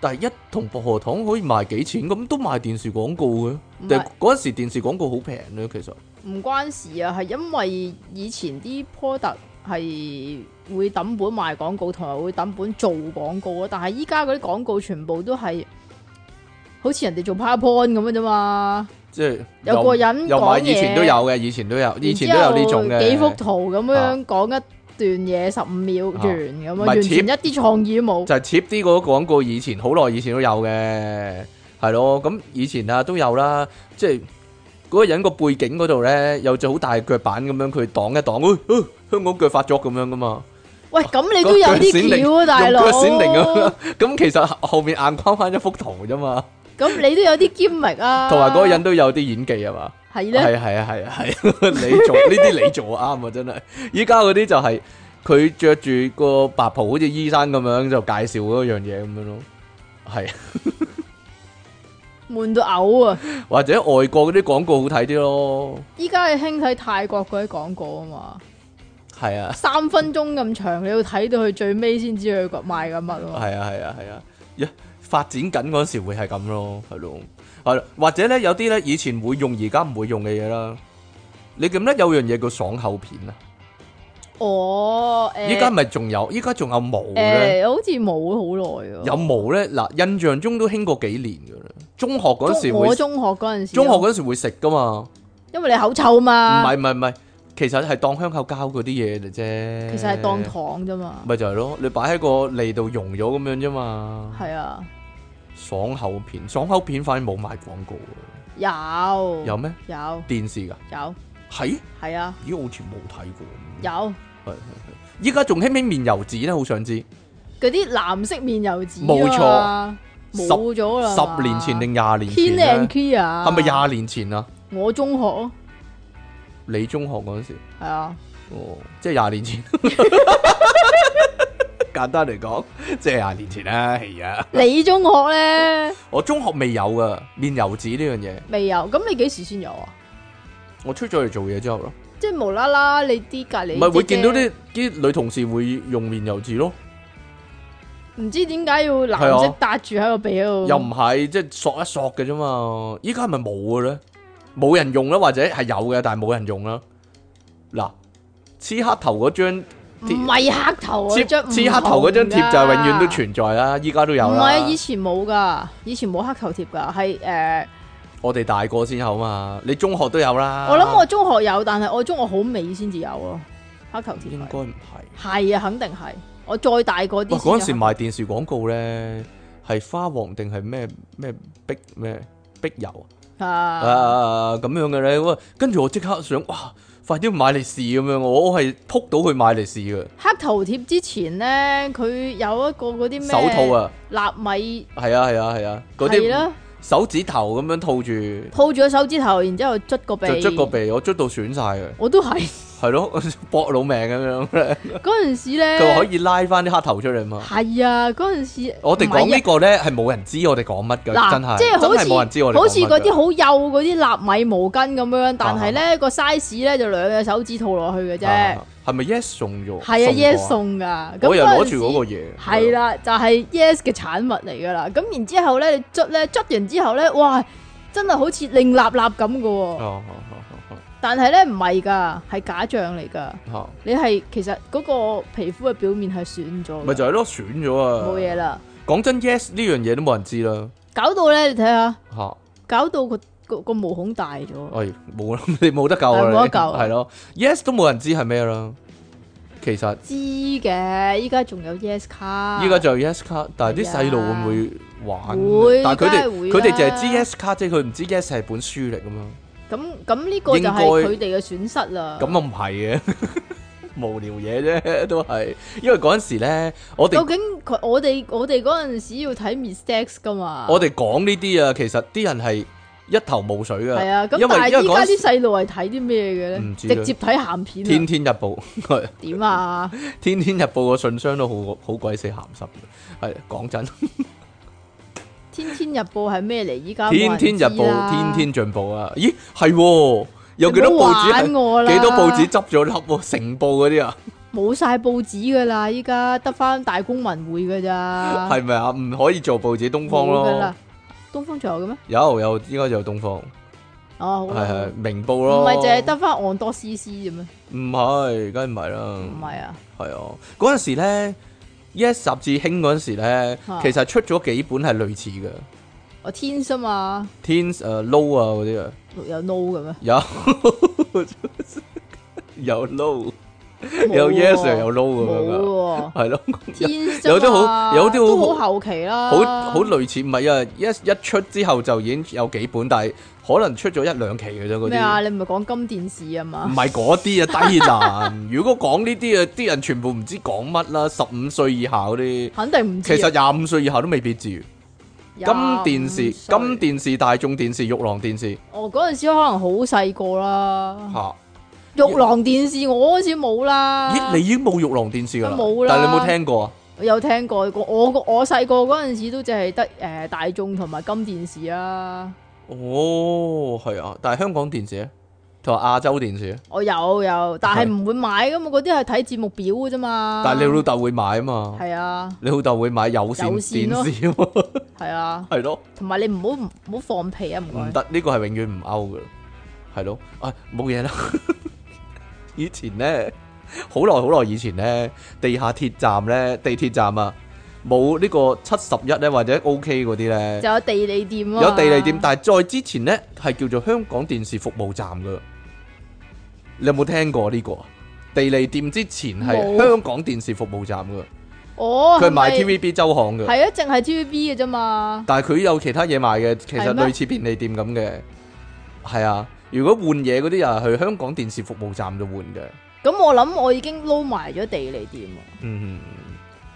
S1: 但係一桶薄荷糖可以賣幾錢咁，都賣電視廣告嘅。
S2: 唔係
S1: 但係嗰陣時電視廣告好平咧，其實。
S2: 唔關事啊，係因為以前啲 product 係會抌本賣廣告，同埋會抌本做廣告啊。但係依家嗰啲廣告全部都係好似人哋做 PowerPoint 咁嘅啫嘛，
S1: 即係
S2: 有
S1: 又
S2: 個人
S1: 又話
S2: 講嘢，
S1: 以前都有嘅，以前都有，以前都有呢種
S2: 然
S1: 嘅。
S2: 之後幾幅圖咁樣講一段嘢十五秒完咁樣，
S1: 唔係
S2: 完
S1: 貼
S2: 全一啲創意都冇。
S1: 就係 cheap 啲嗰個廣告，以前好耐以前都有嘅，係咯。咁以前啊都有啦，即係嗰個人個背景嗰度咧有隻好大嘅腳板咁樣，佢擋一擋，哎哎香港腳發作咁樣噶嘛，
S2: 喂，咁哦你都有啲橋啊，大
S1: 用
S2: 佬。
S1: 腳閃靈咁樣。咁其實後面硬框翻一幅圖啫嘛，
S2: 咁你都有啲 gimmick 啊。
S1: 同埋嗰個人都有啲演技啊嘛。
S2: 係
S1: 系
S2: 咧，
S1: 係啊係啊係 啊，你做呢啲你做啱啊，真係。依家嗰啲就係佢着住個白袍，好似醫生咁樣就介紹嗰樣嘢咁樣咯。係，
S2: 悶到嘔啊！
S1: 或者外國嗰啲廣告好睇啲咯。
S2: 依家係興睇泰國嗰啲廣告啊嘛，
S1: 係啊，
S2: 三分鐘咁長，你要睇到佢最尾先知佢賣緊乜喎。
S1: 係啊，係啊，係啊。一發展緊嗰時會係咁咯，係咯，係咯。或者咧有啲咧以前會用，而家唔會用嘅嘢啦。你記唔記得有樣嘢叫爽口片啊？
S2: 哦，誒
S1: 依家咪仲有，依家仲有毛咧。
S2: 誒，好似冇好耐喎。
S1: 有毛咧？嗱，印象中都興過幾年噶啦。中學嗰時
S2: 中
S1: 會
S2: 我中學嗰陣時，
S1: 中學嗰陣時會食噶嘛？
S2: 因為你口臭
S1: 唔
S2: 嘛，
S1: 係唔係唔係，其實係當香口膠嗰啲嘢嚟啫。
S2: 其實係當，糖啫嘛。
S1: 咪就係咯，你擺喺個脷度溶咗咁樣啫嘛。
S2: 係啊，
S1: 爽口片，爽口片反而冇賣廣告喎，
S2: 有
S1: 有咩
S2: 有
S1: 電視㗎？
S2: 有
S1: 係，
S2: 係啊
S1: 咦，我好似冇睇過。
S2: 有
S1: 係係係依家仲興唔興面油紙咧？好想知，
S2: 嗰啲藍色面油紙
S1: 冇錯
S2: 啊冇咗啦嘛，
S1: 十年前定廿年前
S2: Ken and
S1: 咧？
S2: Key 啊，
S1: 係咪廿年前啊？
S2: 廿？我中學咯，
S1: 你中學嗰陣時，
S2: 係啊，
S1: 哦，即係廿年前。 簡單嚟講，即係廿年前啦，係啊。
S2: 你中學咧
S1: 我中學未有噶面油紙呢樣嘢，
S2: 未有，咁你幾時先有啊？
S1: 我出咗嚟做嘢之後咯，
S2: 即係無啦啦，你啲隔離
S1: 唔係會
S2: 姐
S1: 見
S2: 姐
S1: 到啲啲女同事會用面油紙咯，
S2: 唔知點解要藍
S1: 係
S2: 色
S1: 啊
S2: 搭住喺個鼻嗰度，
S1: 又唔係即係索一索嘅啫嘛。依家係咪冇嘅咧？冇人用啦，或者係有嘅，但係冇人用啦。嗱，黐黑頭嗰張
S2: 唔係黑頭啊，
S1: 黐
S2: 張
S1: 黐黑頭嗰張貼就係永遠都存在啦，依家都有
S2: 唔
S1: 啦
S2: 係。啊，以前冇噶，以前冇黑頭貼噶，係誒、
S1: 啊
S2: 呃
S1: 我哋大個先有嘛，你中學都有啦。
S2: 我諗我中學有，但係我中學好尾先至有咯，黑頭貼
S1: 應
S2: 係
S1: 該唔係。
S2: 係啊，肯定係。我再大個
S1: 哇！
S2: 啲
S1: 嗰陣
S2: 先有
S1: 時賣電視廣告咧，係花王定係咩咩碧咩碧油啊
S2: 啊，
S1: 啊咁樣嘅咧，哇！跟住我即刻想哇，快啲買嚟試咁樣，我我係撲到去買嚟試嘅
S2: 黑頭貼之前咧，佢有一個嗰啲咩
S1: 手套，啊，
S2: 納米
S1: 係啊係啊係啊，嗰
S2: 係
S1: 啲
S2: 啦，
S1: 手指頭咁樣套住
S2: 抱住個手指頭，然之後捽個鼻，
S1: 就捽個，鼻，我捽到損晒嘅，
S2: 我都係
S1: 係咯， 搏老命咁樣咧，
S2: 嗰陣時咧，
S1: 佢話可以拉翻啲黑頭出嚟嘛。
S2: 係啊，嗰陣時
S1: 我哋講呢個咧係冇人知我哋講乜嘅，真
S2: 啊嗱，
S1: 係
S2: 即係
S1: 真係冇
S2: 好
S1: 人知
S2: 似
S1: 我哋
S2: 好似
S1: 講乜
S2: 嗰
S1: 㗎
S2: 啲好幼嗰啲納米毛巾咁樣，但
S1: 啊
S2: 係咧個 size 咧就兩隻手指套落去嘅啫，係啊
S1: 啊係咪 yes 送咗？
S2: ，yes
S1: 過啊
S2: 送噶，咁
S1: 我又攞住嗰個
S2: 嗰陣時。
S1: 嘢，
S2: 係啦，就係 yes 嘅產物嚟噶啦。咁然之後咧，你捽咧，捽完之後咧，哇，真係好似令立立咁噶
S1: 哦。
S2: 喎。
S1: 哦哦哦
S2: 但係咧唔係㗎，係假象嚟㗎。
S1: 哦
S2: 你係其實嗰個皮膚嘅表面係損咗
S1: 哦
S2: 㗎，
S1: 咪就係咯，損咗啊！
S2: 冇嘢。啦。
S1: 講真，yes 呢樣嘢都冇人知啦，
S2: 搞到咧，你睇下，
S1: 嚇，
S2: 搞到個個個毛孔大咗。
S1: 哎，冇啦， 你冇得救啦，
S2: 係
S1: 你
S2: 冇得救啊
S1: 係咯，yes 都冇人知係咩啦。其實
S2: 知嘅，依家仲有 Yes 卡。
S1: 依家就有 yes 卡，但係啲
S2: 係啊
S1: 細路會唔會玩？
S2: 會
S1: 但係佢
S2: 梗係
S1: 哋
S2: 會
S1: 佢哋
S2: 啦
S1: 淨係知 yes 卡啫，佢唔知 yes 係本書嚟噶嘛。
S2: 咁咁呢個就係佢哋嘅損失啦。
S1: 咁啊唔係嘅， 無聊嘢啫，都係。因為嗰陣時咧，我哋
S2: 究竟佢我哋我哋嗰陣時要睇 mistakes 噶嘛？
S1: 我哋講呢啲啊，其實啲人係一頭霧水嘅。
S2: 係啊，咁
S1: 因為
S2: 但係依
S1: 因為嗰
S2: 家
S1: 陣
S2: 啲細路係睇啲咩嘅咧？
S1: 唔知啊
S2: 直接睇鹹片
S1: 天
S2: 啊？
S1: 天日報，係
S2: 點啊？
S1: 天天日報個信箱都好好鬼死鹹濕嘅。係講真，
S2: 天天日報係咩嚟？依家
S1: 天天日報，天天進步啊！咦，係喎，有幾多報紙係
S2: 紙？我啦
S1: 幾多報紙執咗粒喎？成報嗰啲啊，
S2: 冇晒報紙噶啦，依家得翻大公文匯噶咋？
S1: 係咪啊？唔可以做報紙東方
S2: 冇㗎
S1: 咯
S2: 啦，。東方仲有嘅咩？
S1: 有有應該就東方，
S2: 哦，好
S1: 係
S2: 啦
S1: 係明報
S2: 唔
S1: 咯。
S2: 係淨係得翻昂多斯斯啫咩？
S1: 唔係，梗係唔係啦。
S2: 唔係啊，
S1: 係啊，嗰陣時咧，Yes 雜誌興嗰陣時咧，
S2: 啊
S1: 其實出咗幾本係類似嘅，
S2: 我天啊嘛，
S1: 天誒 low 啊嗰啲啊，
S2: 有 no 嘅咩？
S1: 有 有 low，有 yes 又有 low 咁樣噶，
S2: 冇
S1: 係咯，
S2: 喎，天
S1: 有啲好
S2: 好，
S1: 有啲好
S2: 都好後期啦，
S1: 好好類似唔係啊，一一出之後就已經有幾本，但係可能出咗一兩期嘅啫嗰
S2: 咩啊？
S1: 啲。
S2: 你唔係講金電視啊嘛
S1: 唔？係嗰啲啊，低能。 如果講呢啲啊，啲人全部唔知講乜啦。十五歲以下嗰啲，
S2: 肯定唔知
S1: 其
S2: 啊。
S1: 實廿五歲以下都未必知。
S2: 金
S1: 金電視、金，電視、大眾電視、玉郎電視，
S2: 我哦嗰陣時可能好細個啦。
S1: 嚇！
S2: 玉郎電視我嗰陣時冇啦。
S1: 咦，你已經冇玉郎電視㗎啦，
S2: 冇啦
S1: 但係你有冇聽過啊？
S2: 我有聽過？我我我細個嗰陣時都淨係得誒大眾同埋金電視啊啦。
S1: 哦，係啊，但係香港電視咧，同埋亞洲電視咧，啊
S2: 我有有，但係
S1: 係
S2: 唔會買噶嘛，嗰啲係睇節目表嘅啫嘛。
S1: 但係你老豆會買啊嘛，
S2: 係啊
S1: 你老豆會買有線
S2: 有線咯
S1: 電視啊嘛，
S2: 係啊，
S1: 係咯，
S2: 同埋你唔好唔唔好放屁啊！唔
S1: 唔
S2: 該。
S1: 得，呢個係永遠唔勾嘅，係咯，啊冇嘢啦。 以前咧，好耐好耐以前咧，地下鐵站咧，地鐵站啊，冇呢個七十一咧或者 OK 嗰啲咧。
S2: 就有地理店啊嘛。
S1: 有地利店，但係再之前呢，係叫做香港電視服務站噶。你有冇聽過呢、個啊？地利店之前係
S2: 冇
S1: 香港電視服務站噶，
S2: 哦，
S1: 佢係賣
S2: 係咪
S1: TVB 周刊噶，
S2: 係啊，淨係 TVB 嘅啫嘛。
S1: 但係佢有其他嘢賣嘅，其實
S2: 係咩
S1: 類似便利店咁嘅。係啊，如果換嘢嗰啲又係去香港電視服務站度換嘅。
S2: 咁我諗我已經撈埋咗地理店啊，
S1: 嗯，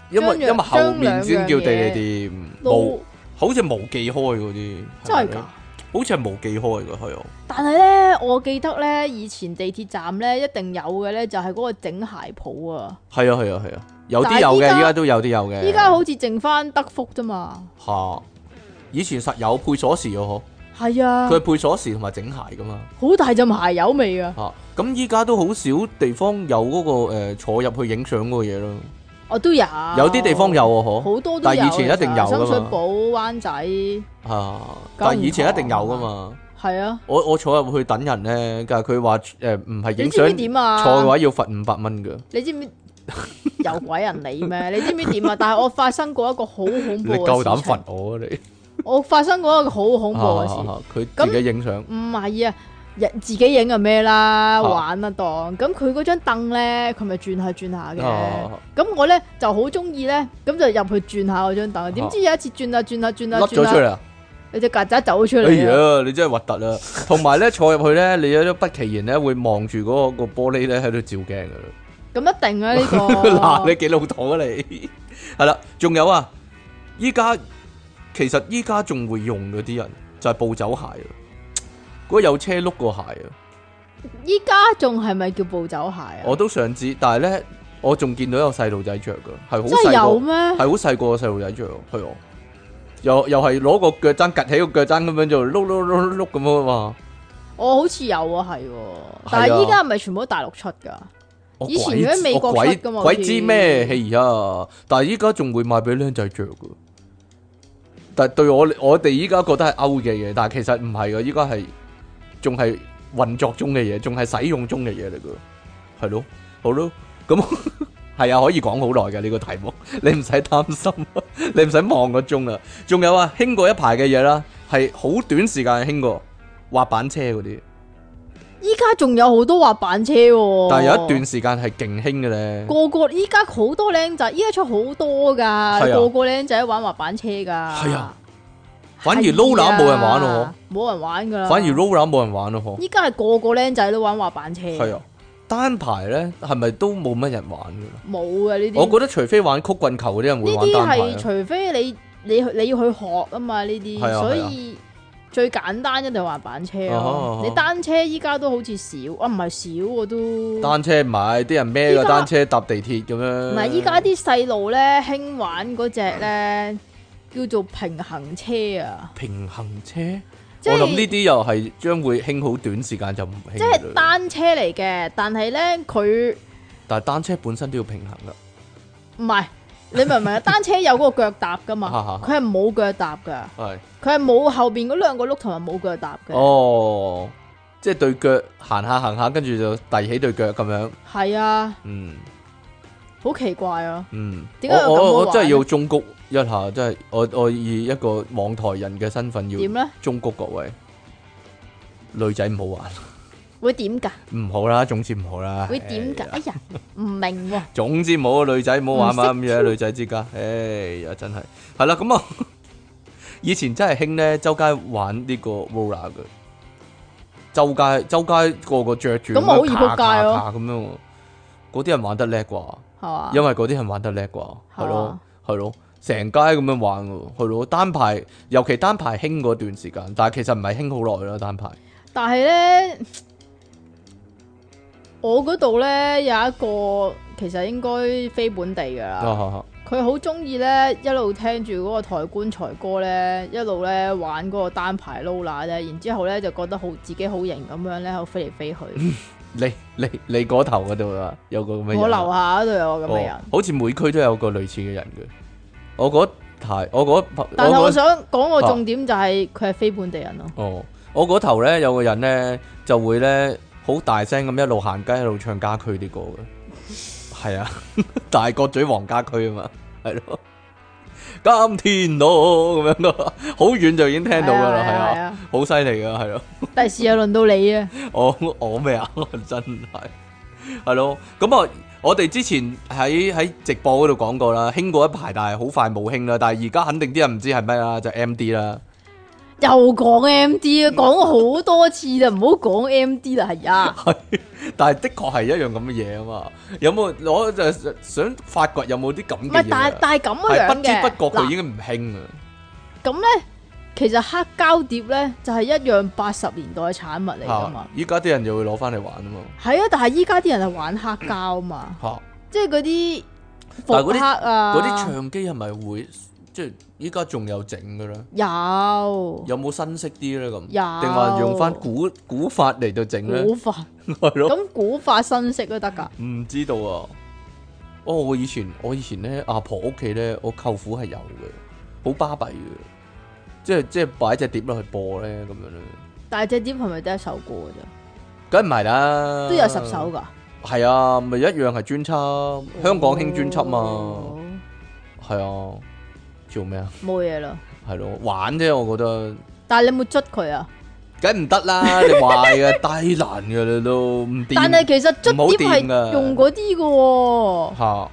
S1: 因為
S2: 將
S1: 因
S2: 兩
S1: 為後面先叫地
S2: 將兩
S1: 利
S2: 樣
S1: 店，嗯
S2: 撈
S1: 冇好似無記開嗰啲，
S2: 真係
S1: 咪
S2: 㗎。
S1: 好似係無記開嘅，係啊。
S2: 但係咧，我記得咧，以前地鐵站咧一定有嘅咧，就係嗰個整鞋鋪啊。
S1: 係啊係啊係啊，有
S2: 但
S1: 啲
S2: 係
S1: 有嘅，
S2: 依家
S1: 依家都有啲有嘅。
S2: 依家好似剩翻德福啫嘛。
S1: 吓，以前實有配鎖匙嘅嗬，
S2: 係啊
S1: 佢，係配鎖匙同埋整鞋噶嘛
S2: 好大陣鞋油味啊！
S1: 吓。咁依家都好少地方有嗰、個誒、呃坐入去影相嗰個嘢咯，
S2: 我哦都有。
S1: 有啲地方有，啊嗬
S2: 好多都有。
S1: 但係以前一定有㗎嘛
S2: 其實深水埗、灣仔，係
S1: 啊，
S2: 九龍塘
S1: 但係以前一定有噶嘛。
S2: 啊。
S1: 我我坐入去等人咧，但係佢話誒唔係
S2: 你
S1: 影
S2: 知唔知
S1: 相
S2: 點啊？
S1: 錯嘅話要罰五百蚊噶，
S2: 你知唔 知有鬼人理咩？你知唔知點啊？但係我發生過一個好恐
S1: 你
S2: 怖嘅事情。
S1: 夠膽罰我啊你！
S2: 我發生過一個好恐怖嘅事。
S1: 啊佢自己影相
S2: 唔係啊，人自己影啊咩啦，
S1: 啊
S2: 玩啊當。咁佢嗰張凳咧，佢咪轉下轉下嘅。
S1: 啊
S2: 咁我咧就好中意咧，咁就入去轉下嗰張凳。點知有一次轉下轉下轉
S1: 啊甩
S2: 下
S1: 咗
S2: 轉
S1: 出
S2: 下，
S1: 嚟啊！
S2: 你只曱甴走出
S1: 哎
S2: 嚟啊。
S1: 呀，你真係核突啊！同埋咧，坐入去咧，你有啲不其然咧，會望住嗰個個玻璃咧喺度照鏡噶啦。
S2: 咁一定啊呢
S1: 嗱，
S2: 個
S1: 你。幾老土啊你？ 係啦，仲有啊，依家其實依家仲會用嗰啲人就係暴走鞋啊，嗰個有車碌個鞋啊，
S2: 依家仲係咪叫暴走鞋啊？
S1: 我都想知，但係咧，我仲見到有細路仔着噶，係好
S2: 真係
S1: 細
S2: 有咩？
S1: 個，係好細個嘅細路仔着，係我又又係攞個腳踭趌起個腳踭咁樣就碌碌碌碌碌咁樣啊嘛。
S2: 我好似有啊，係喎。但係依家係咪全部都大陸出㗎？
S1: 我
S2: 以前
S1: 鬼
S2: 嗰啲美國
S1: 我鬼
S2: 出㗎嘛
S1: 鬼
S2: 好似
S1: 知咩戲啊！但係依家仲會賣俾僆仔着噶。但係對我我哋依家覺得係 out 嘅嘢，但係其實唔係噶，依家係仲係運作中嘅嘢，仲係使用中嘅嘢嚟噶。係咯，好咯，咁 係啊，可以講好耐嘅呢個題目， 你唔使擔心， 你唔使望個鐘啊。仲有啊，興過一排嘅嘢啦，係好短時間興過滑板車嗰啲，
S2: 依家仲有好多滑板車喎。
S1: 但係有一段時間係勁興嘅咧。
S2: 個個依家好多僆仔，依家出好多噶，
S1: 係啊
S2: 個個僆仔玩滑板車噶。
S1: 係啊，反
S2: 啊
S1: 而 roller 冇人玩咯，，
S2: 冇人玩噶啦。
S1: 反而 roller 冇人玩咯，嗬。
S2: 依家係個個僆仔都玩滑板車，
S1: 係啊，單排咧係咪都冇乜人玩嘅？
S2: 冇嘅呢啲。
S1: 我覺得除非玩曲棍球嗰啲人會
S2: 呢
S1: 玩
S2: 啲
S1: 單排
S2: 係
S1: 啊。
S2: 除非你你你要去學啊嘛呢啲，
S1: 係啊
S2: 所以最簡單一定係滑板車
S1: 啊哈啊
S2: 咯
S1: 哈。
S2: 你單車依家都好似少，啊唔係少喎都。
S1: 單車唔係，啲人孭
S2: 依
S1: 個
S2: 家
S1: 單車搭地鐵咁樣。
S2: 唔係依家啲細路咧興玩嗰只咧叫做平衡車啊，
S1: 平衡車，
S2: 即
S1: 我諗呢
S2: 係。
S1: 啲又係將會興好短時間就唔興
S2: 即係
S1: 㗎啦。
S2: 單車嚟嘅，但係咧佢
S1: 但係單車本身都要平衡噶，
S2: 唔係，你明唔 明啊？單車有嗰個腳踏
S1: 哈哈
S2: 噶嘛，
S1: 哈
S2: 佢係冇腳踏噶，
S1: 係
S2: 佢係冇後邊嗰兩個碌同埋冇腳踏嘅，
S1: 哦，即係對腳行下行下，跟住就遞起對腳咁樣，
S2: 係啊，
S1: 嗯，
S2: 好奇怪啊！
S1: 嗯，
S2: 點解
S1: 我
S2: 有咁嘅
S1: 我我
S2: 話
S1: 真係
S2: 呢
S1: 要忠告一下，真係我我以一個網台人嘅身份要
S2: 點啊咧？
S1: 忠告各位女仔唔好玩，
S2: 會點㗎？
S1: 唔好啦，總之唔好啦，
S2: 會點㗎？
S1: 唉
S2: 哎呀，唔明喎。
S1: 總之冇啊，女仔唔好 玩嘛咁
S2: 唔識
S1: 嘢，女仔之家，唉呀真係，係啦咁啊， 以前真係興咧，周街玩呢個 roller 嘅，周街周街個個着住
S2: 咁咪好易
S1: 樣
S2: 仆街
S1: 咔
S2: 咯
S1: 咔咔咁樣喎，嗰啲人玩得叻啩，
S2: 係嘛？
S1: 因為嗰啲人玩得叻啩，係咯
S2: 啊
S1: 係咯，成街咁樣玩喎，係咯單排，尤其單排興嗰段時間，但係其實唔係興好耐啦，單排，
S2: 但係咧，我嗰度咧有一個其實應該非本地㗎啦。
S1: 啊
S2: 佢好中意咧，一路聽住嗰個台棺材歌咧，一路咧玩嗰個單排撈乸咧，然之後咧就覺得好自己好型咁樣咧，喺度飛嚟飛去。
S1: 你你你嗰頭嗰度啊，有個咁嘅人啊
S2: 我樓下嗰度有個咁嘅人
S1: 哦，，好似每區都有個類似嘅人嘅。我嗰排，我嗰
S2: 但係
S1: 嗰
S2: 我想講個重點就係佢係非本地人咯。
S1: 哦，我嗰頭咧有個人咧就會咧好大聲咁一路行街一路唱家駒啲歌嘅，係啊， 大角咀黃家駒啊嘛，係咯。今天咯咁樣咯，好遠就已經聽到噶啦，係
S2: 係啊係
S1: 啊
S2: 啊，
S1: 好犀利噶，係咯。
S2: 第時又輪到你啊，
S1: 我我咩啊？ 真係係咯。咁啊，我哋之前喺喺直播嗰度講過啦，興過一排，但係好快冇興啦。但係而家肯定啲人唔知係咩啦，就 M D 啦。
S2: 又講 M D 啊，講咗好多次啦，唔好講 M D 啦，係啊，
S1: 係，但係的確係一樣咁嘅嘢啊嘛。有冇我就想發掘有冇啲咁
S2: 唔
S1: 嘅
S2: 係，
S1: 嘢
S2: 但係
S1: 啊？
S2: 但係咁
S1: 係
S2: 樣
S1: 不知
S2: 嘅。
S1: 不覺
S2: 嗱
S1: 佢已經唔興啊。
S2: 咁咧，其實黑膠碟咧就係一樣八十年代嘅產物嚟噶嘛
S1: 嚇。！依家啲人就會攞翻嚟玩啊嘛。
S2: 係啊，但係依家啲人係玩黑膠嘛，
S1: 嚇！
S2: 即係嗰啲
S1: 但係
S2: 復刻啊，
S1: 嗰啲唱機係咪會即係依家仲有整嘅咧？
S2: 有
S1: 有冇新式啲咧咁？
S2: 有
S1: 定話用翻古古法嚟到整咧？
S2: 古法，
S1: 係咯，
S2: 咁古法新式都得㗎。
S1: 唔知道啊。哦，我以前我以前咧阿婆屋企咧，我舅父係有嘅，好巴閉嘅，即係即係擺只碟落去播咧咁樣咧，
S2: 但係隻碟係咪得一首歌㗎啫？
S1: 梗唔係啦，
S2: 都有十首。哦㗎。
S1: 係啊，咪一樣係專輯，香港興專輯嘛，
S2: 哦，
S1: 係啊，做咩啊？
S2: 冇嘢啦。
S1: 係咯，玩啫，我覺得。
S2: 但係你有冇捽佢啊？
S1: 梗唔得啦，你壞 嘅低能嘅你都唔掂。
S2: 但係其實捽
S1: 唔好
S2: 碟係
S1: 掂㗎
S2: 用嗰啲㗎喎，
S1: 吓，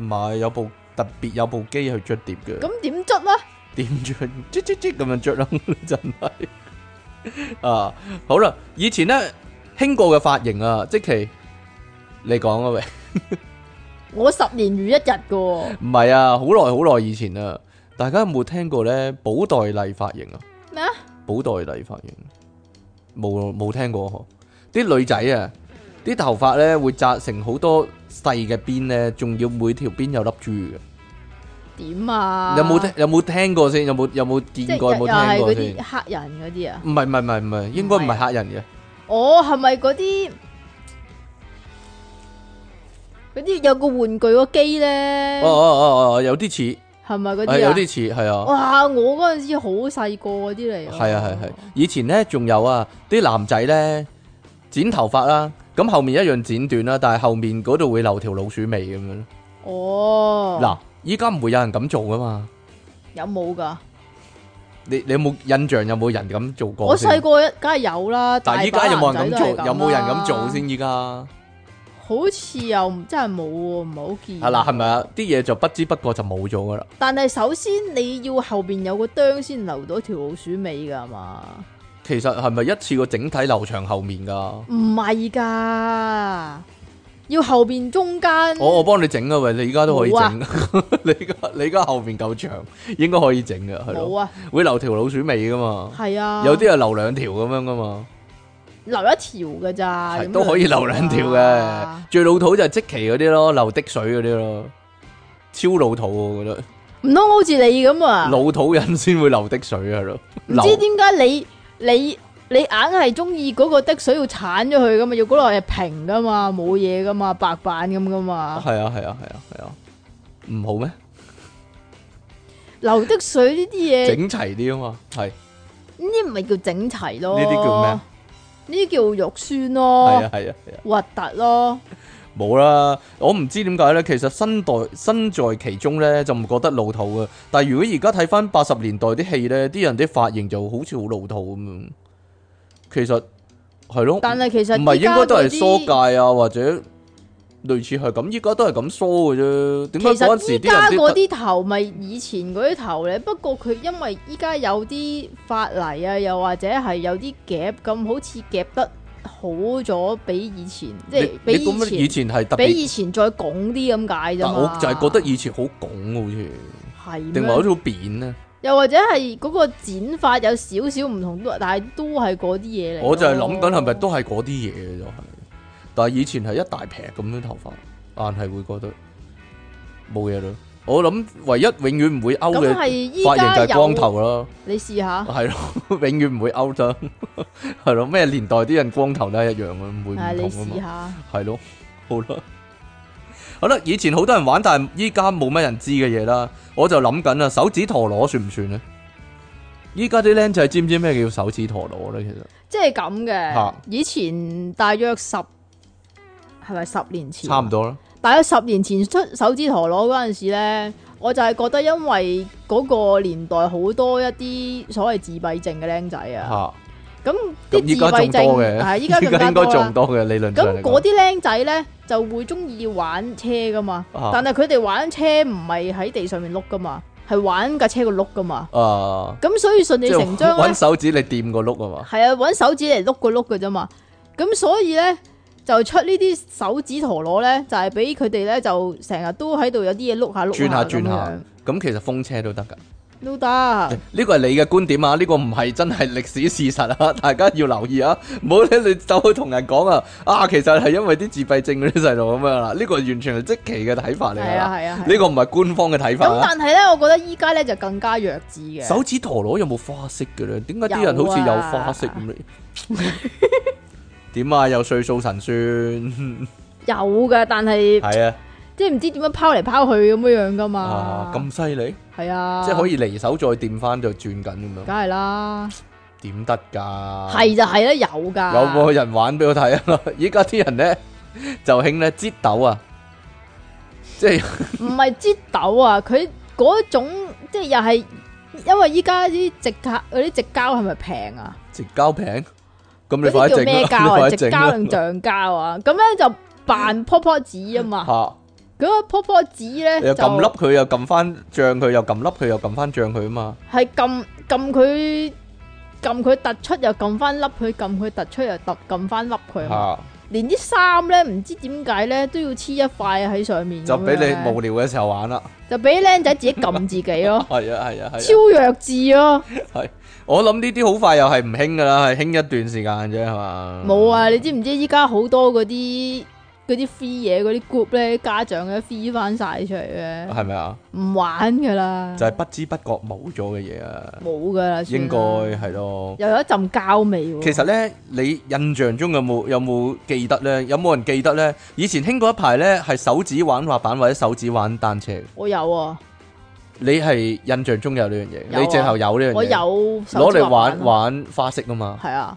S1: 唔係有部特別有部機去捽碟嘅。
S2: 咁點捽咧？
S1: 點着，唧唧唧咁樣着啦， 真係啊！好啦，以前咧興過嘅髮型啊，即其你講啊喂，
S2: 我十年如一日㗎喎，
S1: 唔係啊，好耐好耐以前啊，大家有冇聽過咧寶黛麗髮型啊？
S2: 咩啊？
S1: 寶黛麗髮型冇冇聽過呵？啲女仔啊，啲頭髮咧會紮成好多細嘅邊咧，仲要每條邊有粒珠嘅。
S2: 點啊？
S1: 有冇聽有冇聽過先？有冇有冇
S2: 即係
S1: 見過？有
S2: 又
S1: 冇
S2: 又係
S1: 聽
S2: 嗰
S1: 過先？
S2: 啲啊黑人嗰啲啊？
S1: 唔係唔係唔係唔係，應該唔係黑人嘅。
S2: 哦，係咪嗰啲嗰啲有個玩具個機咧？
S1: 哦哦哦哦，有啲似，
S2: 係咪嗰
S1: 係
S2: 啲
S1: 有
S2: 啊？
S1: 啲似，係啊，
S2: 哇！我嗰陣時好細個嗰啲嚟。
S1: 係啊係係。以前咧仲有啊，啲男仔咧剪頭髮啦，咁後面一樣剪短啦，但係後面嗰度會留條老鼠尾咁樣。
S2: 哦。
S1: 嗱，依家唔會有人咁做噶嘛？
S2: 有冇㗎？
S1: 你你有冇印象有冇人咁做過？
S2: 我細，個一梗係有啦，
S1: 但係依家有冇人咁做？
S2: 大把男仔都係
S1: 有
S2: 啦
S1: 冇人咁做？先？依家
S2: 好似又唔真係冇喎，唔係好見。
S1: 係啦，係咪啊？啲嘢就不知不覺就冇咗噶啦。
S2: 但係首先你要後邊有個釘先留到條老鼠尾㗎係嘛？
S1: 其實係咪一次過整體留長後面噶？
S2: 唔係㗎，要後邊中間。
S1: 我我幫你整啊，喂！你而家都可以
S2: 冇啊
S1: 整， 你而家你而家後面夠長，應該可以整嘅，係
S2: 冇
S1: 咯，
S2: 啊，
S1: 會留條老鼠尾噶嘛，
S2: 係啊。
S1: 有啲係留兩條咁樣噶嘛，
S2: 留一條嘅咋，
S1: 係
S2: 啊咁
S1: 都可以
S2: 樣
S1: 留兩條嘅
S2: 啊。
S1: 最老土就係即期嗰啲咯，流滴水嗰啲咯，超老土我覺得，
S2: 唔通好似你咁啊？
S1: 老土人先會流滴水啊係咯，
S2: 唔知
S1: 流
S2: 點解你你你硬係中意嗰個滴水要鏟咗佢噶嘛？要嗰度係平噶嘛，冇嘢噶嘛，白板咁噶嘛。
S1: 係啊係啊係啊係啊，唔好咩？
S2: 流滴水呢啲嘢，呢
S1: 整齊啲啊嘛，係呢
S2: 啲唔係叫整齊咯。
S1: 啲叫咩？
S2: 呢啲叫肉酸
S1: 係啊
S2: 咯，
S1: 係啊係啊，
S2: 核突咯。
S1: 冇啦，我唔知點解呢。其實身代身在其中呢，就唔覺得老土嘅。但係如果而家睇翻八十年代啲戲呢，啲人啲髮型就好似好老土咁樣。其實係咯，
S2: 但係其實
S1: 唔係
S2: 依
S1: 應
S2: 家
S1: 該都係
S2: 嗰
S1: 梳
S2: 啲，
S1: 界啊，或者類似係咁。依家都係咁梳嘅啫。點解
S2: 其
S1: 嗰陣
S2: 實依
S1: 時
S2: 家
S1: 啲人
S2: 嗰
S1: 啲
S2: 啲頭咪以前嗰啲頭咧，不過佢因為依家有啲法例啊，又或者係有啲夾咁，好似夾得好咗比以前，即係比
S1: 你你覺得以
S2: 以前
S1: 前係特
S2: 比
S1: 別，
S2: 以前再拱啲咁解啫
S1: 但
S2: 嘛。
S1: 我就係覺得以前好拱好似，
S2: 係
S1: 定
S2: 咩
S1: 話好似好扁呢？
S2: 又或者係嗰個剪法有少少唔同，都但係都係嗰啲嘢嚟咯。
S1: 我就係諗緊係咪都係嗰啲嘢就係，但係以前係一大劈咁樣頭髮，硬係會覺得冇嘢咯。我諗唯一永遠唔會勾
S2: 咁
S1: 嘅
S2: 係依
S1: 髮型
S2: 家
S1: 就係光
S2: 有，
S1: 頭啦，
S2: 你試下，
S1: 係咯， 永遠唔會勾得，係咯。咩年代啲人光頭都係一樣嘅，唔會
S2: 係你
S1: 唔同啊
S2: 試
S1: 噶嘛，
S2: 下，
S1: 係咯，好啦。好啦，以前好多人玩，但係依家冇乜人知嘅嘢啦。我就諗緊啦，手指陀螺算唔算呢？依家啲僆仔知唔知咩叫手指陀螺咧？其實？
S2: 即係咁
S1: 嚇
S2: 嘅。以前大約十係咪十年前？啊
S1: 差唔。多啦，
S2: 大約十年前出手指陀螺嗰陣時咧，我就係覺得因為嗰個年代好多一啲所謂自閉症嘅僆仔啊，
S1: 吓
S2: 咁
S1: 咁
S2: 啲
S1: 依
S2: 自
S1: 家仲
S2: 閉症
S1: 多 嘅，
S2: 係依家更加
S1: 應
S2: 多
S1: 該
S2: 啦
S1: 仲。多嘅理論上
S2: 咁
S1: 嚟
S2: 嗰
S1: 講。
S2: 啲僆仔咧就會中意玩車噶嘛，
S1: 啊
S2: 但係佢哋玩車唔係喺地上面碌噶嘛，係玩架車個碌噶嘛。
S1: 啊，
S2: 咁所以順理
S1: 即
S2: 成
S1: 係
S2: 章咧
S1: 揾，手指你掂個碌啊嘛，
S2: 係啊，揾手指嚟碌個碌嘅啫嘛。咁所以咧就出呢啲手指陀螺咧，就係俾佢哋咧就成日都喺度有啲嘢碌下碌
S1: 轉下
S2: 轉
S1: 轉下，咁其實風車都得㗎。
S2: 都得。
S1: 啊呢個係你嘅觀點啊，呢個唔係真係歷史事實啊， 大家要留意啊，唔好咧你走去同人講啊，啊其實係因為啲自閉症嗰啲細路咁樣啦，呢個完全係即期嘅睇法嚟
S2: 係
S1: 啊
S2: 啊，係啊，係
S1: 呢
S2: 啊
S1: 個唔係官方嘅睇法
S2: 咁
S1: 啊。
S2: 但係咧，我覺得依家咧就更加弱智嘅。
S1: 手指陀螺有冇花式嘅咧？點解啲人好似有花式咁咧？ 點啊？有歲數神算。
S2: 有噶，但係
S1: 系啊，
S2: 即係唔知點樣拋嚟拋去咁樣樣噶嘛
S1: 啊。咁犀利，
S2: 係啊，
S1: 即係可以離手再掂翻就轉緊咁樣，
S2: 梗係啦，
S1: 點得㗎？
S2: 係就係啦，有噶，
S1: 有冇人玩俾我睇啊？ 依家啲人咧就興咧擠豆啊，即係
S2: 唔係擠豆啊？佢嗰種即係又係，因為依家啲直膠嗰啲直膠係咪平啊？
S1: 直膠平，咁
S2: 嗰
S1: 你快啲
S2: 啲叫
S1: 整
S2: 咩
S1: 啦，
S2: 膠啊？
S1: 你快啲
S2: 直
S1: 整
S2: 膠定
S1: 啦。
S2: 橡膠啊？咁咧就扮泡泡紙啊 嘛。
S1: 嚇！
S2: 嗰個泡泡紙咧
S1: 你又
S2: 就
S1: 撳粒佢，又撳翻漲佢，又撳粒佢，又撳翻漲佢啊嘛！
S2: 係撳撳佢。撳佢突出又撳翻粒佢，撳佢突出又突撳翻粒佢啊嘛，
S1: 嚇！
S2: 連啲衫咧唔知點解咧都要黐一塊喺上面咁
S1: 就
S2: 樣
S1: 俾
S2: 咧，
S1: 你無聊嘅時候玩啦。
S2: 就俾僆仔自己撳自己咯。
S1: 係啊 係啊係啊！
S2: 超弱智啊！
S1: 我諗呢啲好快又係唔興噶啦，係興一段時間啫，係嘛？
S2: 冇啊！你知唔知依家好多嗰啲嗰啲 free 嘢嗰啲 group 咧，家長咧 free 翻晒出嚟咧，
S1: 係咪啊？
S2: 唔玩噶啦，
S1: 就係不知不覺冇咗嘅嘢啊，
S2: 冇噶啦，算啦
S1: 應該係咯。
S2: 又有一陣膠味喎。
S1: 其實咧，你印象中有冇有冇記得咧？有冇人記得咧？以前興過一排咧，係手指玩滑板或者手指玩單車。
S2: 我有啊，
S1: 你係印象中有呢樣
S2: 有
S1: 嘢，
S2: 啊
S1: 你直頭有呢樣嘢。
S2: 我有手
S1: 攞
S2: 指
S1: 嚟玩
S2: 啊，
S1: 玩花式啊嘛！
S2: 係啊，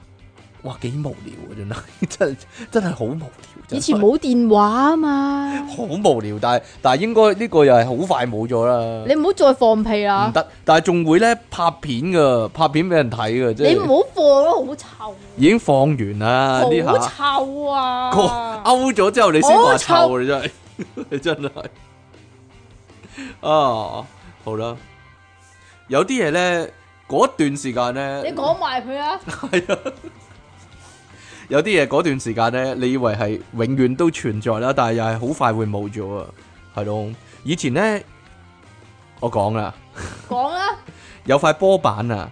S1: 哇，幾無聊啊！真係 真係真係好無聊。真係
S2: 以前冇電話啊 嘛，
S1: 好無聊，但係但係應該呢個又係好快冇咗啦。
S2: 你唔好再放屁
S1: 唔
S2: 啦，
S1: 得，但係仲會咧拍片噶，拍片俾人睇噶，即
S2: 你
S1: 係
S2: 唔好放啦，好臭，
S1: 已經放完啦啊呢
S2: 好
S1: 下，
S2: 臭
S1: 個
S2: 啊！
S1: 勾咗之後你先話
S2: 好
S1: 臭
S2: 哦臭
S1: 你真係， 你真係啊，好啦，有啲嘢咧，嗰段時間
S2: 你
S1: 咧，
S2: 講埋佢啊，
S1: 係啊， 有啲嘢嗰段時間咧，你以為係永遠都存在啦，但係又係好快會冇咗啊，係咯，以前咧，我講啦。
S2: 講啦，
S1: 有塊波板啊，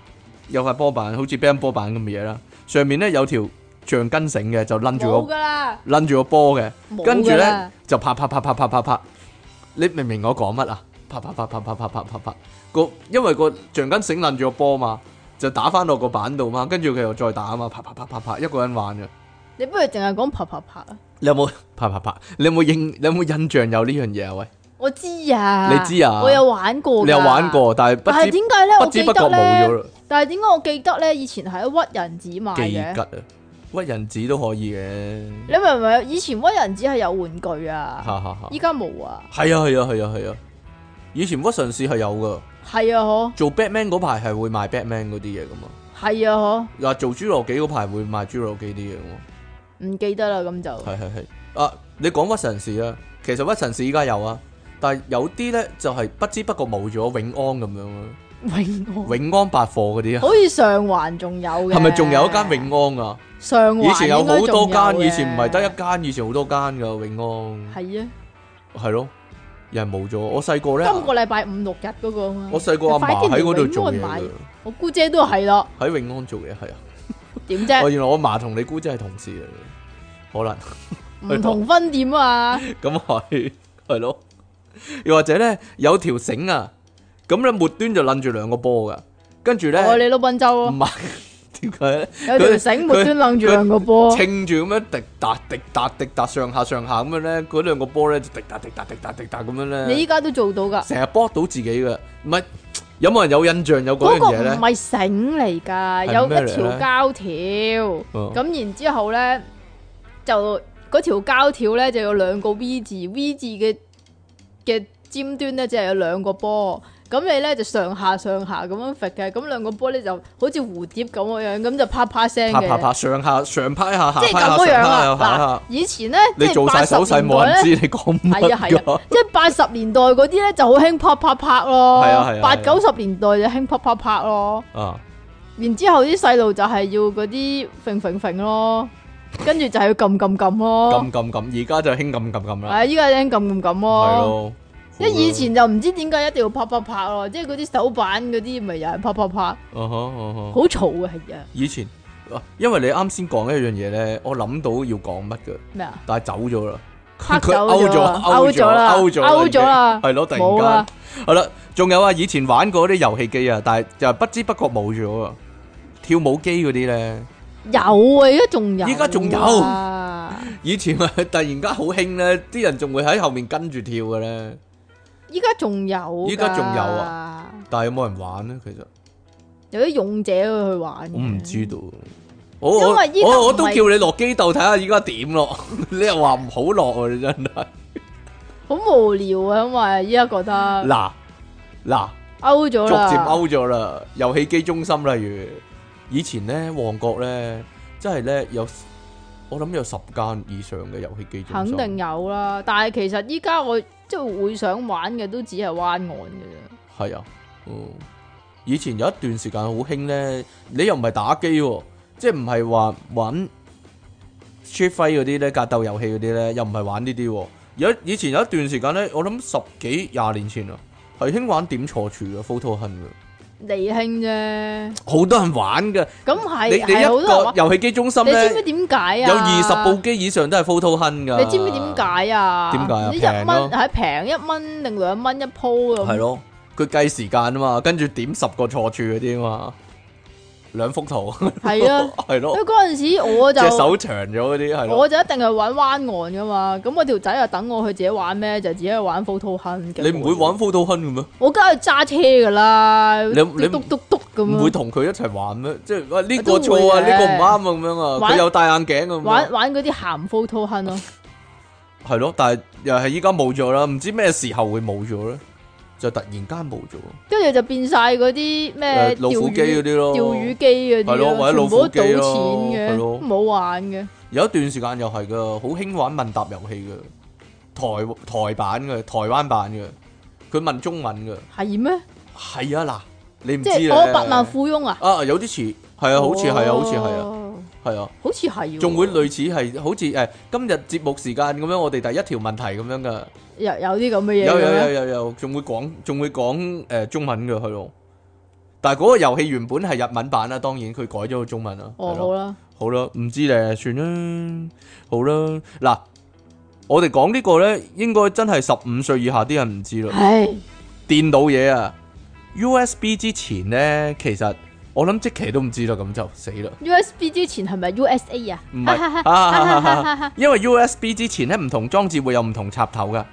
S1: 有塊波板好似乒乓波板咁嘅嘢啦，上面咧有條橡筋繩嘅，就攆
S2: 冇
S1: 住
S2: 噶啦，
S1: 個攆住個波嘅，
S2: 冇
S1: 跟住
S2: 㗎
S1: 咧
S2: 啦
S1: 就拍拍拍拍拍拍拍，你明唔明我講乜啊？拍拍拍拍拍拍拍拍拍個，因為個橡筋繩攆住個波嘛，就打翻落個板度嘛，跟住佢又再打啊嘛，拍拍拍拍拍，一個人玩嘅。
S2: 你不如淨係講啪啪啪啊！
S1: 你有冇拍拍拍？你有冇印？你有冇印象有呢樣嘢啊？喂，
S2: 我知啊，
S1: 你知啊
S2: 我有玩過，
S1: 你有玩？過，但係不
S2: 但係
S1: 知
S2: 點解咧？
S1: 不
S2: 我
S1: 知
S2: 記
S1: 不覺
S2: 得
S1: 冇咗
S2: 咧，
S1: 啦，
S2: 但係點解我記得咧？以前係喺屈人寺買
S1: 記
S2: 嘅
S1: 吉，啊！屈人子都可以嘅，
S2: 你明唔明？以前屈人只係有玩具啊，
S1: 哈哈哈。
S2: 依家冇啊。
S1: 係啊係啊係啊係啊，以前屈臣氏係有噶，
S2: 係啊，嗬，
S1: 做 Batman 嗰排係會賣 Batman 嗰啲嘢噶嘛，
S2: 係啊，
S1: 嗱做侏羅紀嗰排會賣侏羅紀啲嘢噶嘛，
S2: 嗬，唔記得啦，咁就
S1: 係係係啊！你講屈臣氏啊，其實屈臣氏依家有啊，但係有啲咧就係不知不覺冇咗永安咁樣啊，
S2: 永
S1: 永安百貨嗰啲
S2: 安，
S1: 啊，
S2: 好似上環仲有嘅，
S1: 係咪仲有一間永安啊？
S2: 上環
S1: 以前有好多間，
S2: 間，
S1: 以前唔係得一間，以前好多間噶永安，
S2: 係啊，
S1: 係咯，又係冇咗。我細個咧，
S2: 今個禮拜五六日嗰個啊嘛
S1: 我，細個阿
S2: 快
S1: 嫲
S2: 啲
S1: 喺嗰度做嘢
S2: 嚟永安買
S1: 㗎
S2: 我姑姐都係咯，
S1: 喺永安做嘢係啊。
S2: 點
S1: 我
S2: 啫？
S1: 原來我嫲同你姑姐係同事嚟嘅，可
S2: 唔同分店啊嘛，
S1: 能咁係 係咯。又或者咧有條繩啊，咁咧末端就攆住兩個波噶，跟住咧
S2: 我哦哋老賓州
S1: 唔
S2: 啊，
S1: 係 點解咧？
S2: 有條繩末端楞住兩個波，
S1: 稱住咁樣滴答滴答滴答上下上下咁樣咧，嗰兩個波咧就滴答滴答滴答滴答咁樣咧。
S2: 你依家都做到㗎。
S1: 成日搏到自己嘅，唔係有冇人有印象有嗰
S2: 嗰
S1: 樣
S2: 個
S1: 嘢
S2: 唔
S1: 咧？
S2: 係繩嚟㗎，
S1: 係
S2: 有
S1: 咩嚟
S2: 一條
S1: 咧
S2: 膠條，
S1: 哦
S2: 咁然之後咧就嗰條膠條咧就有兩個 V 字，V 字嘅嘅尖端咧就係有兩個波，咁你咧就上下上下咁樣揈嘅，咁兩個波咧就好似蝴蝶咁樣，咁就啪啪聲
S1: 啪啪
S2: 嘅，
S1: 啪上下上拍下下
S2: 即
S1: 拍
S2: 係
S1: 下上
S2: 咁
S1: 拍下
S2: 樣
S1: 下
S2: 啊
S1: 下！，
S2: 嗱，以前咧
S1: 你做晒手勢冇人知你講
S2: 係啊
S1: 乜
S2: 係
S1: 㗎
S2: 啊，即係八十年代嗰啲咧就好興啪啪啪咯
S1: 係啊係啊係啊，
S2: 八九十年代就興啪啪啪咯。
S1: 啊！
S2: 然之後啲細路就係要嗰啲揈揈揈咯，跟住就係要撳撳撳咯。
S1: 撳撳撳，而家就興撳撳撳啦，
S2: 係啊依家已經撳撳撳
S1: 係
S2: 咯。
S1: 咯。
S2: 即係以前就唔知點解一定要啪啪啪咯，即係嗰啲手板嗰啲咪又係啪啪啪，
S1: 好啦，嗯哼嗯哼
S2: 好嘈啊係啊。
S1: 以前啊因為你啱先講一樣嘢咧，我諗到要講乜 嘅，
S2: 咩啊？
S1: 但係走咗啦。
S2: 黑
S1: 佢
S2: 走
S1: 佢勾咗，
S2: 啦，勾咗啦，
S1: 勾咗啦，
S2: 啊勾咗啦，
S1: 係咯，突
S2: 冇啊
S1: 然
S2: 啦
S1: 間。好啦，仲有啊，以前玩過啲遊戲機啊，但係就不知不覺冇咗啊，跳舞機嗰啲咧。
S2: 有啊，依家仲有，
S1: 依家仲有
S2: 啊，
S1: 以前啊，突然間好興咧，啲人仲會喺後面跟住跳嘅咧，
S2: 依家仲有，
S1: 依家仲有
S2: 啊，
S1: 但係有冇人玩咧？其實
S2: 有啲勇者去玩嘅，
S1: 我唔知道，我我
S2: 因為依家唔係
S1: 我我都叫你落機鬥睇下依家點咯， 你又話唔好落啊！你真係
S2: 好無聊啊，因為依家覺得
S1: 嗱嗱，
S2: 勾咗
S1: 逐
S2: 啦，
S1: 漸勾咗啦，遊戲機中心例如以前咧旺角咧，真係咧有我諗有十間以上嘅遊戲機中
S2: 肯
S1: 心，
S2: 定有啦，但係其實依家我即係會想玩嘅都只係灣岸嘅啫，
S1: 係啊，嗯，以前有一段時間好興咧，你又唔係打機喎，即係唔係話玩 Street Fight 嗰啲咧，格鬥遊戲嗰啲咧，又唔係玩呢啲喎。有以前有一段時間咧，我諗十幾廿年前啊，係興玩點錯處嘅 photo hunt 嘅，
S2: 離興啫。
S1: 好多人玩嘅。
S2: 咁係
S1: 你你一
S2: 係好多人
S1: 個
S2: 玩，
S1: 遊戲機中心
S2: 你知唔知
S1: 咧，
S2: 點解啊？
S1: 有二十部機以上都係 photo hunt 噶。
S2: 你知唔知點？解啊？
S1: 點解啊
S2: 唔知
S1: 平
S2: 一
S1: 咯
S2: 蚊係平一蚊定兩蚊一鋪咁。
S1: 係咯，佢計時間啊嘛，跟住點十個錯處嗰啲啊嘛，兩幅圖。
S2: 係啊，，
S1: 係咯
S2: 因為。嗰陣時我就
S1: 隻手長咗嗰啲係咯，
S2: 我就一定係玩灣岸噶嘛。咁我條仔又等我去自己玩咩？就自己去玩 photo hunt 嘅。
S1: 你唔會玩？photo hunt 嘅咩？
S2: 我梗係揸車噶啦，
S1: 你你
S2: 篤篤篤咁
S1: 唔
S2: 樣
S1: 會。同佢一齊玩咩？即係話呢個
S2: 都會
S1: 錯啊，
S2: 嘅
S1: 呢個唔啱啊咁樣啊，
S2: 玩
S1: 佢有戴眼鏡咁
S2: 玩
S1: 樣，
S2: 玩嗰啲鹹 photo hunt 咯，
S1: 係咯，但係又係依家冇咗啦，唔知咩時候會冇咗咧，就突然間冇咗，
S2: 跟住就變晒嗰啲
S1: 誒
S2: 咩
S1: 老虎機嗰
S2: 釣魚
S1: 啲咯，
S2: 釣魚機嗰啲
S1: 係咯或者老
S2: 咯，全
S1: 虎
S2: 部都
S1: 機
S2: 賭
S1: 咯
S2: 錢
S1: 係
S2: 嘅，
S1: 咯
S2: 唔好玩嘅。
S1: 有一段時間又係噶，好興玩問答遊戲嘅，台台版嘅，台灣版嘅，佢問中文嘅，
S2: 係咩？
S1: 係啊嗱，你唔知
S2: 即
S1: 咧，
S2: 係我百萬富翁啊！
S1: 啊，有啲似，係啊，好似係啊，好似係啊，
S2: 哦，
S1: 係啊。
S2: 好似係喎。
S1: 仲會類似係好似誒今日節目時間咁樣，我哋第一條問題咁樣噶，
S2: 有有啲咁嘅嘢
S1: 有有
S2: 嘅
S1: 有
S2: 咩
S1: 有有，仲會講仲會講誒中文嘅係咯。但係嗰個遊戲原本係日文版啦，當然佢改咗個中文啦。
S2: 哦，
S1: 係
S2: 好
S1: 咯，
S2: 啦，
S1: 好啦，唔知咧，算啦，好啦。嗱，我哋講呢個咧，應該真係十五歲以下啲人唔知啦。
S2: 唉，
S1: 電腦嘢啊，USB 之前咧，其實我諗即期都唔知啦，咁就死啦。
S2: USB 之前係咪 USA 啊？
S1: 唔係，因為 USB 之前咧唔同裝置會有唔同插頭噶，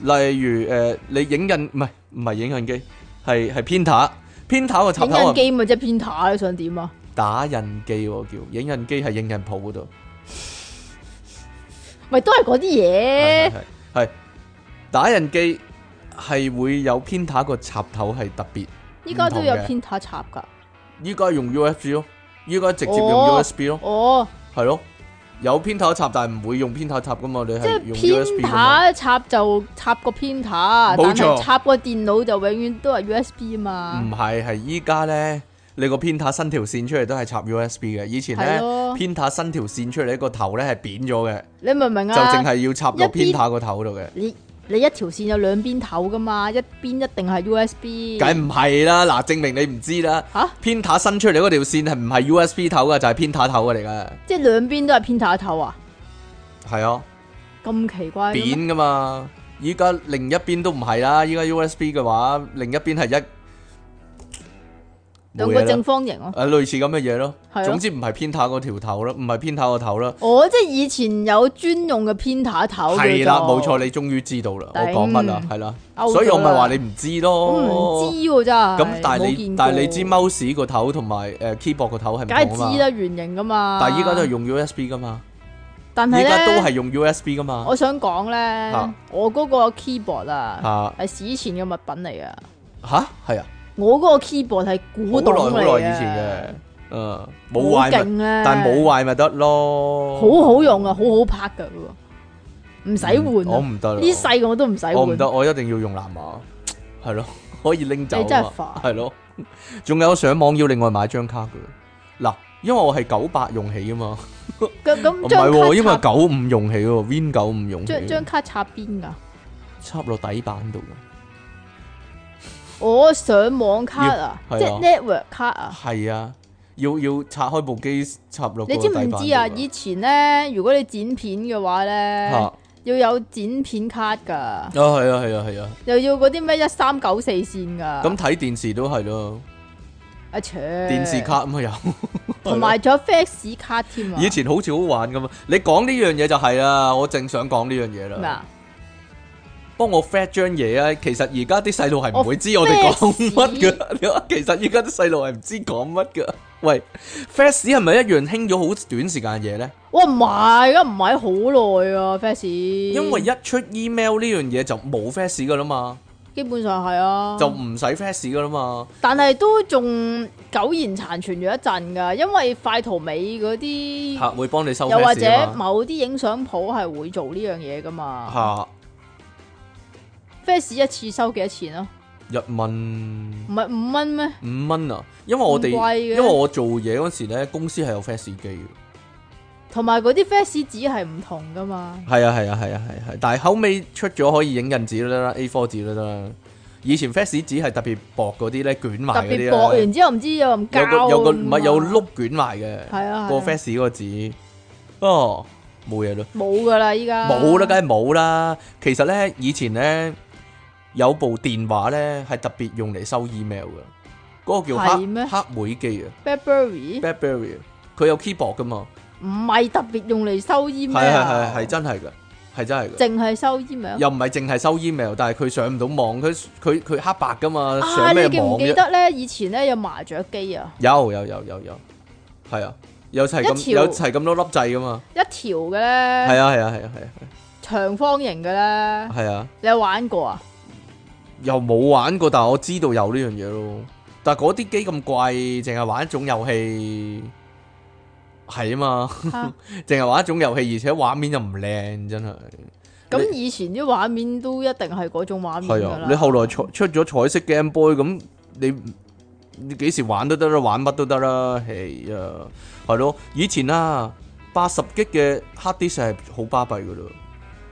S1: 例如誒、呃你影印唔係唔係影印機，係係偏塔，偏塔個插
S2: 影
S1: 頭啊
S2: 印機咪即係 printer，你想點啊？
S1: 打印機喎叫，影印機係影印鋪嗰度，
S2: 咪都係嗰啲
S1: 係
S2: 嘢，
S1: 係係係打印機係會有偏袒個插頭係特別，
S2: 依家都有
S1: 唔同嘅
S2: 偏塔插㗎。
S1: 依家用 USB 咯，依家直接用
S2: 哦
S1: USB 咯，
S2: 哦，
S1: 係咯，有偏袒插但係唔會用偏袒插噶嘛，你
S2: 即
S1: 係用
S2: 係
S1: USB
S2: 偏
S1: 噶嘛，
S2: 塔插就插個偏塔，
S1: 冇
S2: 但
S1: 錯嗯
S2: 係插個電腦就永遠都係 USB 啊嘛
S1: 唔。係係依家咧，你個偏袒伸條線出嚟都係插 USB 嘅，以前
S2: 係
S1: 咧。
S2: 咯，
S1: 偏塔伸條線出嚟，個頭咧係扁咗嘅，
S2: 你明唔明
S1: 就淨
S2: 啊？
S1: 係要插落偏塔個頭度嘅。
S2: 你你一條線有兩邊頭噶嘛，一邊一定係 USB。
S1: 梗唔係啦，嗱，證明你唔知啦。
S2: 吓
S1: 偏塔伸出嚟嗰條線係唔係 USB 頭噶，就係偏塔頭嚟噶。
S2: 即係兩邊都係偏塔頭啊？
S1: 係啊，
S2: 咁奇怪嘅咩？
S1: 扁噶嘛。依家另一邊都唔係啦，依家 USB 嘅話，另一邊係一
S2: 兩個正
S1: 誒
S2: 方形啊咯。
S1: 啊類似咁嘅嘢咯
S2: 係。啊
S1: 總之唔係偏塔嗰條頭咯，唔係偏塔個頭啦。
S2: 我哦即係以前有專用嘅偏塔頭。
S1: 係啦，
S2: 叫做
S1: 冇錯，。你終於知道啦。我
S2: 頂
S1: 講乜啦？係啦，
S2: 勾咗
S1: 所以我咪
S2: 啦
S1: 話你唔知咯。
S2: 我唔知喎真係。
S1: 咁但係
S2: 冇
S1: 你
S2: 見過
S1: 但係你知 mouse 個頭同埋誒 keyboard 個頭係唔
S2: 梗係
S1: 同啊
S2: 知
S1: 嘛，
S2: 啦，圓形噶嘛。
S1: 但係依家都係，用 USB 噶嘛，
S2: 但係
S1: 依家都
S2: 咧，
S1: 係啊用 USB 噶嘛
S2: 我想講咧
S1: 嚇，
S2: 我嗰個 keyboard 啊，
S1: 嚇
S2: 係史前嘅物品嚟啊。
S1: 吓係啊，
S2: 我嗰個 keyboard 係古
S1: 好
S2: 董
S1: 耐
S2: 嚟
S1: 好
S2: 嘅
S1: 耐以前嘅，誒冇壞咪，
S2: 咧，
S1: 但係冇壞咪得咯，
S2: 好好用啊，好好拍噶喎，唔使換
S1: 嗯我
S2: 啊。
S1: 唔得啦，
S2: 呢世我都唔使換。
S1: 我哦唔得，我一定要用藍 牙，係咯，可以拎走
S2: 你真係
S1: 啊嘛，
S2: 煩
S1: 係咯，仲有上網要另外買張卡嘅，嗱，因為我係九八用起啊嘛，
S2: 咁
S1: 唔
S2: 咁
S1: 係喎，因
S2: 張
S1: 為
S2: 卡插
S1: 九五用起喎，Win 九五用起
S2: 張
S1: 喎
S2: 張，卡插邊噶？
S1: 插落底板度嘅。
S2: 我上網卡啊，
S1: 要
S2: 即
S1: 係啊
S2: 係 network 卡啊。
S1: 係啊，要要拆開部機插落個
S2: 你知唔知啊？以
S1: 底
S2: 前咧，如果你剪片嘅話
S1: 板
S2: 咧，
S1: 度啊
S2: 要有剪片卡噶，
S1: 嚇啊係啊係啊係啊，
S2: 又要嗰啲咩一三九四線噶。
S1: 咁睇電視都係咯，
S2: 啊切，
S1: 電視卡咁啊有，
S2: 同埋仲有 fax 卡添啊。
S1: 以前好似好玩咁啊！你講呢樣嘢就係啦，我正想講呢樣嘢
S2: 咩
S1: 啦。
S2: 啊？
S1: 幫我 fat 張嘢啊！其實而家啲細路係唔
S2: 我
S1: 會知我哋
S2: 哦
S1: 講乜噶，其實而家啲細路係唔知講乜噶。喂，fat 係咪一樣興咗好短時間嘅嘢咧？
S2: 哇唔係，而家唔係好耐啊 fax。因
S1: 因為一出 email 呢樣嘢就冇 fat 噶啦嘛，
S2: 基本上係啊，
S1: 就唔使 fat 噶啦嘛。
S2: 但係都仲苟延殘存咗一陣㗎，因為快圖美嗰啲，
S1: 客會幫你收
S2: 又
S1: fans
S2: 或
S1: 㗎
S2: 者
S1: 嘛
S2: 某啲影相鋪係會做呢樣嘢㗎嘛。
S1: 嚇
S2: fans 一次收幾多錢啊？
S1: 一蚊
S2: 唔係五蚊咩？
S1: 五蚊啊！因為我哋
S2: 咁貴嘅
S1: 因為我做嘢嗰時咧，公司係有 fans 機嘅。
S2: 同埋嗰啲 fans 紙係唔同㗎嘛。
S1: 係啊係啊係啊係係，但係後尾出咗可以影印紙都得啦，A4 紙都得啦。以前 fans 紙係特別薄嗰啲咧，捲埋
S2: 特
S1: 嗰
S2: 別薄，
S1: 啲咧，
S2: 然之後唔知有咁
S1: 有
S2: 膠
S1: 個有個
S2: 㗎
S1: 唔
S2: 嘛
S1: 係有碌捲埋嘅
S2: 係啊，
S1: 個
S2: 係啊
S1: fans 嗰個紙。哦，冇嘢咯。
S2: 冇㗎啦，依家
S1: 冇啦，梗係冇啦。其實咧，以前咧有部電話咧係特別用嚟收 email 嘅，嗰、個叫
S2: 係咩
S1: 黑黑莓機啊
S2: BlackBerry
S1: ，BlackBerry 啊佢有 keyboard 噶嘛，
S2: 唔係特別用嚟收
S1: 係
S2: email，
S1: 係係係真係嘅，係真係嘅。
S2: 淨係收 email。
S1: 又唔係淨係收 email，但係佢上唔到網，佢佢佢黑白噶嘛，
S2: 啊，
S1: 上咩
S2: 你記
S1: 網
S2: 唔記
S1: 啫？
S2: 得咧？以前咧有麻雀機啊。
S1: 有有有有有，係啊，有齊咁
S2: 一條
S1: 有齊咁多粒掣噶嘛，
S2: 一條嘅咧，
S1: 係啊係啊係啊係啊
S2: 長方形嘅咧，
S1: 係啊。
S2: 你有玩過啊？
S1: 又冇玩過，但係我知道有呢樣嘢咯。但係嗰啲機咁貴，淨係玩一種遊戲係啊嘛，
S2: 啊
S1: 淨係玩一種遊戲，而且畫面又唔靚，真係。
S2: 咁以前啲畫面都一定係嗰種畫面
S1: 係
S2: 㗎
S1: 啊
S2: 啦，。
S1: 你後來出出咗彩色 Game Boy，咁你你幾時玩都得啦，玩乜都得啦。係啊，係咯。以前啊，八十 G 嘅 hard disk 係好巴閉噶咯。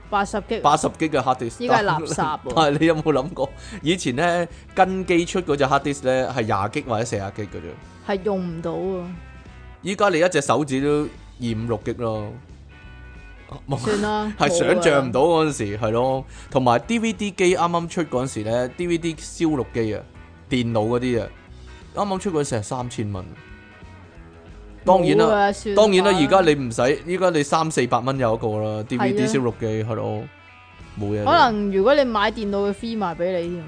S2: 八十 G，
S1: 八十 G 嘅 hard disk，
S2: 依家係垃圾喎
S1: 但係你有冇諗過，以前咧跟機出嗰只 hard disk 咧係廿 G 或者四廿 G 嘅啫，
S2: 係用唔到啊，
S1: 依家你一隻手指都二五六 G 咯，冇
S2: 算啦
S1: ，
S2: 啊
S1: 係想像唔
S2: 到。
S1: 到嗰陣時係咯，同埋 DVD 機啱啱出嗰陣時咧，DVD 燒錄機啊，電腦嗰啲啊，啱啱出嗰陣時係三千蚊。當然
S2: 冇
S1: 啦，
S2: 啊，算
S1: 當然啦，而家你唔使，依家你三四百蚊有一個啦，DVD
S2: 係啊
S1: 燒錄機係咯，冇嘢啦。
S2: 可能如果你買電腦，佢 free 埋俾你添，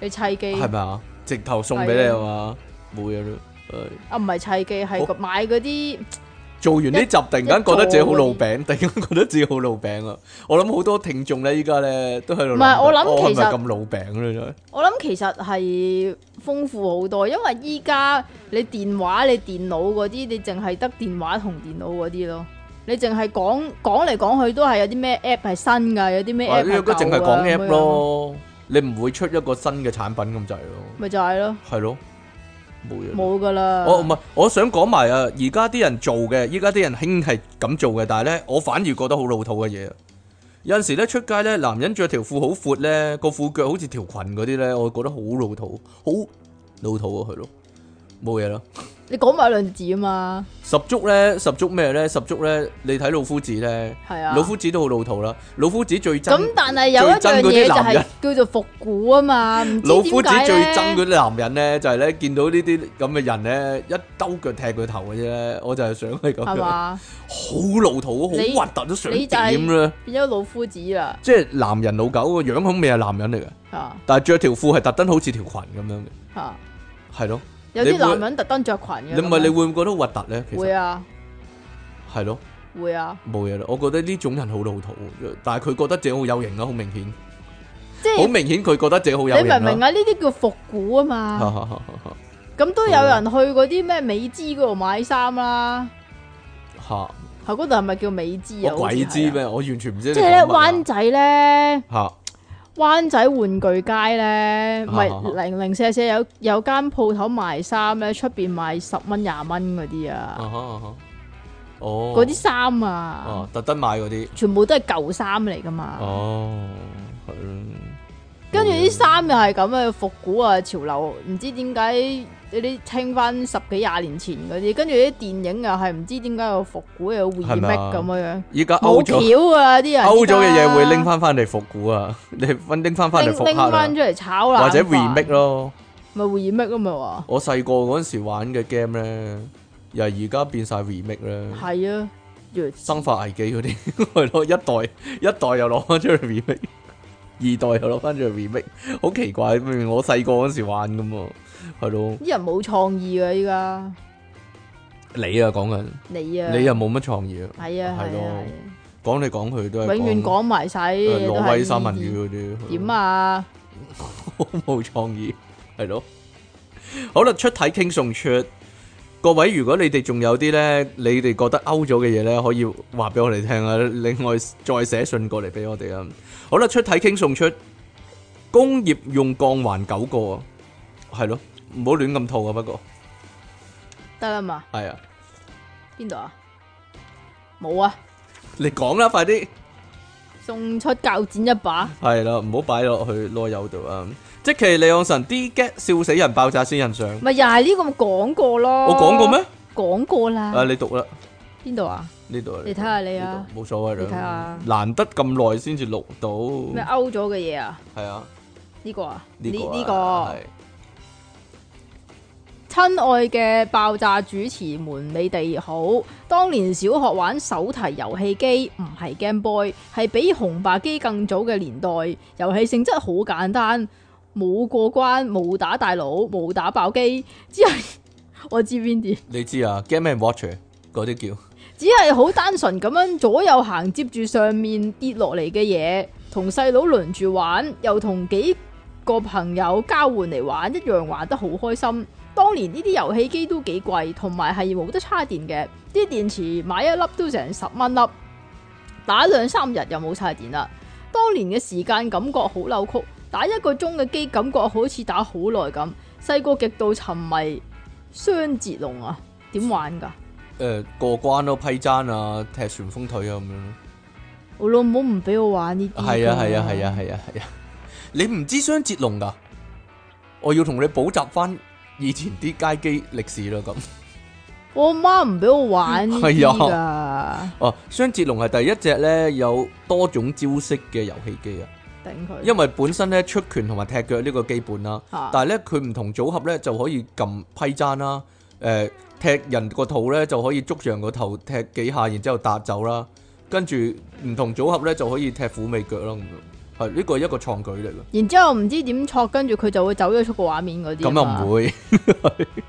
S2: 你砌機
S1: 系咪啊？直頭送俾你啊嘛，冇嘢咯。係
S2: 啊唔係砌機，係個買嗰啲
S1: 做完呢集突然間覺得自己好老
S2: 一
S1: 餅， 突然間覺得自己好老餅啊！我諗好多聽眾咧，依家咧都喺度
S2: 唔係我諗
S1: 緊係
S2: 其
S1: 咪
S2: 實
S1: 咁老餅咧？真係
S2: 我諗其實係豐富好多，因為依家你電話、你電腦嗰啲，你淨係得電話同電腦嗰啲咯。你淨係講講嚟講去都係有啲咩 app 係新㗎，有啲咩
S1: 或
S2: app
S1: 者
S2: 係
S1: 佢淨
S2: 舊
S1: 係
S2: 㗎
S1: 講 app
S2: 咁樣，
S1: 咯，你唔會出一個新嘅產品咁滯咯，
S2: 咪就係咯，
S1: 係咯，冇嘢啦。
S2: 冇㗎啦。
S1: 我唔係，我想講埋啊！而家啲人做嘅，依家啲人興係咁做嘅，但係咧，我反而覺得好老土嘅嘢啊。有陣時咧出街咧，男人着條褲好闊咧，個褲腳好似條裙嗰啲咧，我覺得好老土，好老土啊，係咯，冇嘢啦。
S2: 你講埋兩字啊嘛，
S1: 十足咧，十足咩咧？十足咧，你睇老夫子咧，
S2: 係啊。
S1: 老夫子都好老土啦。老夫子最憎
S2: 咁但係有一樣
S1: 最憎
S2: 嘢
S1: 嗰啲男人
S2: 就係叫做復古啊嘛，唔知
S1: 老夫子
S2: 點解
S1: 最
S2: 咧
S1: 憎嗰啲男人咧，就係咧見到呢啲咁嘅人咧，一兜腳踢佢頭嘅啫。我就係想係咁
S2: 係
S1: 樣。
S2: 嘛？
S1: 好老土，
S2: 你
S1: 好核突都想
S2: 你就係
S1: 點咧？
S2: 變咗老夫子啦
S1: 即係男人老狗個樣好未係男人嚟嘅，
S2: 嚇
S1: 但係着條褲係特登好似條裙咁樣嘅，
S2: 嚇，
S1: 係咯？
S2: 有
S1: 你
S2: 啲
S1: 會
S2: 男人特登着裙嘅
S1: 你
S2: 咁樣。啊
S1: 唔係你會唔會覺得核突咧？其
S2: 會
S1: 實
S2: 啊
S1: 係咯，
S2: 會啊，
S1: 冇嘢啦。我覺得呢種人好老土，但係佢覺得自己好有型啊啦，好明顯，
S2: 即係
S1: 好明顯佢覺得自己好有型
S2: 你明唔明
S1: 啦。
S2: 啊？呢啲叫復古啊嘛，咁都有人去嗰啲咩美姿嗰度買衫啦，
S1: 嚇！
S2: 係哦嗰度係咪叫美姿啊？
S1: 我鬼
S2: 好似係
S1: 知
S2: 啊？
S1: 咩？我完全唔知
S2: 即
S1: 你
S2: 係咧
S1: 講乜啊。
S2: 灣仔咧，
S1: 嚇
S2: 灣仔玩具街咧，咪
S1: 啊啊
S2: 零零舍舍有有間鋪頭賣衫咧，出邊賣十蚊廿蚊嗰啲啊，
S1: 啊哈啊哈哦
S2: 嗰啲衫啊，
S1: 哦特登買嗰啲
S2: 全部都係舊衫嚟噶嘛。
S1: 哦係咯，
S2: 跟住啲衫又係咁啊，復古啊，潮流，唔知點解有啲聽翻十幾廿年前嗰啲，跟住啲電影又係唔知點解又復古又 remake
S1: 係咪啊
S2: 咁樣樣，
S1: 依家
S2: 冇
S1: 歐咗。
S2: 橋啊啲人而家，
S1: 勾咗嘅嘢會拎翻翻嚟復古啊， 你拎拎翻翻嚟
S2: 拎
S1: 復
S2: 拎
S1: 刻
S2: 翻
S1: 啊，
S2: 出嚟炒啦，
S1: 或者 remake 咯。
S2: 咪 remake 咯咪話，
S1: 我細個嗰陣時玩嘅 game 咧，又係而家變晒 remake 啦，
S2: 係啊，越
S1: 生化危機嗰啲 係咯，一代一代又攞翻出去 remake，二代又攞翻出去 remake，好奇怪，明明我細個嗰陣時玩咁嘛，係咯，
S2: 啲人冇創意啊依家，
S1: 你啊講緊，
S2: 你啊，
S1: 你又冇乜創意啊，
S2: 係啊
S1: 係
S2: 係
S1: 咯
S2: 啊，
S1: 講嚟講去都
S2: 係
S1: 係
S2: 啊永
S1: 講
S2: 遠講埋晒啲
S1: 誒
S2: 嘢都
S1: 挪
S2: 係
S1: 威
S2: 呢
S1: 三文
S2: 啲
S1: 魚嗰啲，
S2: 點啊？
S1: 好冇創意，係咯。好啦，出體傾送出。各位，如果你哋仲有啲咧，你哋覺得勾咗嘅嘢咧，可以話俾我哋聽啊。另外再寫信過嚟俾我哋啊。好啦，出體傾送出工業用鋼環九個啊，係咯，唔好亂咁套啊。不過
S2: 得啦嘛，
S1: 係啊，
S2: 邊度啊？冇啊，
S1: 你講啦，快啲。
S2: 送出鉸剪一把。
S1: 係啦，唔好擺落去囉柚度啊。即其利昂神 D get 笑死人，爆炸仙人上，
S2: 咪又係呢個咪講過咯。
S1: 我講過？咩？
S2: 講過啦。
S1: 啊，你讀啦。
S2: 邊度啊？
S1: 呢度啊
S2: 你睇下你啊，
S1: 呢度冇所謂
S2: 你睇下
S1: 啦，難得咁耐先至錄到，
S2: 咩勾咗嘅嘢啊？
S1: 係啊，
S2: 呢個啊？呢
S1: 呢個啊
S2: 呢
S1: 係
S2: 個。親愛嘅爆炸主持們，你哋好。當年小學玩手提遊戲機，唔係 Game Boy，係比紅白機更早嘅年代。遊戲性質好簡單，冇過關，冇打大佬，冇打爆機，只係我知邊啲。
S1: 你知啊，Game and Watch 嗰啲叫
S2: 只係好單純咁樣左右行，接住上面跌落嚟嘅嘢，同細佬輪住玩，又同幾個朋友交換嚟玩，一樣玩得好開心。當年呢啲遊戲機都幾貴，同埋係冇得叉電嘅，啲電池買一粒都成十蚊粒，打兩三日又冇叉電啦。當年嘅時間感覺好扭曲，打一個鐘嘅機感覺好似打好耐咁。細個極度沉迷雙截龍啊，點玩㗎？
S1: 誒呃過關咯，批踭啊，踢旋風腿啊咁樣咯，
S2: 我老母唔俾我玩呢啲㗎。
S1: 係啊係啊係啊係啊係啊，你唔知雙截龍㗎？我要同你補習翻以前啲街機歷史啦咁。
S2: 我媽唔俾我玩呢啲噶，
S1: 哦，雙截龍係第一隻咧有多種招式嘅遊戲機啊，
S2: 頂佢。
S1: 因為本身咧出拳同埋踢腳呢個基本啦。
S2: 啊
S1: 但係咧，佢唔同組合咧就可以撳批踭啦，誒、踢人個肚咧就可以捉上個頭踢幾下，然之後搭走啦。跟住唔同組合咧就可以踢虎尾腳啦咁樣，係呢個係一個創舉嚟嘅。
S2: 然之後唔知點錯，跟住佢就會走咗出個啊畫面嗰啲。
S1: 咁又唔
S2: 會。
S1: 會，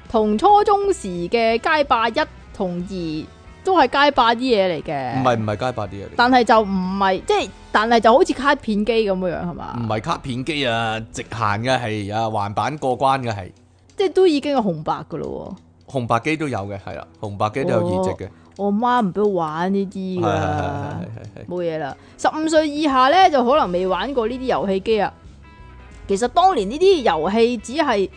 S2: 同初中時嘅街霸一同二都係街霸啲嘢嚟
S1: 唔
S2: 嘅，
S1: 係唔係街霸啲嘢嚟，
S2: 但係就唔係即係，但係就好似卡片機咁樣樣係嘛？
S1: 唔係卡片機啊，直行嘅係啊，橫版過關嘅係，
S2: 即係都已經係紅白噶咯
S1: 紅白機都有嘅，係啦，紅白機都有移植嘅，
S2: 喎。我媽唔俾我玩呢啲
S1: 係係係
S2: 㗎
S1: 係。係係。
S2: 冇嘢啦。十五歲以下咧，就可能未玩過呢啲遊戲機啊。其實當年呢啲遊戲只係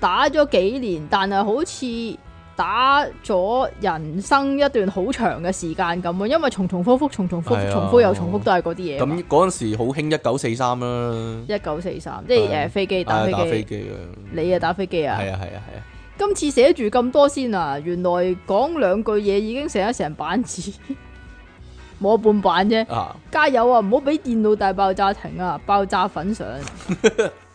S2: 打咗幾年，但係好似打咗人生一段好長嘅時間咁啊，因為重重複複、重重
S1: 係
S2: 複複、
S1: 啊
S2: 重複又重複都係嗰啲嘢嘛。
S1: 咁嗰陣時好興一九四三啦，
S2: 一九四三，即係
S1: 係
S2: 誒飛機打
S1: 啊
S2: 飛
S1: 打飛
S2: 機，
S1: 機啊，
S2: 你啊打飛機啊。
S1: 係啊係啊係啊，
S2: 今次寫住咁多先啊，原來講兩句嘢已經寫咗成版紙，冇半版啫。
S1: 啊
S2: 加油啊！唔好俾電腦大爆炸停啊！爆炸粉上，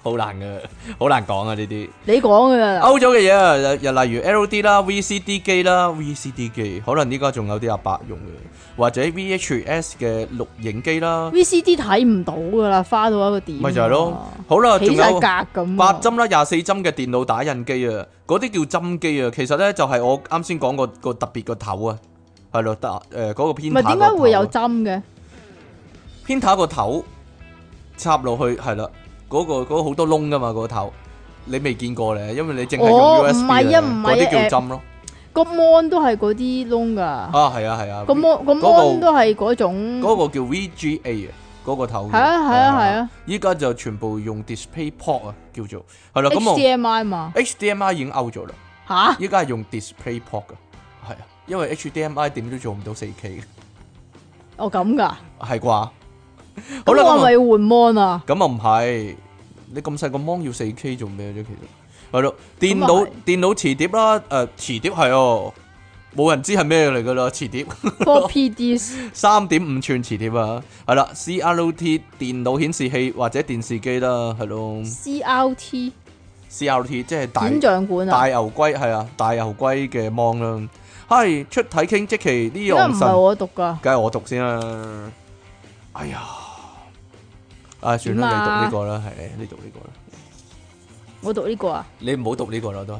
S1: 好難嘅，好難講啊呢啲。
S2: 你講噶啦，
S1: 歐洲嘅嘢啊，又又例如 LD 啦、VCD 機啦、VCD 機，可能呢家仲有啲阿伯用嘅，或者 VHS 嘅錄影機啦，
S2: VCD 睇唔到噶啦，花到一個點啊，
S1: 咪就係咯。好啦，仲
S2: 起晒
S1: 有
S2: 格咁啊。
S1: 八針啦、廿四針嘅電腦打印機啊，嗰啲叫針機啊。其實咧就係我啱先講個個特別個頭啊，係咯，得誒嗰個
S2: 唔
S1: 偏
S2: 係
S1: 塔
S2: 點
S1: 個
S2: 解
S1: 頭啊。
S2: 會有針嘅？
S1: 偏塔個頭插落去係啦，嗰、個嗰個好、多窿噶嘛，嗰個頭你未見過咧，因為你淨係
S2: 哦
S1: 用
S2: 唔
S1: USB
S2: 係
S1: 咧
S2: 啊唔係啊
S1: 嗰啲叫針咯。
S2: 個 mon 都係嗰啲窿噶，
S1: 啊，係啊，係啊。
S2: 個 mon 個
S1: 嗰個
S2: mon 都係嗰種，
S1: 嗰個叫 VGA 啊，嗰個頭。
S2: 係啊係啊係啊。
S1: 依家就全部用 Display Port 啊，叫做係啦。咁
S2: HDMI 嘛
S1: 我 HDMI 已經 out 咗啦，
S2: 吓？
S1: 依家係用 Display Port 噶，係啊，因為 HDMI 點都做唔到 4K，
S2: 哦咁噶，
S1: 係啩？好啦，
S2: 咁我
S1: 咁啊
S2: 咪換 mon 啊？
S1: 咁啊唔係，你咁細個 mon 要 4K 做咩啫？其實係咯，電
S2: 咁啊
S1: 腦
S2: 係
S1: 電腦磁碟啦，誒磁碟係哦，冇人知係咩嚟噶啦，磁碟。
S2: Four P D 係
S1: 三點五寸磁貼啊，係啦，CRT 電腦顯示器或者電視機啦，係咯
S2: CRT
S1: ，CRT 即係大
S2: 影像館
S1: 大
S2: 啊，
S1: 牛龜係啊，大牛龜嘅芒啦，係出體傾即其呢
S2: 點解唔
S1: 樣
S2: 係
S1: 神，
S2: 我讀噶？
S1: 梗係我讀先啦。哎呀，啊算
S2: 點啊
S1: 啦，你讀呢個啦，係你讀呢個啦，
S2: 我讀呢個啊？
S1: 你唔好讀呢個啦，都係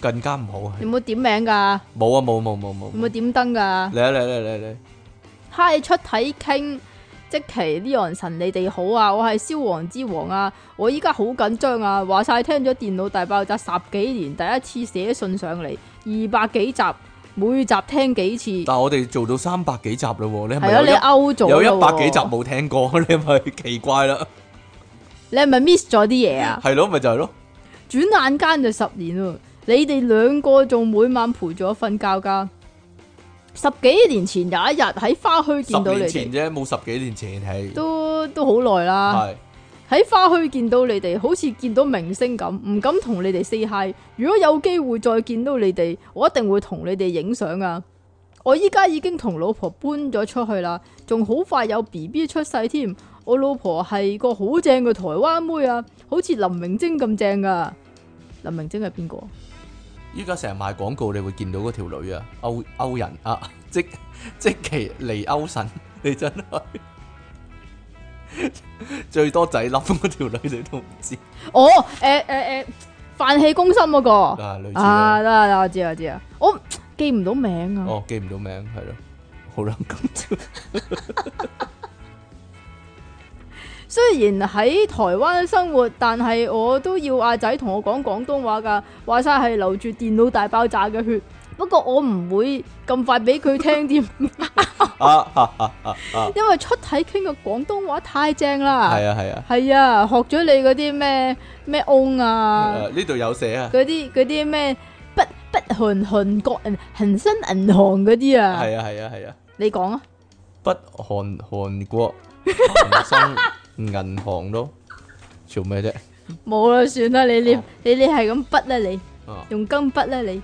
S1: 更加唔好啊，
S2: 有冇點名噶？
S1: 冇啊冇冇冇冇
S2: 有，冇點燈噶？
S1: 嚟啊嚟啊嚟啊嚟啊嚟啊，
S2: 嗨，出體傾，即其呢樣神你哋好啊！我係消王之王啊！我依家好緊張啊！話晒聽咗電腦大爆炸十幾年，第一次寫信上嚟，二百幾集，每集聽幾次，
S1: 但係我哋做到三百幾集啦喎，你係咪
S2: 係啊！
S1: 有
S2: 你
S1: 一
S2: 勾咗
S1: 有
S2: 啦喎
S1: 一百幾集，冇聽過，你咪奇怪啦，
S2: 你係咪 miss 咗啲嘢啊？
S1: 係咯，咪就係咯，
S2: 轉眼間就十年咯，你哋兩個仲每晚陪咗瞓覺噶。十幾年前有一日喺花墟
S1: 十
S2: 見到你
S1: 年前
S2: 哋，
S1: 啫，冇十幾年前係，
S2: 都都好耐啦。
S1: 係
S2: 喺花墟見到你哋，好似見到明星咁，唔敢同你哋 say hi。如果有機會再見到你哋，我一定會同你哋影相啊！我依家已經同老婆搬咗出去啦，仲好快有 B B 出世添。我老婆係個好正嘅台灣妹啊，好似林明晶咁正噶。林明晶係邊個？
S1: 依家成日賣廣告，你會見到嗰條女啊，歐歐人啊， 即即其尼歐神，你真係 最多仔粒嗰條女你都唔知
S2: 哦，誒誒誒，飯氣攻心嗰、個
S1: 啊，類似
S2: 啊，
S1: 啦
S2: 得啦，得啦我知我知啊，我記唔到名啊。
S1: 哦記唔到名係咯，好啦，咁
S2: 雖然喺台灣生活，但係我都要阿仔同我講廣東話㗎，話晒係流住電腦大爆炸嘅血。不過我唔會咁快俾佢 聽添，
S1: 啊啊啊啊啊，
S2: 因為出體傾嘅廣東話太正啦。
S1: 係啊係啊，
S2: 係啊，學咗你嗰啲咩咩翁啊，
S1: 誒呢度有寫啊，
S2: 嗰啲嗰啲咩不不韓韓國人恒生銀行嗰啲啊，
S1: 係啊係啊係啊。
S2: 你講啊，
S1: 北韓韓國恒生銀行咯，做咩啫？
S2: 冇啦，算啦，你你
S1: 哦
S2: 你你係咁筆啦你。
S1: 啊，
S2: 用金筆咧你。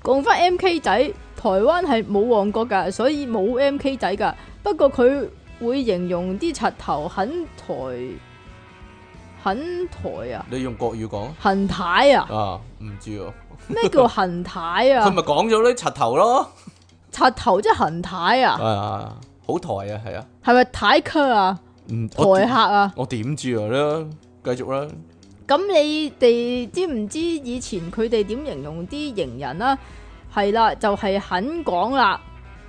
S2: 講翻 M K 仔，台灣係冇旺角噶，所以冇 M K 仔噶。不過佢會形容啲柒頭很台，很台啊，
S1: 你用國語講
S2: 痕太 啊，
S1: 啊？唔知喎，
S2: 咩叫痕太
S1: 佢
S2: 啊
S1: 咪？講咗啲柒頭咯，
S2: 柒頭即係痕太啊，
S1: Ờ, à, 啊，好台啊，係啊，
S2: 係咪太咳啊？
S1: 嗯，
S2: 台
S1: 我
S2: 客啊！
S1: 我點知啊？啦，繼續啦，
S2: 咁你哋知唔知以前佢哋點形容啲型人啦？係啦，就係、肯講啦，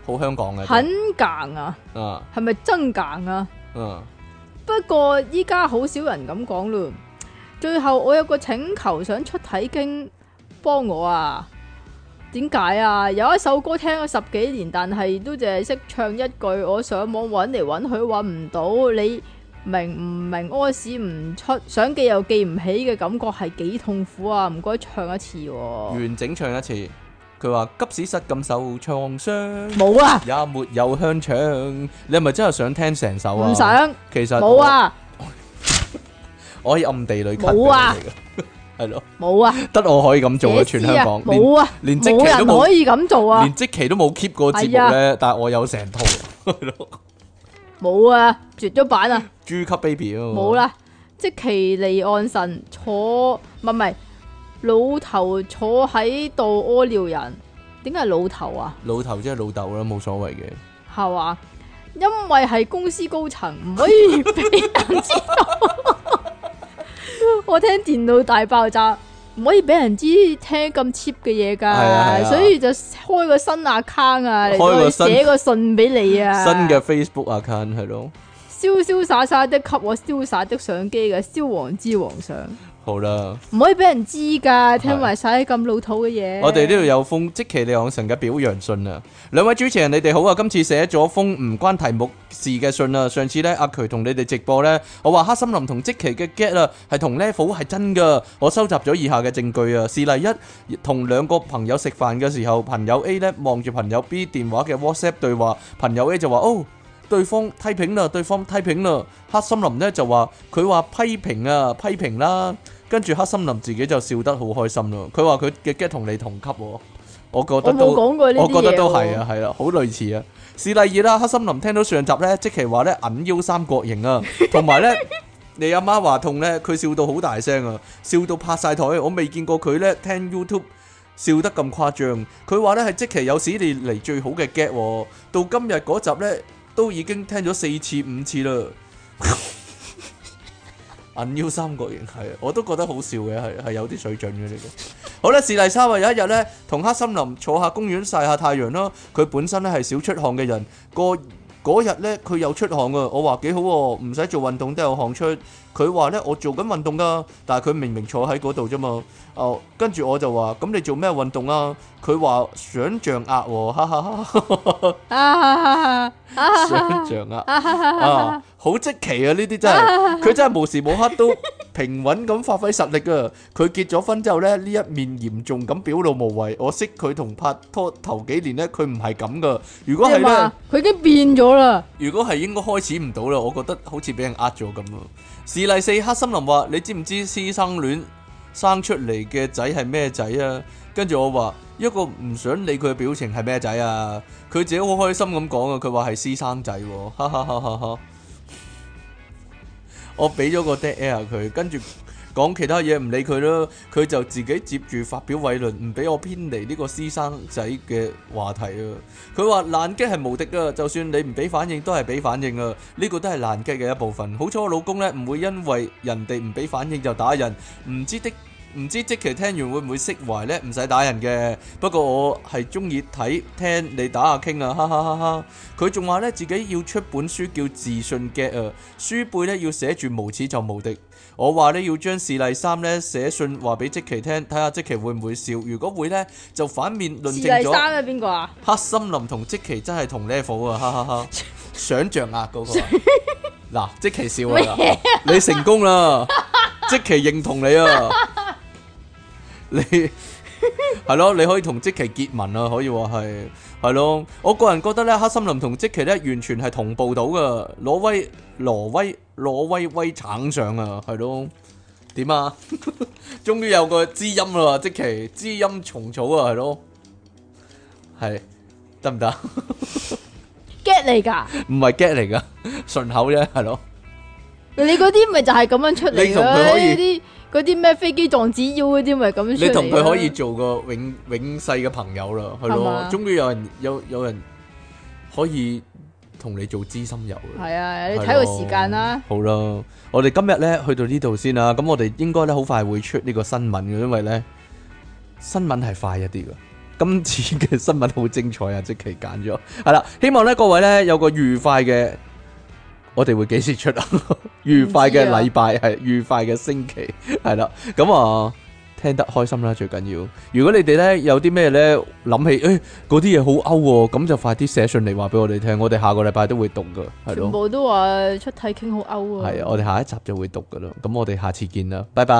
S1: 好香港嘅，
S2: 肯硬啊，
S1: 啊
S2: 係咪真硬啊？
S1: 啊
S2: 不過依家好少人咁講嘞。最後我有個請求想出體經幫我啊？點解啊？有一首歌聽咗十幾年，但係都淨係識唱一句。我上網揾嚟揾去揾唔到，你明唔明？屙屎唔出，想記又記唔起嘅感覺係幾痛苦啊！唔該唱一次喎、
S1: 完整唱一次。佢話急屎室咁受創傷，
S2: 冇啊，
S1: 也沒有香腸。你係咪真係想聽成首啊？
S2: 唔，想
S1: 其實
S2: 冇啊，
S1: 我，我喺暗地裏 cut
S2: 冇啊
S1: 俾你嘅，係咯，
S2: 冇啊，
S1: 得我可以咁做
S2: 野
S1: 嘅，
S2: 史
S1: 全香
S2: 啊
S1: 港連
S2: 冇啊，
S1: 連即期
S2: 冇
S1: 都
S2: 人
S1: 冇
S2: 可。以咁做啊
S1: 連，即期都冇 keep 過節目咧，但係我有成套，係咯，
S2: 冇啊，絕咗版啊！
S1: 豬級 baby 啊，
S2: 冇，啦，即其離岸神坐，唔係唔係，老頭坐喺度屙尿人，點解係老頭啊？
S1: 老頭即係老豆啦，冇所謂嘅。
S2: 係嘛？因為係公司高層，唔可以俾人知道。 我聽電腦大爆炸，唔可以俾人知聽咁 cheap 嘅嘢㗎，
S1: 係啊係啊
S2: 所以就開個新 account 啊，
S1: 開
S2: 嚟
S1: 個
S2: 到去
S1: 新
S2: 寫個信俾你啊，
S1: 新嘅 Facebook account 係咯，
S2: 瀟瀟灑灑的給我瀟灑的相機嘅消王之皇上。
S1: 好啦，
S2: 唔可以俾人知噶，聽埋晒啲咁老土嘅嘢。
S1: 我哋呢度有封即其利昂神嘅表揚信啊！兩位主持人，你哋好啊！今次寫咗封唔關題目事嘅信啊！上次呢，阿渠同你哋直播呢，我話黑森林同即其嘅 get 啊，係同 level 係真噶。我收集咗以下嘅證據啊，事例一，同兩個朋友食飯嘅時候，朋友 A 呢望住朋友 B 電話嘅 WhatsApp 對話，朋友 A 就話哦。對方批評啦，對方批評啦，黑森林呢就話佢話批評啊，批評啦，跟住黑森林自己就笑得好開心咯。佢話佢嘅 get 同你同級喎，我覺
S2: 我
S1: 得
S2: 冇
S1: 都
S2: 講過呢啲
S1: 我覺
S2: 嘢。
S1: 得都係啊，，係啦，好類似啊。事例二啦，黑森林聽到上集咧，即其話咧銀腰三角形 啊，同埋咧你阿媽話痛咧，佢笑到好大聲啊，笑到拍晒台。我未見過佢咧聽 YouTube 笑得咁誇張。佢話咧係即其有史以嚟最好嘅 get，喎到今日嗰集咧都已經聽咗四次五次 啦。銀腰三角形係啊，我都覺得好笑嘅，係係有啲水準嘅呢個。好啦，事例三啊，有一日咧，同黑森林坐下公園曬下太陽啦。佢本身咧係少出汗嘅人，個嗰日咧佢有出汗啊。我話幾好喎，唔使做運動都有汗出。佢話咧我做緊運動噶，但係佢明明坐喺嗰度啫嘛。哦，跟住我就話咁你做咩運動啊？佢話想像壓喎，哈哈哈，
S2: 啊
S1: 想像壓。啊，好即奇啊！呢啲真係，佢真係無時無刻都平穩咁發揮實力啊！佢結咗婚之後咧，呢一面嚴重咁表露無遺。我識佢同拍拖頭幾年咧，佢唔係咁噶。如
S2: 即
S1: 果係
S2: 係
S1: 咧
S2: 嘛，，佢已經變咗啦。
S1: 如果係應該開始唔到啦，我覺得好似俾人呃咗咁啊！事例四，黑森林話：你知唔知師生戀生出嚟嘅仔係咩仔啊？跟住我話一個唔想理佢嘅表情係咩仔啊？佢自己好開心咁講啊！佢話係私生仔喎，哈哈哈哈哈！我俾咗個 dead air 佢，跟住講其他嘢唔理佢啦，佢就自己接住發表偉論，唔俾我偏離呢個私生仔嘅話題啊！佢話爛 gag 係無敵噶，就算你唔俾反應都係俾反應啊！呢個都係爛 gag 嘅一部分。好彩我老公呢唔會因為人哋唔俾反應就打人，唔知的唔知即期聽完會唔會釋懷呢？唔使打人嘅。不過我係中意睇聽你打下傾啊，哈哈哈哈！佢仲話呢，自己要出本書叫《自信 gag》啊，書背呢要寫住無恥就無敵。我話呢，要將事例三呢寫信話俾即期聽，睇下即期會唔會笑。如果會呢，就反面論
S2: 是第
S1: 證
S2: 三
S1: 咗。
S2: 係邊個啊？
S1: 黑森林同即奇真係同 level 啊，哈哈哈！想像壓嗰個啊，嗱，即奇笑啊，嗱你成功啦，即奇認同你啊，你 係咯，你可以同即奇結盟啊，可以話係係咯，我個人覺得咧，黑森林同即奇咧完全係同步到噶，挪威挪威挪威威橙上啊，係咯。點啊？ 終於有個知音啦，即其知音蟲草啊，係咯，係得唔得？
S2: get 嚟㗎？
S1: 唔係 get 嚟噶，順口啫，係咯。
S2: 你嗰啲咪就係咁樣出嚟
S1: 你同佢可以
S2: 嘅？呢啲嗰啲咩飛機撞紙腰嗰啲咪咁樣出嚟
S1: 你
S2: 嘅
S1: 同佢可以做個永永世嘅朋友啦，係
S2: 係
S1: 咯。
S2: 嘛
S1: 終於有人有有人可以同你做知心友嘅。
S2: 系啊，你睇個時間啦，
S1: 好啦，我哋今日咧去到呢度先啦。咁我哋應該咧好快會出呢個新聞嘅，因為咧新聞係快一啲嘅。今次嘅新聞好精彩啊！即期揀咗，係啦，希望咧各位咧有個愉快嘅，我哋會幾時 出啊？愉快嘅
S2: 啊
S1: 禮拜係愉快嘅星期係啦。咁啊，聽得開心啦，最緊要。如果你哋咧有啲咩咧諗起，誒嗰啲嘢好歐喎，咁就快啲寫信嚟話俾我哋聽，我哋下個禮拜都會讀噶，係咯
S2: 全。部都話出體傾好歐啊。
S1: 系啊，我哋下一集就會讀噶啦，咁我哋下次見啦，拜拜。